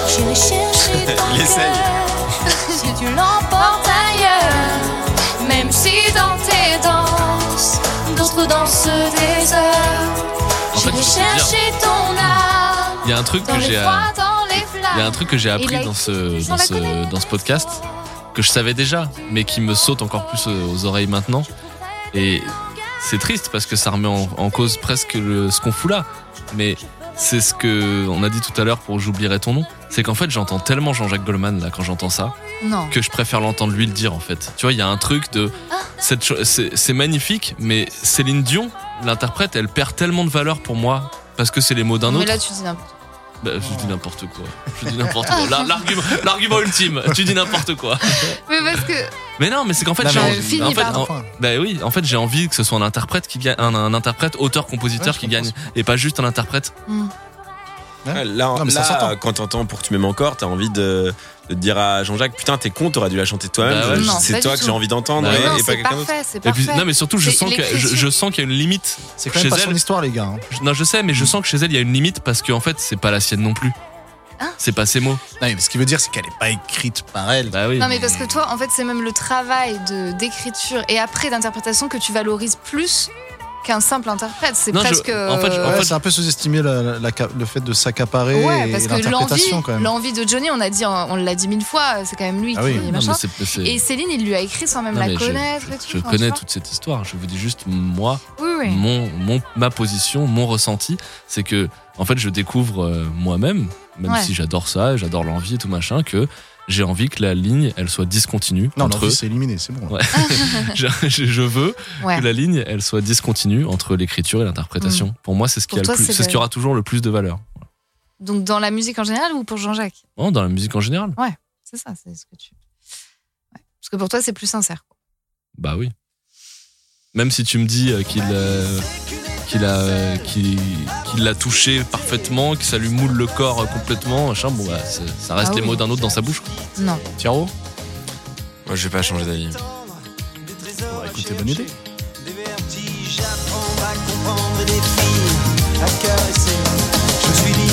Speaker 8: J'irai
Speaker 1: [LAUGHS]
Speaker 8: chercher ton
Speaker 2: Il essaye.
Speaker 8: cœur [LAUGHS] Si tu l'emportes ailleurs Même si dans tes danses D'autres dansent des heures
Speaker 1: En fait,
Speaker 8: J'irai
Speaker 1: je veux dire,
Speaker 8: chercher ton âme
Speaker 1: il y a un truc
Speaker 8: Dans
Speaker 1: que
Speaker 8: les
Speaker 1: j'ai euh,
Speaker 8: froids, dans les flammes
Speaker 1: il y a un truc que j'ai
Speaker 4: Il a
Speaker 1: appris dans
Speaker 4: écrit
Speaker 1: ce,
Speaker 4: sans
Speaker 1: dans
Speaker 4: la
Speaker 1: ce,
Speaker 4: connaître.
Speaker 1: dans ce podcast que je savais déjà, mais qui me saute encore plus euh, aux oreilles maintenant. Et c'est triste parce que ça remet en, en cause presque le- ce qu'on fout là. Mais c'est ce que on a dit tout à l'heure pour J'oublierai ton nom. C'est qu'en fait, j'entends tellement Jean-Jacques Goldman là quand j'entends ça
Speaker 4: Non.
Speaker 1: que je préfère l'entendre lui le dire en fait. Tu vois, il y a un truc de.
Speaker 4: Ah.
Speaker 1: cette cho- C'est c'est magnifique, mais Céline Dion, l'interprète, elle perd tellement de valeur pour moi parce que c'est les mots d'un
Speaker 4: mais
Speaker 1: autre.
Speaker 4: là, tu dis n'importe
Speaker 1: Bah, je dis n'importe quoi. Je dis n'importe
Speaker 4: Ah.
Speaker 1: quoi. La- L'argument l'argument ultime, tu dis n'importe quoi.
Speaker 4: quoi. Mais parce que.
Speaker 1: Mais non, mais c'est qu'en fait,
Speaker 3: Non,
Speaker 1: j'ai
Speaker 3: mais
Speaker 1: envie-
Speaker 4: fini,
Speaker 1: en fait,
Speaker 4: pardon.
Speaker 1: en- bah oui, en fait, j'ai envie que ce soit un interprète qui gagne, un, un interprète auteur-compositeur
Speaker 3: Ouais, je
Speaker 1: qui
Speaker 3: comprends
Speaker 1: gagne, et pas juste un interprète.
Speaker 4: Hmm.
Speaker 2: Ah, Là,
Speaker 3: Non, mais ça
Speaker 2: là,
Speaker 3: s'entend.
Speaker 2: quand t'entends pour que tu m'aimes encore, t'as envie de, de te dire à Jean-Jacques Putain, t'es con, t'aurais dû la chanter toi-même.
Speaker 1: Bah ouais.
Speaker 2: Je-
Speaker 4: Non, pas
Speaker 2: c'est toi
Speaker 4: du
Speaker 2: que
Speaker 4: tout.
Speaker 2: j'ai envie d'entendre
Speaker 1: Bah
Speaker 2: et-
Speaker 1: ouais,
Speaker 4: non,
Speaker 2: et pas
Speaker 4: c'est
Speaker 2: quelqu'un d'autre.
Speaker 4: parfait, c'est
Speaker 1: Et puis,
Speaker 4: parfait.
Speaker 1: non, mais surtout, je
Speaker 4: C'est
Speaker 1: sens que je,
Speaker 4: l'écriture.
Speaker 1: je sens qu'il y a une limite.
Speaker 3: C'est quand
Speaker 1: Chez
Speaker 3: même pas son
Speaker 1: elle,
Speaker 3: histoire, les gars. hein.
Speaker 1: je- non, je sais, mais je sens que chez elle, il y a une limite parce qu'en fait, c'est pas la sienne non plus.
Speaker 4: Hein
Speaker 1: C'est pas ses mots.
Speaker 3: Non, mais ce qui veut dire, c'est qu'elle n'est pas écrite par elle.
Speaker 1: Bah oui.
Speaker 4: Non mais parce que toi, en fait, c'est même le travail de d'écriture et après d'interprétation que tu valorises plus qu'un simple interprète. C'est
Speaker 1: Non, je-
Speaker 4: presque.
Speaker 1: en fait, je-
Speaker 4: euh,
Speaker 1: en
Speaker 3: Ouais,
Speaker 1: fait-
Speaker 3: c'est un peu sous-estimer la- la- la- le fait de s'accaparer
Speaker 4: ouais,
Speaker 3: et
Speaker 4: parce que
Speaker 3: l'interprétation quand même.
Speaker 4: l'envie, l'envie de Johnny, on a dit, on l'a dit mille fois, c'est quand même lui
Speaker 3: Ah
Speaker 4: qui
Speaker 3: oui,
Speaker 1: Non, mais
Speaker 4: machin.
Speaker 1: c'est- c'est-
Speaker 4: Et Céline, il lui a écrit sans même
Speaker 1: non,
Speaker 4: la
Speaker 1: mais je-
Speaker 4: connaître. et tout,
Speaker 1: Je,
Speaker 4: enfin,
Speaker 1: connais
Speaker 4: tu vois.
Speaker 1: toute cette histoire. Je vous dis juste, moi,
Speaker 4: Oui, oui.
Speaker 1: mon, mon, ma position, mon ressenti, c'est que, en fait, je découvre euh, moi-même, même
Speaker 4: Ouais.
Speaker 1: si j'adore ça, j'adore l'envie et tout machin, que j'ai envie que la ligne, elle soit discontinue
Speaker 3: Non,
Speaker 1: entre [LAUGHS]
Speaker 3: l'envie, c'est éliminé, c'est bon.
Speaker 1: Ouais. je, je- je veux
Speaker 4: Ouais. Mm.
Speaker 1: que la ligne, elle soit discontinue entre l'écriture et l'interprétation. Pour moi, c'est ce qui,
Speaker 4: Pour
Speaker 1: a le
Speaker 4: toi,
Speaker 1: plus-
Speaker 4: c'est
Speaker 1: c'est ce
Speaker 4: le-
Speaker 1: qui aura toujours le plus de valeur.
Speaker 4: Donc dans la musique en général ou pour Jean-Jacques,
Speaker 1: Non, dans la musique en général
Speaker 4: c'est ça, c'est ce que tu. Ouais. Parce que pour toi, c'est plus sincère. quoi.
Speaker 1: Bah oui. Même si tu me dis euh, qu'il euh, qu'il a, euh, qu'il qu'il l'a touché parfaitement, que ça lui moule le corps euh, complètement, machin, bon, bah, c'est- ça reste
Speaker 4: Ah
Speaker 1: les
Speaker 4: oui.
Speaker 1: mots d'un autre dans sa bouche. quoi.
Speaker 4: Non.
Speaker 3: Tiro
Speaker 2: Moi, je vais pas changer d'avis.
Speaker 4: Euh,
Speaker 6: Des trésors à
Speaker 3: écoutez, bonne
Speaker 6: chercher,
Speaker 3: idée.
Speaker 6: Des vertiges, apprendre à comprendre des filles, à caresser. Je me suis dit,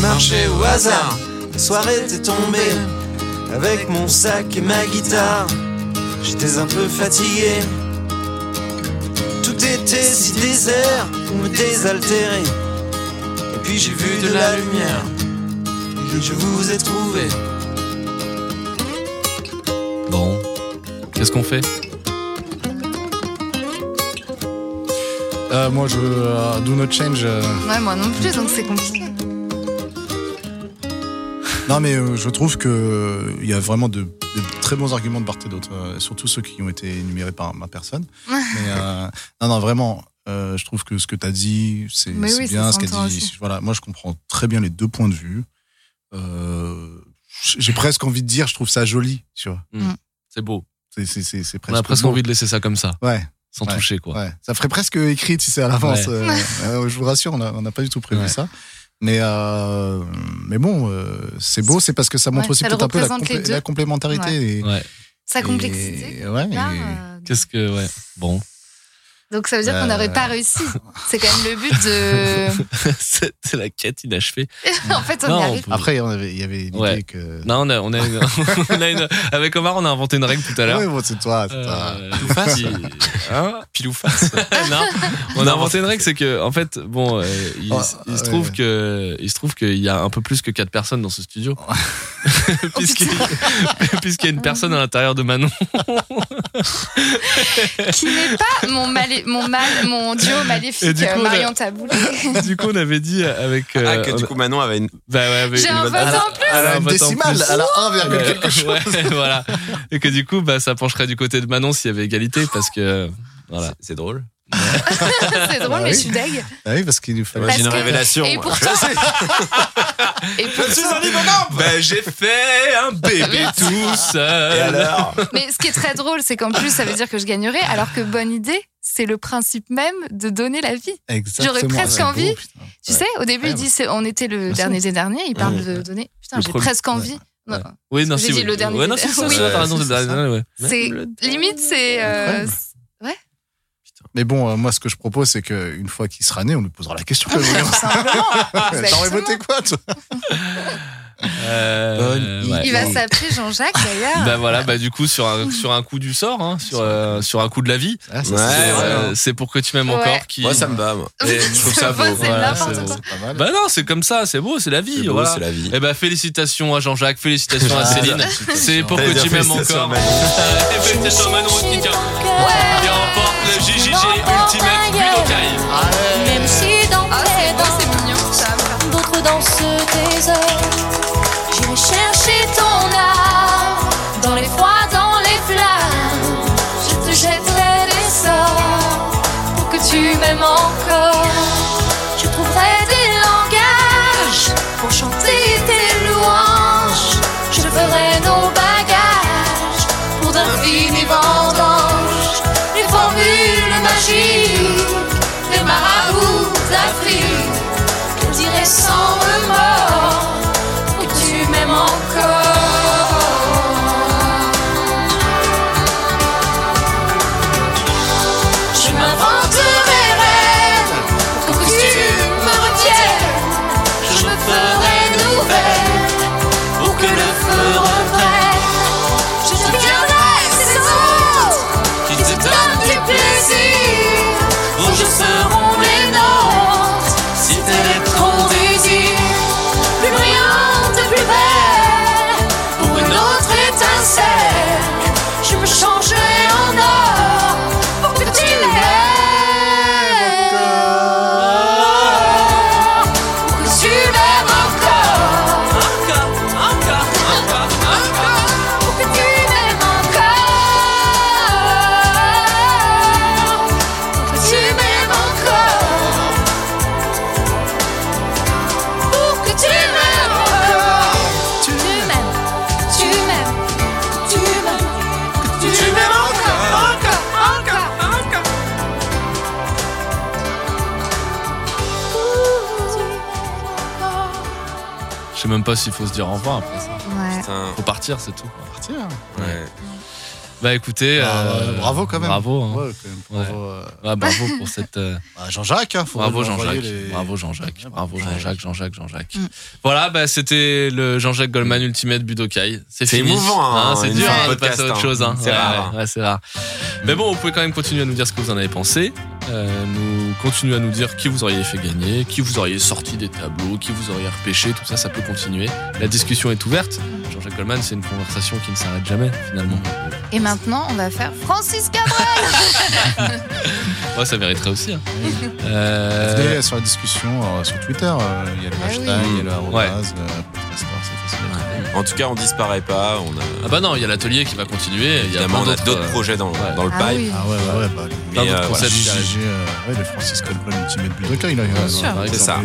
Speaker 6: marchais au hasard. La soirée était tombée avec mon sac et ma guitare. J'étais un peu fatigué. Tout était si désert ou désaltéré. Et puis j'ai vu de la lumière. Et Je vous ai trouvé.
Speaker 1: Bon. Qu'est-ce qu'on fait
Speaker 3: Euh, moi, je veux euh, Do Not Change. euh.
Speaker 4: Ouais, moi non plus, donc c'est compliqué.
Speaker 3: Non, mais euh, je trouve que euh, il y a vraiment de, de très bons arguments de part et d'autre, euh, surtout ceux qui ont été énumérés par ma
Speaker 4: [LAUGHS]
Speaker 3: personne. mais, euh, non, non, vraiment, euh, je trouve que ce que tu as dit, c'est
Speaker 4: Mais
Speaker 3: c'est
Speaker 4: oui, ça
Speaker 3: bien. Ce qu'a dit,
Speaker 4: s'entend aussi.
Speaker 3: voilà, moi, je comprends très bien les deux points de vue. Euh, J'ai presque envie de dire, je trouve ça joli, tu vois.
Speaker 1: C'est beau.
Speaker 3: C'est- C'est c'est- c'est
Speaker 1: On
Speaker 3: presque.
Speaker 1: a presque
Speaker 3: beau.
Speaker 1: envie de laisser ça comme ça,
Speaker 3: Ouais,
Speaker 1: sans
Speaker 3: Ouais.
Speaker 1: toucher quoi.
Speaker 3: ouais. Ça ferait presque écrit, si c'est à l'avance.
Speaker 1: Ouais.
Speaker 3: Euh, euh, je vous rassure, on n'a- on n'a pas du tout prévu
Speaker 1: Ouais.
Speaker 3: ça. Mais, euh, mais bon, euh, c'est beau, c'est parce que ça montre
Speaker 4: Ouais,
Speaker 3: aussi
Speaker 4: ça le
Speaker 3: peut-être un peu la,
Speaker 4: représente
Speaker 3: complé-
Speaker 4: les deux.
Speaker 3: la complémentarité. Et,
Speaker 1: Ouais.
Speaker 4: Sa
Speaker 3: et-
Speaker 4: complexité.
Speaker 3: ouais,
Speaker 4: Là,
Speaker 3: et-
Speaker 4: euh,
Speaker 1: Qu'est-ce que ouais. Bon.
Speaker 4: donc ça veut dire
Speaker 3: Euh,
Speaker 4: qu'on n'aurait pas réussi. C'est quand même le but
Speaker 1: [LAUGHS]
Speaker 4: de.
Speaker 1: [LAUGHS] c'est c'est la quête inachevée.
Speaker 4: en fait, on
Speaker 1: Non, on
Speaker 4: y arrive.
Speaker 1: peut-
Speaker 3: Après, on avait- il y avait l'idée
Speaker 1: Ouais.
Speaker 3: que.
Speaker 1: Non, on a, on a [LAUGHS] une- on a une- avec Omar, on a inventé une règle tout à l'heure.
Speaker 3: Ouais, bon, c'est toi. c'est toi.
Speaker 1: Euh, qui- [LAUGHS] Hein
Speaker 2: Pile
Speaker 4: [LAUGHS]
Speaker 2: ou face.
Speaker 1: Non, on a inventé une règle, c'est que en fait, bon, euh, il,
Speaker 3: Oh,
Speaker 1: il se
Speaker 3: ouais.
Speaker 1: trouve que il se trouve qu'il y a un peu plus que quatre personnes dans ce studio, [LAUGHS] puisqu'il
Speaker 4: Oh,
Speaker 1: [LAUGHS] puisqu'il y a une personne à l'intérieur de
Speaker 4: [LAUGHS]
Speaker 1: Manon.
Speaker 4: qui n'est pas mon, malé- mon, mal, mon duo
Speaker 1: Et
Speaker 4: maléfique
Speaker 1: du coup,
Speaker 4: euh,
Speaker 1: on a-
Speaker 4: Marion Taboulé. [LAUGHS]
Speaker 1: du coup, on avait dit avec.
Speaker 2: Ah,
Speaker 1: euh,
Speaker 2: que
Speaker 1: on-
Speaker 2: du coup, Manon avait une.
Speaker 1: Bah ouais, avec
Speaker 4: J'ai un
Speaker 1: bonne-
Speaker 4: vote
Speaker 1: Ah,
Speaker 4: en plus.
Speaker 3: Elle
Speaker 1: Alors,
Speaker 3: a une
Speaker 1: bah, tant
Speaker 3: décimale,
Speaker 1: plus.
Speaker 3: elle a 1, virgule
Speaker 1: Ouais,
Speaker 3: quelque chose.
Speaker 1: ouais, [LAUGHS] voilà. Et que du coup, bah, ça pencherait du côté de Manon s'il y avait égalité, parce que. Voilà.
Speaker 2: C'est- C'est drôle.
Speaker 4: c'est drôle,
Speaker 3: Bah
Speaker 4: mais
Speaker 3: oui.
Speaker 4: je suis deg.
Speaker 3: Ah oui, parce qu'il lui fallait.
Speaker 4: Parce
Speaker 2: J'ai une
Speaker 4: que-
Speaker 2: révélation.
Speaker 4: Et pourtant, [LAUGHS] et pourtant-
Speaker 2: Bah, j'ai fait un
Speaker 1: [LAUGHS]
Speaker 4: [LAUGHS]
Speaker 2: bébé.
Speaker 1: Et tout seul.
Speaker 2: alors
Speaker 4: mais ce qui est très drôle, c'est qu'en plus, ça veut dire que je gagnerais, alors que bonne idée, c'est le principe même de donner la vie.
Speaker 3: Exactement,
Speaker 4: J'aurais presque
Speaker 3: c'est beau,
Speaker 4: envie.
Speaker 3: putain.
Speaker 4: Tu sais, au début,
Speaker 3: Ouais,
Speaker 4: il dit c'est- on était le dernier des derniers, il parle de donner. Putain,
Speaker 1: Le
Speaker 4: j'ai
Speaker 1: premier-
Speaker 4: presque envie.
Speaker 1: ouais.
Speaker 4: Non,
Speaker 1: Oui, non,
Speaker 4: J'ai
Speaker 1: si,
Speaker 4: dit
Speaker 1: oui.
Speaker 4: le dernier
Speaker 1: Ouais, non,
Speaker 4: des-
Speaker 1: c'est ça,
Speaker 4: [LAUGHS] Oui.
Speaker 1: c'est ça, t'as raison, c'est le
Speaker 3: C'est
Speaker 4: [LAUGHS]
Speaker 1: dernier, ouais.
Speaker 4: C'est limite, c'est euh,
Speaker 3: Incroyable. Mais bon, euh, moi, ce que je propose, c'est qu'une fois qu'il sera né, on lui posera la question.
Speaker 4: [LAUGHS] tout simplement.
Speaker 3: [LAUGHS] T'aurais
Speaker 4: Exactement.
Speaker 3: voté quoi, toi
Speaker 1: Euh,
Speaker 3: Bonne
Speaker 1: ouais.
Speaker 4: Il va s'appeler Jean-Jacques d'ailleurs.
Speaker 1: Bah voilà, bah du coup sur un sur un coup du sort, hein, sur euh, sur un coup de la vie,
Speaker 3: Ah, ça,
Speaker 2: Ouais,
Speaker 1: c'est,
Speaker 3: c'est-
Speaker 1: euh,
Speaker 2: ouais.
Speaker 1: c'est pour que tu m'aimes
Speaker 4: Ouais.
Speaker 1: encore. Qui...
Speaker 2: Moi, ça me va, moi. Et je trouve
Speaker 4: [LAUGHS]
Speaker 2: ça
Speaker 4: Moi,
Speaker 2: beau.
Speaker 4: c'est
Speaker 1: Ouais,
Speaker 4: n'importe
Speaker 1: c'est
Speaker 4: quoi.
Speaker 3: c'est pas mal.
Speaker 1: Bah non, c'est comme ça, c'est beau, c'est la vie.
Speaker 2: C'est beau,
Speaker 1: voilà.
Speaker 2: c'est la vie.
Speaker 1: Eh ben félicitations à Jean-Jacques, félicitations à
Speaker 3: Ah, Bah,
Speaker 1: Céline. C'est pour que tu m'aimes
Speaker 2: Félicitations à
Speaker 1: encore.
Speaker 2: Manon.
Speaker 1: Euh, Et [LAUGHS] félicitations Manon aussi, tiens, qui remporte le JJG Ultimate Budokai.
Speaker 8: Même si dans
Speaker 4: Ah,
Speaker 8: tes
Speaker 4: c'est beau,
Speaker 8: danses,
Speaker 4: c'est mignon, ça.
Speaker 8: d'autres dansent tes heures, j'irai chercher ton âme dans les froids, dans les flammes. Je te jetterai des sorts pour que tu m'aimes encore. Je trouverai des langages pour chanter tes louanges. Je ferai nos bagages pour d'infinis vendanges. Les formules magiques des marabouts d'Afrique. Je dirai sans remords que tu m'aimes encore. Je m'invente mes rêves pour que tu me retiennes. Je me ferai nouvelle pour que le feu reprenne. Je te garderai ces autres qui te donnent du plaisir. Vos jeux seront les nôtres si tel est ton désir. Plus brillante, plus belle, pour une autre étincelle, je me changerai en or pour que tu m'aimes. Pour que tu m'aimes encore. Pour que tu m'aimes encore. Pour que tu m'aimes encore. Pour que tu m'aimes encore. Tu m'aimes. Tu m'aimes. Tu m'aimes. Que tu m'aimes encore. Encore. Encore. Encore. Pour que tu m'aimes encore.
Speaker 1: Je sais même pas s'il faut se dire au revoir après ça.
Speaker 4: Ouais.
Speaker 2: Putain.
Speaker 1: Faut partir, c'est tout.
Speaker 3: Partir.
Speaker 2: Ouais.
Speaker 1: Bah écoutez,
Speaker 3: Ah,
Speaker 1: euh,
Speaker 3: ouais, bravo quand même.
Speaker 1: Bravo, hein.
Speaker 3: Ouais, quand même, bravo, euh,
Speaker 1: Ouais, bravo pour cette. euh,
Speaker 3: bah, Jean-Jacques. hein, faut
Speaker 1: bravo
Speaker 3: lui envoyer
Speaker 1: Jean-Jacques.
Speaker 3: les-
Speaker 1: Bravo
Speaker 2: Ah,
Speaker 1: Jean-Jacques. Bravo
Speaker 2: Ouais.
Speaker 1: Jean-Jacques. Jean-Jacques. Jean-Jacques.
Speaker 4: Mm.
Speaker 1: Voilà, bah, c'était le Jean-Jacques Goldman Ultimate Budokai. C'est
Speaker 2: Mm. C'est
Speaker 1: fini.
Speaker 2: émouvant, hein,
Speaker 1: c'est
Speaker 2: une
Speaker 1: dur
Speaker 2: fin
Speaker 1: hein,
Speaker 2: de
Speaker 1: de passer à
Speaker 2: podcast,
Speaker 1: autre chose. Hein. Ouais,
Speaker 2: hein. C'est rare,
Speaker 1: ouais, ouais, c'est rare. Mais bon, vous pouvez quand même continuer à nous dire ce que vous en avez pensé. Euh, nous continuez à nous dire qui vous auriez fait gagner, qui vous auriez sorti des tableaux, qui vous auriez repêché. Tout ça, ça peut continuer. La discussion est ouverte. Jean-Jacques Goldman, c'est une conversation qui ne s'arrête jamais finalement.
Speaker 4: Et maintenant, on va faire Francis Cabrel.
Speaker 1: Ouais, ça mériterait aussi.
Speaker 2: [LAUGHS]
Speaker 1: hein.
Speaker 3: Euh,
Speaker 1: Euh,
Speaker 3: venez sur la discussion euh, sur Twitter. euh, Il y a le
Speaker 4: Ah
Speaker 3: hashtag, il y a le
Speaker 1: Ouais.
Speaker 3: arrobase, euh, podcast, c'est facile.
Speaker 2: En tout cas, on disparaît pas. On a,
Speaker 1: Ah bah non, il y a l'atelier qui va continuer. Il y a
Speaker 2: évidemment,
Speaker 1: plein
Speaker 2: on a d'autres
Speaker 1: euh,
Speaker 2: projets dans,
Speaker 1: ouais.
Speaker 2: dans le
Speaker 4: Ah
Speaker 2: pipe.
Speaker 4: oui.
Speaker 3: Ah ouais, ouais, ouais. Bah, les-
Speaker 1: plein
Speaker 2: Mais,
Speaker 1: d'autres
Speaker 2: euh,
Speaker 1: concepts qui
Speaker 3: JJ,
Speaker 1: arrivent.
Speaker 3: euh, ouais, le Francis Coleman Ultimate Budokai, là, il
Speaker 4: Bien
Speaker 3: a
Speaker 4: sûr.
Speaker 1: C'est
Speaker 2: ça.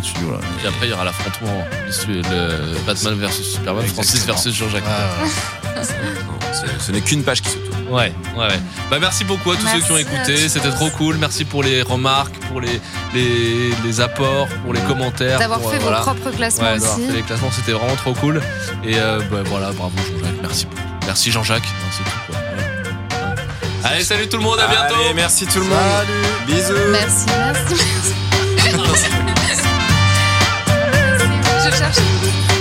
Speaker 1: Et après, il y aura l'affrontement. Le le Batman versus Superman,
Speaker 3: Exactement.
Speaker 1: Francis versus Jean-Jacques.
Speaker 2: Non, c'est- ce n'est qu'une page qui se tourne.
Speaker 1: Ouais, ouais, ouais. Bah, merci beaucoup à tous
Speaker 4: Merci
Speaker 1: ceux qui ont
Speaker 4: à
Speaker 1: écouté.
Speaker 4: tous.
Speaker 1: C'était trop cool. Merci pour les remarques, pour les, les, les apports, pour les commentaires.
Speaker 4: D'avoir
Speaker 1: pour,
Speaker 4: fait
Speaker 1: euh, voilà.
Speaker 4: vos propres classements
Speaker 1: Ouais, d'avoir fait
Speaker 4: aussi.
Speaker 1: les classements, c'était vraiment trop cool. Et euh, bah, voilà, bravo Jean-Jacques. Merci. Merci Jean-Jacques. Non, C'est tout, quoi. Ouais. Ouais. Allez, salut tout le monde. À bientôt.
Speaker 2: Allez, merci tout le monde. Bisous.
Speaker 4: Merci,
Speaker 1: [LAUGHS]
Speaker 4: merci, merci. Je cherche.